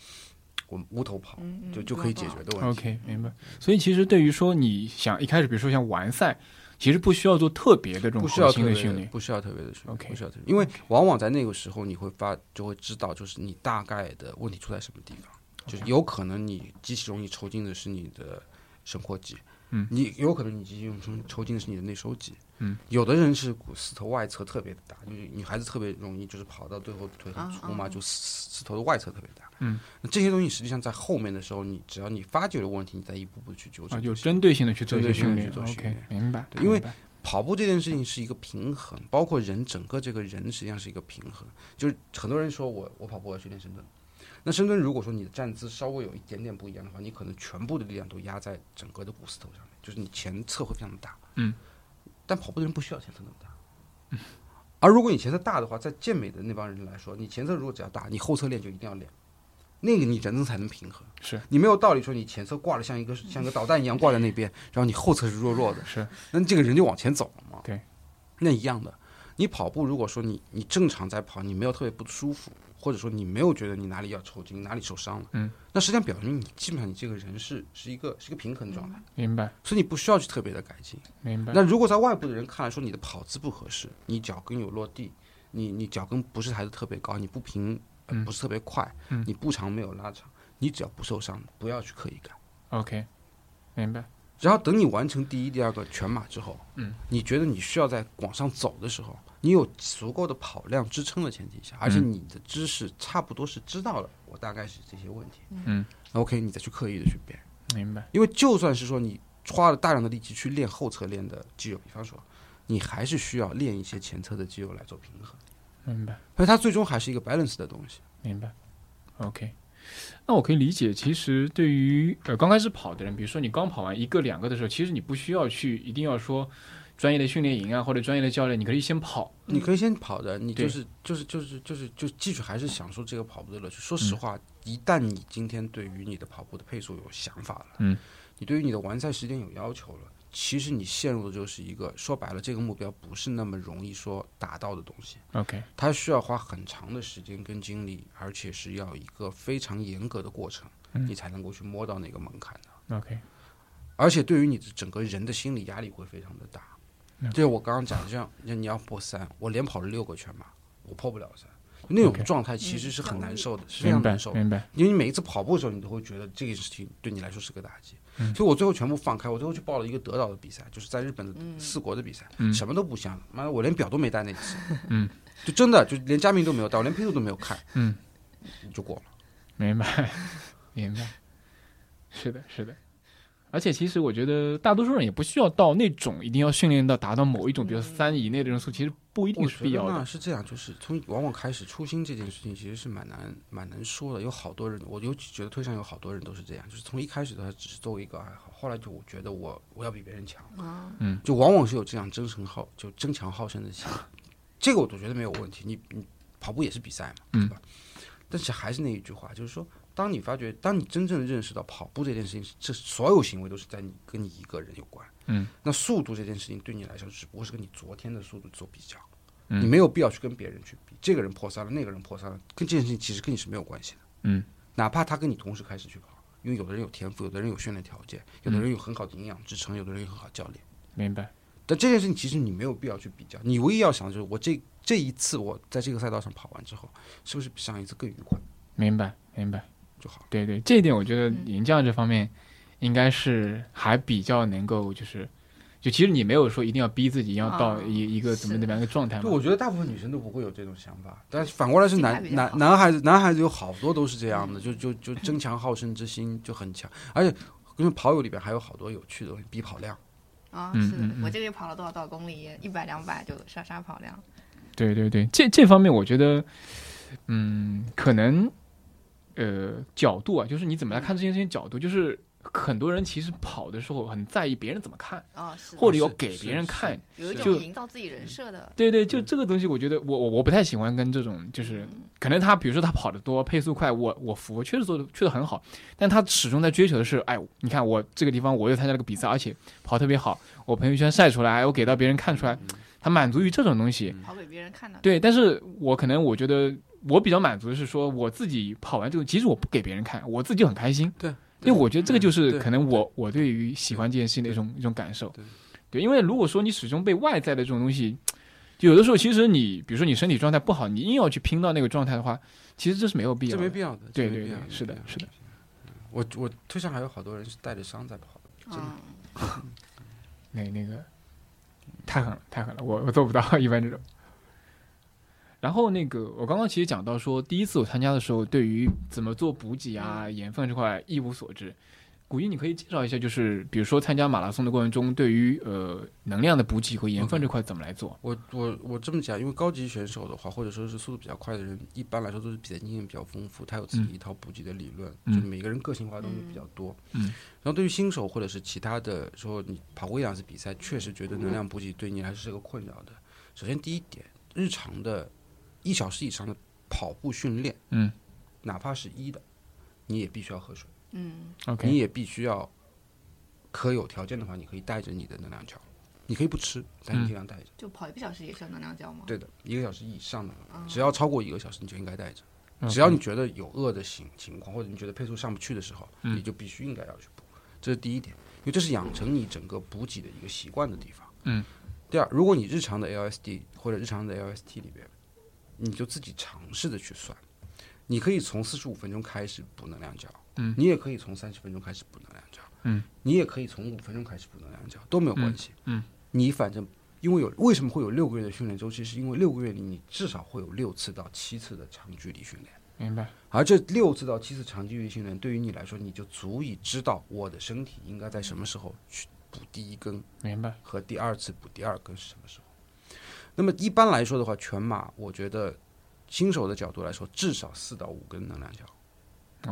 Speaker 3: 我无头跑，
Speaker 2: 嗯嗯
Speaker 3: 就就可以解决的问题。
Speaker 1: OK，明白。所以其实对于说你想一开始，比如说像完赛，其实不需要做特别的这种
Speaker 3: 不需要
Speaker 1: 核
Speaker 3: 特
Speaker 1: 心
Speaker 3: 别
Speaker 1: 的
Speaker 3: 的
Speaker 1: 训练。
Speaker 3: 不需要特别的训练
Speaker 1: OK
Speaker 3: 不需要特别，因为往往在那个时候你会发就会知道，就是你大概的问题出在什么地方，就是有可能你极其容易抽筋的是你的绳阔肌，
Speaker 1: 嗯
Speaker 3: 你有可能你极其容易抽筋的是你的内收肌，
Speaker 1: 嗯，
Speaker 3: 有的人是股四头外侧特别大，女女孩子特别容易就是跑到最后腿很
Speaker 2: 啊
Speaker 3: 粗嘛，
Speaker 2: 啊
Speaker 3: 就四四头的外侧特别大，
Speaker 1: 哦嗯，
Speaker 3: 那这些东西实际上在后面的时候，你只要你发觉了问题，你再一步步去纠
Speaker 1: 啊，
Speaker 3: 正就
Speaker 1: 有
Speaker 3: 行。
Speaker 1: 针对性的去做一些训练。
Speaker 3: 针对性地去做
Speaker 1: OK，明白。
Speaker 3: 对因为
Speaker 1: 明白
Speaker 3: 跑步这件事情是一个平衡，包括人整个这个人实际上是一个平衡。就是很多人说我我跑步我要去练深蹲，那深蹲如果说你的站姿稍微有一点点不一样的话，你可能全部的力量都压在整个的股四头上面，就是你前侧会非常大。
Speaker 1: 嗯，
Speaker 3: 但跑步的人不需要前侧那么大。而如果你前侧大的话，在健美的那帮人来说，你前侧如果只要大，你后侧练就一定要练，那个你人才能平衡。
Speaker 1: 是
Speaker 3: 你没有道理说你前侧挂了像一个像一个导弹一样挂在那边，然后你后侧是弱弱的，
Speaker 1: 是
Speaker 3: 那这个人就往前走了嘛。
Speaker 1: 对，
Speaker 3: 那一样的，你跑步如果说你你正常在跑，你没有特别不舒服，或者说你没有觉得你哪里要抽筋，哪里受伤了，
Speaker 1: 嗯，
Speaker 3: 那实际上表明你基本上你这个人是是一个是一个平衡的状态，
Speaker 1: 明白
Speaker 3: 所以你不需要去特别的改进。
Speaker 1: 明白。
Speaker 3: 那如果在外部的人看来说你的跑姿不合适，你脚跟有落地，你你脚跟不是抬得特别高，你步频、呃
Speaker 1: 嗯
Speaker 3: 不是特别快，
Speaker 1: 嗯
Speaker 3: 你步长没有拉长，你只要不受伤，不要去刻意改。
Speaker 1: OK，明白。
Speaker 3: 然后等你完成第一、第二个全马之后，
Speaker 1: 嗯，
Speaker 3: 你觉得你需要在往上走的时候，你有足够的跑量支撑的前提
Speaker 1: 嗯
Speaker 3: 下，而且你的知识差不多是知道了，我大概是这些问题，
Speaker 1: 嗯
Speaker 3: ，OK，你再去刻意的去变，
Speaker 1: 明白。
Speaker 3: 因为就算是说你花了大量的力气去练后侧练的肌肉，比方说，你还是需要练一些前侧的肌肉来做平衡，
Speaker 1: 明白。
Speaker 3: 所以它最终还是一个 balance 的东西。
Speaker 1: 明白。OK，那我可以理解，其实对于呃刚开始跑的人，比如说你刚跑完一个两个的时候，其实你不需要去一定要说专业的训练营啊，或者专业的教练，你可以先跑。
Speaker 3: 你可以先跑的，你
Speaker 1: 嗯对
Speaker 3: 就是就是就是就是就继续还是享受这个跑步的乐趣。说
Speaker 1: 嗯
Speaker 3: 实话，一旦你今天对于你的跑步的配速有想法了，
Speaker 1: 嗯，
Speaker 3: 你对于你的完赛时间有要求了，其实你陷入的就是一个说白了，这个目标不是那么容易说达到的东西，
Speaker 1: OK，
Speaker 3: 它需要花很长的时间跟精力，而且是要一个非常严格的过程，
Speaker 1: 嗯
Speaker 3: 你才能够去摸到那个门槛的。
Speaker 1: OK，
Speaker 3: 而且对于你的整个人的心理压力会非常的大。
Speaker 1: 嗯
Speaker 3: 就是我刚刚讲的，像像你要破三，我连跑了六个圈嘛，我破不了三，那种
Speaker 1: OK
Speaker 3: 状态其实是很难受的，是非
Speaker 1: 明
Speaker 3: 常
Speaker 1: 白嗯
Speaker 3: 难受，的。
Speaker 1: 明白。
Speaker 3: 因为你每一次跑步的时候，你都会觉得这个事情对你来说是个打击。
Speaker 1: 嗯
Speaker 3: 所以我最后全部放开，我最后去报了一个德岛的比赛，就是在日本的四国的比赛，什么都不像，妈的，我连表都没带那次，
Speaker 1: 嗯，
Speaker 3: 就真的就连加密都没有带，我连配速都没有看，
Speaker 1: 嗯，
Speaker 3: 就过了。
Speaker 1: 明白， [LAUGHS] 明白，是的，是的。而且其实我觉得大多数人也不需要到那种一定要训练到达到某一种，比如三以内的人数，其实不一定
Speaker 3: 我
Speaker 1: 是
Speaker 3: 觉
Speaker 1: 必
Speaker 3: 得
Speaker 1: 要
Speaker 3: 呢
Speaker 1: 的。
Speaker 3: 是这样，就是从往往开始初心这件事情其实是蛮难蛮难说的。有好多人，我尤其觉得推上有好多人都是这样，就是从一开始他只是作为一个爱好，后来就我觉得我我要比别人强，
Speaker 2: 啊，
Speaker 1: 嗯
Speaker 3: 就往往是有这样争强好就争强好胜的心。这个我都觉得没有问题，你你跑步也是比赛嘛，对吧？
Speaker 1: 嗯
Speaker 3: 但是还是那一句话，就是说，当你发觉，当你真正认识到跑步这件事情，这所有行为都是在你跟你一个人有关。
Speaker 1: 嗯，
Speaker 3: 那速度这件事情对你来说，只不过是跟你昨天的速度做比较，
Speaker 1: 嗯
Speaker 3: 你没有必要去跟别人去比，这个人破三了，那个人破三了，跟这件事情其实跟你是没有关系的。
Speaker 1: 嗯，
Speaker 3: 哪怕他跟你同时开始去跑，因为有的人有天赋，有的人有训练条件，有的人有很好的营养支撑，有的人有很好的教练。
Speaker 1: 明白，
Speaker 3: 但这件事情其实你没有必要去比较，你唯一要想的就是我这这一次我在这个赛道上跑完之后，是不是比上一次更愉快
Speaker 1: 明白，明白。
Speaker 3: 就好了。
Speaker 1: 对对，这一点我觉得银匠这方面应该是还比较能够，就是，就其实你没有说一定要逼自己要到
Speaker 2: 啊
Speaker 1: 一一个怎么
Speaker 2: 是
Speaker 1: 怎么样一个状态嘛。
Speaker 3: 对，我觉得大部分女生都不会有这种想法，但是反过来是
Speaker 2: 心态比
Speaker 3: 男
Speaker 2: 较
Speaker 3: 男
Speaker 2: 好
Speaker 3: 男孩子，男孩子有好多都是这样的，就就就争强好胜之心就很强，而且因为跑友里边还有好多有趣的东西，比跑量。
Speaker 2: 啊，
Speaker 1: 嗯
Speaker 2: 是的
Speaker 1: 嗯，
Speaker 2: 我这个月跑了多少多少公里，一百两百就杀杀跑量。
Speaker 1: 对对对，这这方面我觉得，嗯，可能，呃，角度啊，就是你怎么来看这件事情角度，就是很多人其实跑的时候很在意别人怎么看，
Speaker 2: 哦，是的嗯
Speaker 1: 或者要
Speaker 3: 是
Speaker 1: 给
Speaker 3: 是
Speaker 1: 别人
Speaker 3: 是
Speaker 1: 看。
Speaker 2: 有一
Speaker 1: 就
Speaker 2: 种营造自己人设的，
Speaker 1: 对对，就这个东西，我觉得我我我不太喜欢跟这种就是，
Speaker 4: 嗯
Speaker 1: 可能他比如说他跑得多，配速快，我我服，确实做的确实很好，但他始终在追求的是，哎，你看我这个地方我又参加了个比赛，而且跑特别好，我朋友圈晒出来，我
Speaker 2: 嗯
Speaker 3: 嗯
Speaker 1: 给到别人看出来，他满足于这种东西，
Speaker 2: 跑给别人看的。
Speaker 1: 对，但是我可能我觉得我比较满足的是说，我自己跑完之后，即使我不给别人看，我自己就很开心。
Speaker 3: 对，
Speaker 1: 因为我觉得这个就
Speaker 3: 嗯
Speaker 1: 是
Speaker 3: 对
Speaker 1: 可能我我对于喜欢这件事情的一种一种感受
Speaker 3: 对。
Speaker 1: 对，因为如果说你始终被外在的这种东西，就有的时候其实你，比如说你身体状态不好，你硬要去拼到那个状态的话，其实这是没有必要
Speaker 3: 这
Speaker 1: 的。
Speaker 3: 没必要的，
Speaker 1: 对
Speaker 3: 这没
Speaker 1: 对
Speaker 3: 必
Speaker 1: 对
Speaker 3: 要，
Speaker 1: 是的
Speaker 3: 没必要
Speaker 1: 是的。
Speaker 3: 我我推上还有好多人是带着伤在跑的，真的
Speaker 2: 嗯，
Speaker 1: 那那个太狠了，太狠了，我我做不到 [LAUGHS] 一般这种。然后那个，我刚刚其实讲到说，第一次我参加的时候，对于怎么做补给啊、盐分这块一无所知。古一，你可以介绍一下，就是比如说参加马拉松的过程中，对于呃能量的补给和盐分这块怎么来做？
Speaker 3: 我我我这么讲，因为高级选手的话，或者说是速度比较快的人，一般来说都是比赛经验比较丰富，他有自己一套补给的理论，
Speaker 1: 嗯
Speaker 3: 就是每个人个性化的东西比较多。
Speaker 1: 嗯
Speaker 3: 然后对于新手或者是其他的说，你跑过一两次比赛，确实觉得能量补给对你来说是个困扰的。首先第一点，日常的一小时以上的跑步训练，
Speaker 1: 嗯，
Speaker 3: 哪怕是一的，你也必须要喝水，
Speaker 2: 嗯，
Speaker 1: ，OK，
Speaker 3: 你也必须要，可有条件的话，你可以带着你的能量胶，你可以不吃，但
Speaker 1: 嗯
Speaker 3: 你尽量带着。
Speaker 2: 就跑一个小时也是有能量胶吗？
Speaker 3: 对的，一个小时以上的，
Speaker 2: 嗯，
Speaker 3: 只要超过一个小时，你就应该带着。
Speaker 1: OK
Speaker 3: 只要你觉得有饿的情情况，或者你觉得配速上不去的时候，
Speaker 1: 嗯
Speaker 3: 你就必须应该要去补，这是第一点，因为这是养成你整个补给的一个习惯的地方。
Speaker 1: 嗯。
Speaker 3: 第二，如果你日常的 LSD 或者日常的 LST 里边，你就自己尝试着去算，你可以从四十五分钟开始补能量胶，
Speaker 1: 嗯，
Speaker 3: 你也可以从三十分钟开始补能量胶，
Speaker 1: 嗯，
Speaker 3: 你也可以从五分钟开始补能量胶，都没有关系，
Speaker 1: 嗯
Speaker 3: 你反正因为有为什么会有六个月的训练周期，是因为六个月里你至少会有六次到七次的长距离训练，
Speaker 1: 明白。
Speaker 3: 而这六次到七次长距离训练对于你来说，你就足以知道我的身体应该在什么时候去补第一根
Speaker 1: 明白，
Speaker 3: 和第二次补第二根是什么时候。那么一般来说的话，全马我觉得新手的角度来说，至少四到五根能量胶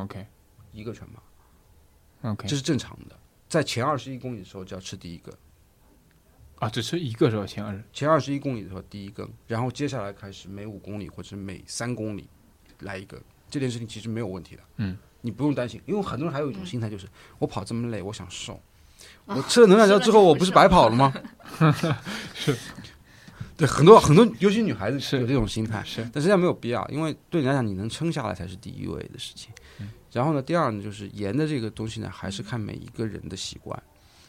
Speaker 1: OK
Speaker 3: 一个全马，
Speaker 1: OK，
Speaker 3: 这是正常的。在前二十一公里的时候就要吃第一根，
Speaker 1: 啊，只吃一个是吧？前二十
Speaker 3: 前二十一公里的时候第一根，然后接下来开始每五公里或者每三公里来一根，这件事情其实没有问题的。
Speaker 1: 嗯，
Speaker 3: 你不用担心，因为很多人还有一种心态就是，我跑这么累，我想瘦，
Speaker 1: 啊
Speaker 3: 我吃了能量胶之后，我不是白跑了
Speaker 1: [LAUGHS]
Speaker 3: 吗？ [LAUGHS] 是，对，很多很多，尤其女孩子
Speaker 1: 是
Speaker 3: 有这种心态，
Speaker 1: 是
Speaker 3: 但实际上没有必要，因为对你来讲，你能撑下来才是第一位的事情。
Speaker 1: 嗯
Speaker 3: 然后呢，第二呢，就是盐的这个东西呢，还是看每一个人的习惯。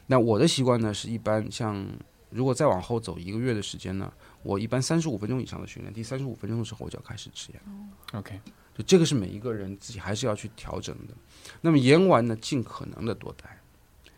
Speaker 3: 那我的习惯呢，是一般像如果再往后走一个月的时间呢，我一般三十五分钟以上的训练，第三十五分钟的时候我就要开始吃盐。
Speaker 1: OK
Speaker 3: 就这个是每一个人自己还是要去调整的。那么盐丸呢，尽可能的多带，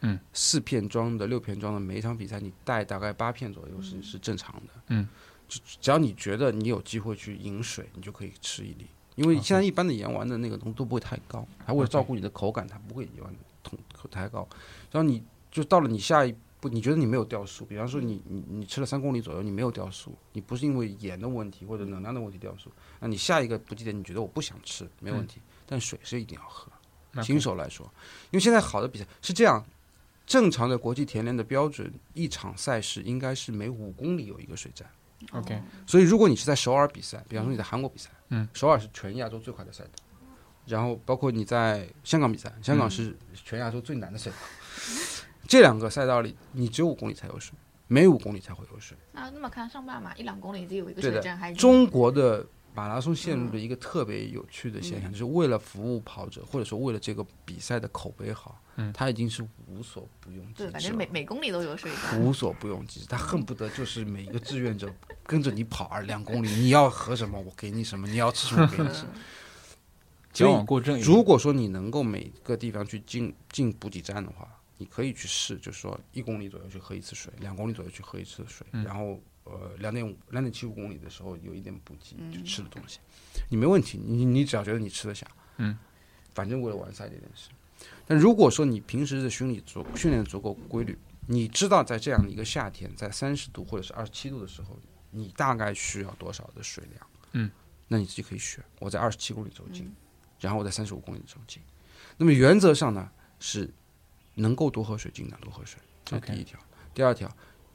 Speaker 1: 嗯，
Speaker 3: 四片装的、六片装的，每一场比赛你带大概八片左右是、是正常的，
Speaker 1: 嗯，
Speaker 3: 只只要你觉得你有机会去饮水，你就可以吃一粒，因为现在一般的盐丸的那个浓度不会太高，它为了照顾你的口感，它不会盐丸通太高，然后你就到了你下一。步，你觉得你没有掉速，比方说你你你吃了三公里左右，你没有掉速，你不是因为盐的问题或者能量的问题掉速，那你下一个补给点，你觉得我不想吃，没问题，但水是一定要喝。
Speaker 1: OK
Speaker 3: 新手来说，因为现在好的比赛是这样，正常的国际田联的标准，一场赛事应该是每五公里有一个水站。
Speaker 4: 哦
Speaker 1: OK
Speaker 3: 所以如果你是在首尔比赛，比方说你在韩国比赛，
Speaker 1: 嗯，
Speaker 3: 首尔是全亚洲最快的赛道，然后包括你在香港比赛，香
Speaker 1: 嗯
Speaker 3: 港是全亚洲最难的赛道。这两个赛道里，你只有五公里才有水，每五公里才会有水。
Speaker 4: 那那么看上半马一两公里就有一个
Speaker 3: 对
Speaker 4: 水
Speaker 3: 的
Speaker 4: 站，还
Speaker 3: 中国的马拉松陷入了一个特别有趣的现象，
Speaker 1: 嗯
Speaker 3: 就是为了服务跑者，或者说为了这个比赛的口碑好，
Speaker 1: 嗯
Speaker 3: 他已经是无所不用其
Speaker 4: 对，反
Speaker 3: 极
Speaker 4: 正
Speaker 3: 了
Speaker 4: 每。每公里都有水
Speaker 3: [LAUGHS]
Speaker 4: 站。
Speaker 3: 无所不用其极，他恨不得就是每一个志愿者跟着你跑二两公里，你要喝什么我给你什么，你要吃什么我给你什么。
Speaker 1: 矫枉过正也
Speaker 3: 如果说你能够每个地方去进进补给站的话，你可以去试，就是说一公里左右去喝一次水，两公里左右去喝一次水，
Speaker 1: 嗯
Speaker 3: 然后呃两点五两点七五公里的时候有一点补给，
Speaker 1: 嗯
Speaker 3: 就吃的东西，你没问题，你你只要觉得你吃得下，
Speaker 1: 嗯，
Speaker 3: 反正为了完赛这件事。但如果说你平时的训练足训练足够规律，你知道在这样一个夏天，在三十度或者是二十七度的时候，你大概需要多少的水量，
Speaker 1: 嗯，
Speaker 3: 那你自己可以选，我在二十七公里走
Speaker 2: 嗯
Speaker 3: 进。然后我在三十五公里的时候进。那么原则上呢是能够多喝水尽量多喝水，这是
Speaker 1: OK
Speaker 3: 第一条。第二条，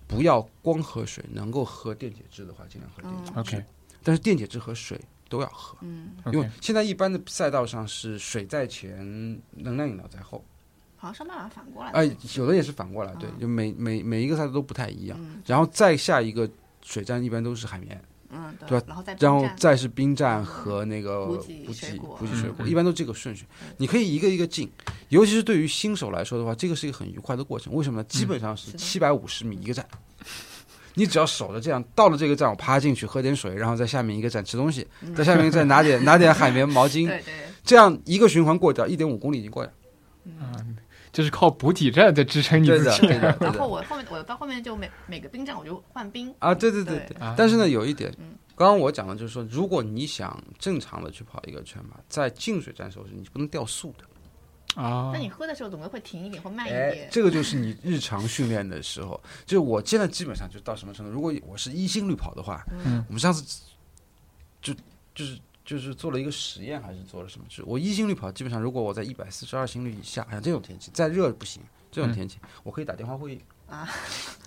Speaker 3: 不要光喝水，能够喝电解质的话，尽量喝电解质。
Speaker 1: OK
Speaker 3: 但是电解质和水都要喝，
Speaker 2: 哦嗯，
Speaker 3: 因为
Speaker 1: OK
Speaker 3: 现在一般的赛道上是水在前，能量饮料在后。
Speaker 4: 好像上半马反
Speaker 2: 啊
Speaker 4: 过来的，
Speaker 3: 哎，有的也是反过来，对，就每每每一个赛道都不太一样。
Speaker 2: 嗯
Speaker 3: 然后再下一个水站一般都是海绵，
Speaker 4: 嗯，对
Speaker 3: 对吧
Speaker 4: 然后再
Speaker 3: 然后
Speaker 4: 备战
Speaker 3: 再是冰战和那个
Speaker 4: 补
Speaker 3: 补
Speaker 4: 给
Speaker 3: 给
Speaker 4: 水果
Speaker 3: 补给水果，
Speaker 1: 嗯
Speaker 3: 一般都这个顺序。你可以一个一个进，尤其是对于新手来说的话，这个是一个很愉快的过程。为什么呢？
Speaker 1: 嗯
Speaker 3: 基本上是
Speaker 4: 是的
Speaker 3: 七百五十米一个站，你只要守着这样，到了这个站我趴进去喝点水，然后在下面一个站吃东西，在下面一个站拿点
Speaker 4: [LAUGHS]
Speaker 3: 拿点海绵毛巾，
Speaker 4: 嗯对
Speaker 3: [LAUGHS]
Speaker 4: 对，
Speaker 3: 这样一个循环过掉，一点五公里已经过掉了。
Speaker 1: 就是靠补给站在支撑你
Speaker 3: 对
Speaker 1: 自
Speaker 3: 的，
Speaker 1: 己。
Speaker 3: 对的，
Speaker 4: [LAUGHS]
Speaker 3: 对
Speaker 4: 然
Speaker 3: 的
Speaker 4: 后。我后面我到后面就每每个兵站我就换兵，
Speaker 3: 啊，对对对
Speaker 4: 对
Speaker 3: 对
Speaker 1: 啊。
Speaker 3: 但是呢，有一点
Speaker 4: 嗯，
Speaker 3: 刚刚我讲的就是说，如果你想正常的去跑一个圈吧，在进水站的时候是你不能掉速的。
Speaker 1: 啊
Speaker 4: 那，你喝的时候总归会停一点或慢一
Speaker 3: 哎
Speaker 4: 点，，
Speaker 3: 这个就是你日常训练的时候。就是我现在基本上就到什么程度？如果我是一心率跑的话，
Speaker 1: 嗯
Speaker 3: 我们上次就就是就是做了一个实验，还是做了什么？就是我一心率跑，基本上如果我在一百四十二心率以下，像这种天气，再热不行，这
Speaker 1: 嗯
Speaker 3: 种天气、我可以打电话会议
Speaker 4: 啊，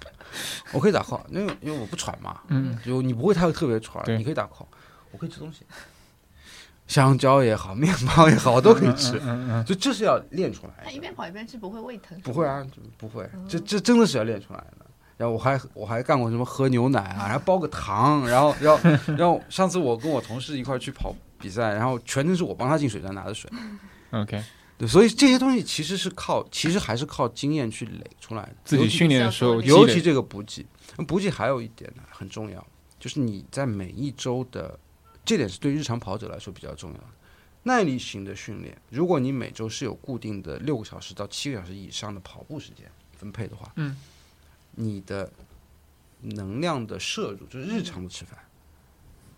Speaker 3: [LAUGHS] 我可以打 call，因为因为我不喘嘛，
Speaker 1: 嗯，
Speaker 3: 就你不会太特别喘，
Speaker 1: 对
Speaker 3: 你可以打 call，我可以吃东西。香蕉也好，面包也好，我都可以
Speaker 1: 嗯
Speaker 3: 吃，就这是要练出来
Speaker 4: 他
Speaker 3: 的
Speaker 4: 一。边跑一边吃不会胃疼，
Speaker 3: 不会，啊，就不会，这这真的是要练出来的。然后我还我还干过什么喝牛奶啊，然后包个糖，然后然后然后上次我跟我同事一块儿去跑比赛，然后全程是我帮他进水站拿的水。
Speaker 1: 嗯 OK，
Speaker 3: 对，所以这些东西其实是靠，其实还是靠经验去累出来的。
Speaker 1: 自己训练的时候积累，
Speaker 3: 尤其这个补给，补给还有一点呢很重要，就是你在每一周的，这点是对日常跑者来说比较重要的。耐力型的训练，如果你每周是有固定的六个小时到七个小时以上的跑步时间分配的话，
Speaker 1: 嗯，
Speaker 3: 你的能量的摄入，就是日常的吃饭，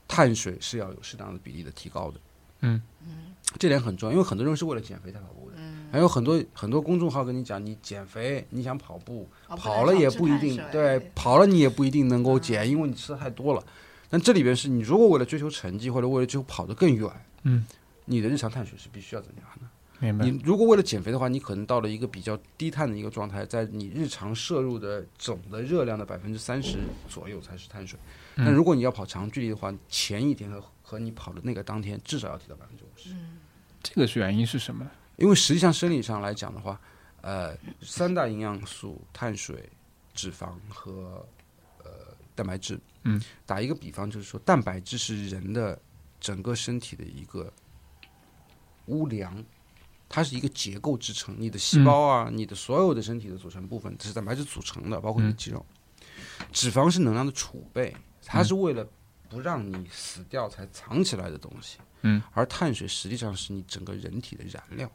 Speaker 3: 碳水是要有适当的比例的提高的，
Speaker 1: 嗯
Speaker 3: 这点很重要，因为很多人是为了减肥才跑步的，还有很多很多公众号跟你讲，你减肥，你想跑步，
Speaker 4: 哦
Speaker 3: 跑了也啊不一定，对，嗯跑了你也不一定能够减，因为你吃的太多了。但这里边是你如果为了追求成绩，或者为了追求跑得更远，
Speaker 1: 嗯，
Speaker 3: 你的日常碳水是必须要增加的。
Speaker 1: 明白
Speaker 3: 你如果为了减肥的话，你可能到了一个比较低碳的一个状态，在你日常摄入的总的热量的百分之三十左右才是碳水。
Speaker 1: 嗯
Speaker 3: 但如果你要跑长距离的话，前一天和和你跑的那个当天至少要提到百分之五十，
Speaker 1: 这个是原因是什么？
Speaker 3: 因为实际上生理上来讲的话，呃，三大营养素碳水、脂肪和呃蛋白质，
Speaker 1: 嗯，
Speaker 3: 打一个比方就是说，蛋白质是人的整个身体的一个屋梁，它是一个结构支撑，你的细胞啊，
Speaker 1: 嗯
Speaker 3: 你的所有的身体的组成部分，这是蛋白质组成的，包括你的肌肉。脂肪是能量的储备，它是为了不让你死掉才藏起来的东西。
Speaker 1: 嗯，
Speaker 3: 而碳水实际上是你整个人体的燃料。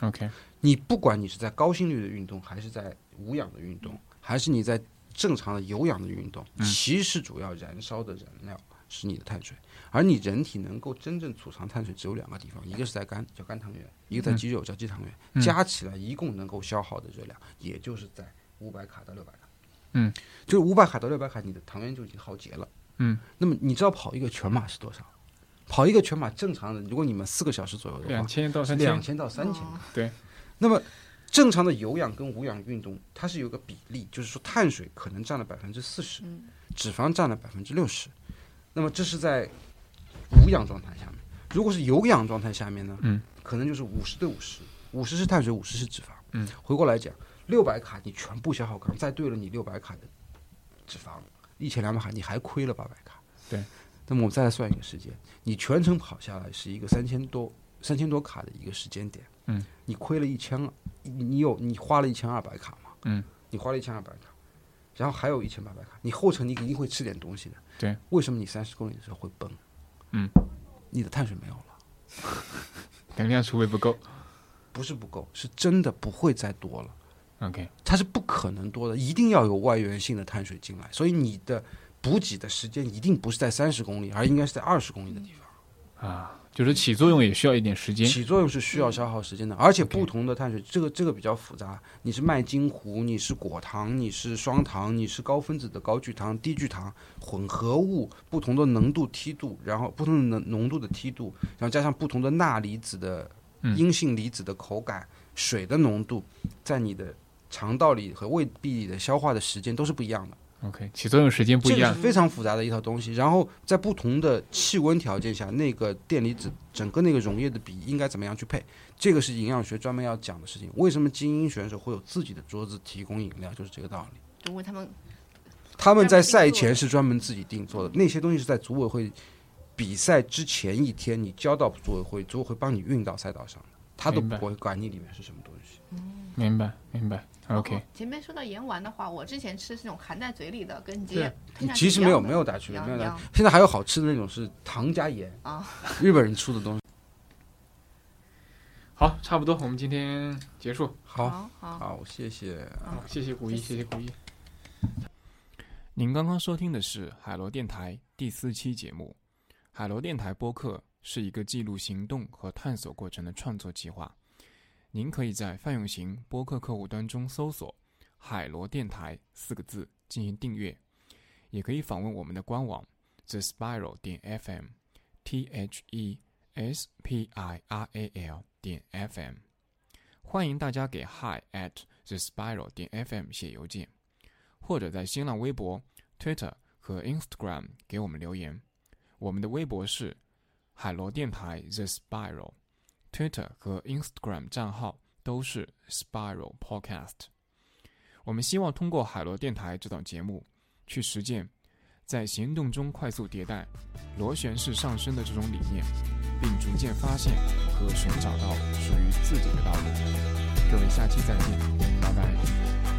Speaker 1: OK，
Speaker 3: 你不管你是在高心率的运动，还是在无氧的运
Speaker 1: 嗯
Speaker 3: 动，还是你在正常的有氧的运动，其实主要燃烧的燃料是你的碳水。而你人体能够真正储藏碳水只有两个地方，一个是在肝，叫肝糖原；
Speaker 1: 嗯
Speaker 3: 一个在肌肉，叫肌糖原。加起来一共能够消耗的热量，也就是在五百卡到六百卡。
Speaker 1: 嗯，
Speaker 3: 就是五百卡到六百卡，你的糖原就已经耗竭了。
Speaker 1: 嗯，
Speaker 3: 那么你知道跑一个全马是多少？跑一个全马正常的，如果你们四个小时左右的话，
Speaker 1: 两千到三
Speaker 3: 两
Speaker 1: 千，
Speaker 3: 千到三千、
Speaker 1: 对。
Speaker 3: 那么正常的有氧跟无氧运动，它是有个比例，就是说碳水可能占了百分之四十，脂肪占了百分之六十。那么这是在无氧状态下面，如果是有氧状态下面呢，
Speaker 1: 嗯，
Speaker 3: 可能就是五十对五十，五十是碳水，五十是脂肪。
Speaker 1: 嗯，
Speaker 3: 回过来讲，六百卡你全部消耗光，再对了你六百卡的脂肪，一千两百卡你还亏了八百卡。
Speaker 1: 对。
Speaker 3: 那么我们再来算一个时间，你全程跑下来是一个三千多三千多卡的一个时间点，
Speaker 1: 嗯，
Speaker 3: 你亏了一千，你你有你花了一千二百卡嘛，
Speaker 1: 嗯，
Speaker 3: 你花了一千二百卡，然后还有一千八百卡，你后程你肯定会吃点东西的，
Speaker 1: 对，
Speaker 3: 为什么你三十公里的时候会崩？
Speaker 1: 嗯，
Speaker 3: 你的碳水没有了，
Speaker 1: 能量储备不够。
Speaker 3: 不是不够，是真的不会再多了，
Speaker 1: OK，
Speaker 3: 它是不可能多的，一定要有外源性的碳水进来，所以你的补给的时间一定不是在三十公里，而应该是在二十公里的地方。
Speaker 1: 啊就是起作用也需要一点时间。嗯
Speaker 3: 起作用是需要消耗时间的，而且不同的碳水，这个这个比较复杂。你是麦精糊，你是果糖，你是双糖，你是高分子的高聚糖、低聚糖混合物，不同的浓度梯度，然后不同的浓浓度的梯度，然后加上不同的钠离子的
Speaker 1: 嗯
Speaker 3: 阴性离子的口感、水的浓度，在你的肠道里和胃壁里的消化的时间都是不一样的。
Speaker 1: OK，起作用时间不
Speaker 3: 这
Speaker 1: 一
Speaker 3: 个是
Speaker 1: 样。
Speaker 3: 非常复杂的一套东西。然后在不同的气温条件下，那个电离子整个那个溶液的比应该怎么样去配，这个是营养学专门要讲的事
Speaker 1: 嗯
Speaker 3: 情。为什么精英选手会有自己的桌子提供饮料，就是这个道理。
Speaker 4: 因为他们
Speaker 3: 他们在
Speaker 4: 专门定
Speaker 3: 赛
Speaker 4: 做的
Speaker 3: 前是专门自己定做的，那些东西是在组委会比赛之前一天你交到组委会，组委会帮你运到赛道上的，他都
Speaker 1: 明白
Speaker 3: 不会管你里面是什么东西。
Speaker 1: 明白明白，OK，
Speaker 4: 哦前面说到盐丸的话，我之前吃是那种含在嘴里的，跟
Speaker 1: 对
Speaker 4: 接看上去
Speaker 3: 其实没有
Speaker 4: 一样的
Speaker 3: 没有打区
Speaker 4: 一
Speaker 3: 别，
Speaker 4: 样
Speaker 3: 没有
Speaker 4: 一
Speaker 3: 打
Speaker 4: 样。
Speaker 3: 现在还有好吃的那种是糖加盐
Speaker 4: 啊，
Speaker 3: 日本人出的东西。
Speaker 1: 好，差不多，我们今天结束，
Speaker 3: 好，
Speaker 4: 好好，
Speaker 3: 好，谢谢。
Speaker 1: 好，谢谢古一，谢谢古一。
Speaker 5: 您刚刚收听的是海螺电台第四期节目。海螺电台播客是一个记录行动和探索过程的创作计划。您可以在泛用型播客客户端中搜索“海螺电台”四个字进行订阅，也可以访问我们的官网 the spiral 点 fm t h e s p i r a l 点 fm。欢迎大家给 hi at the spiral 点 fm 写邮件。或者在新浪微博、Twitter 和 Instagram 给我们留言。我们的微博是海螺电台 The Spiral，Twitter 和 Instagram 账号都是 Spiral Podcast。我们希望通过海螺电台这档节目，去实践在行动中快速迭代、螺旋式上升的这种理念，并逐渐发现和寻找到属于自己的道路。各位，下期再见，拜拜。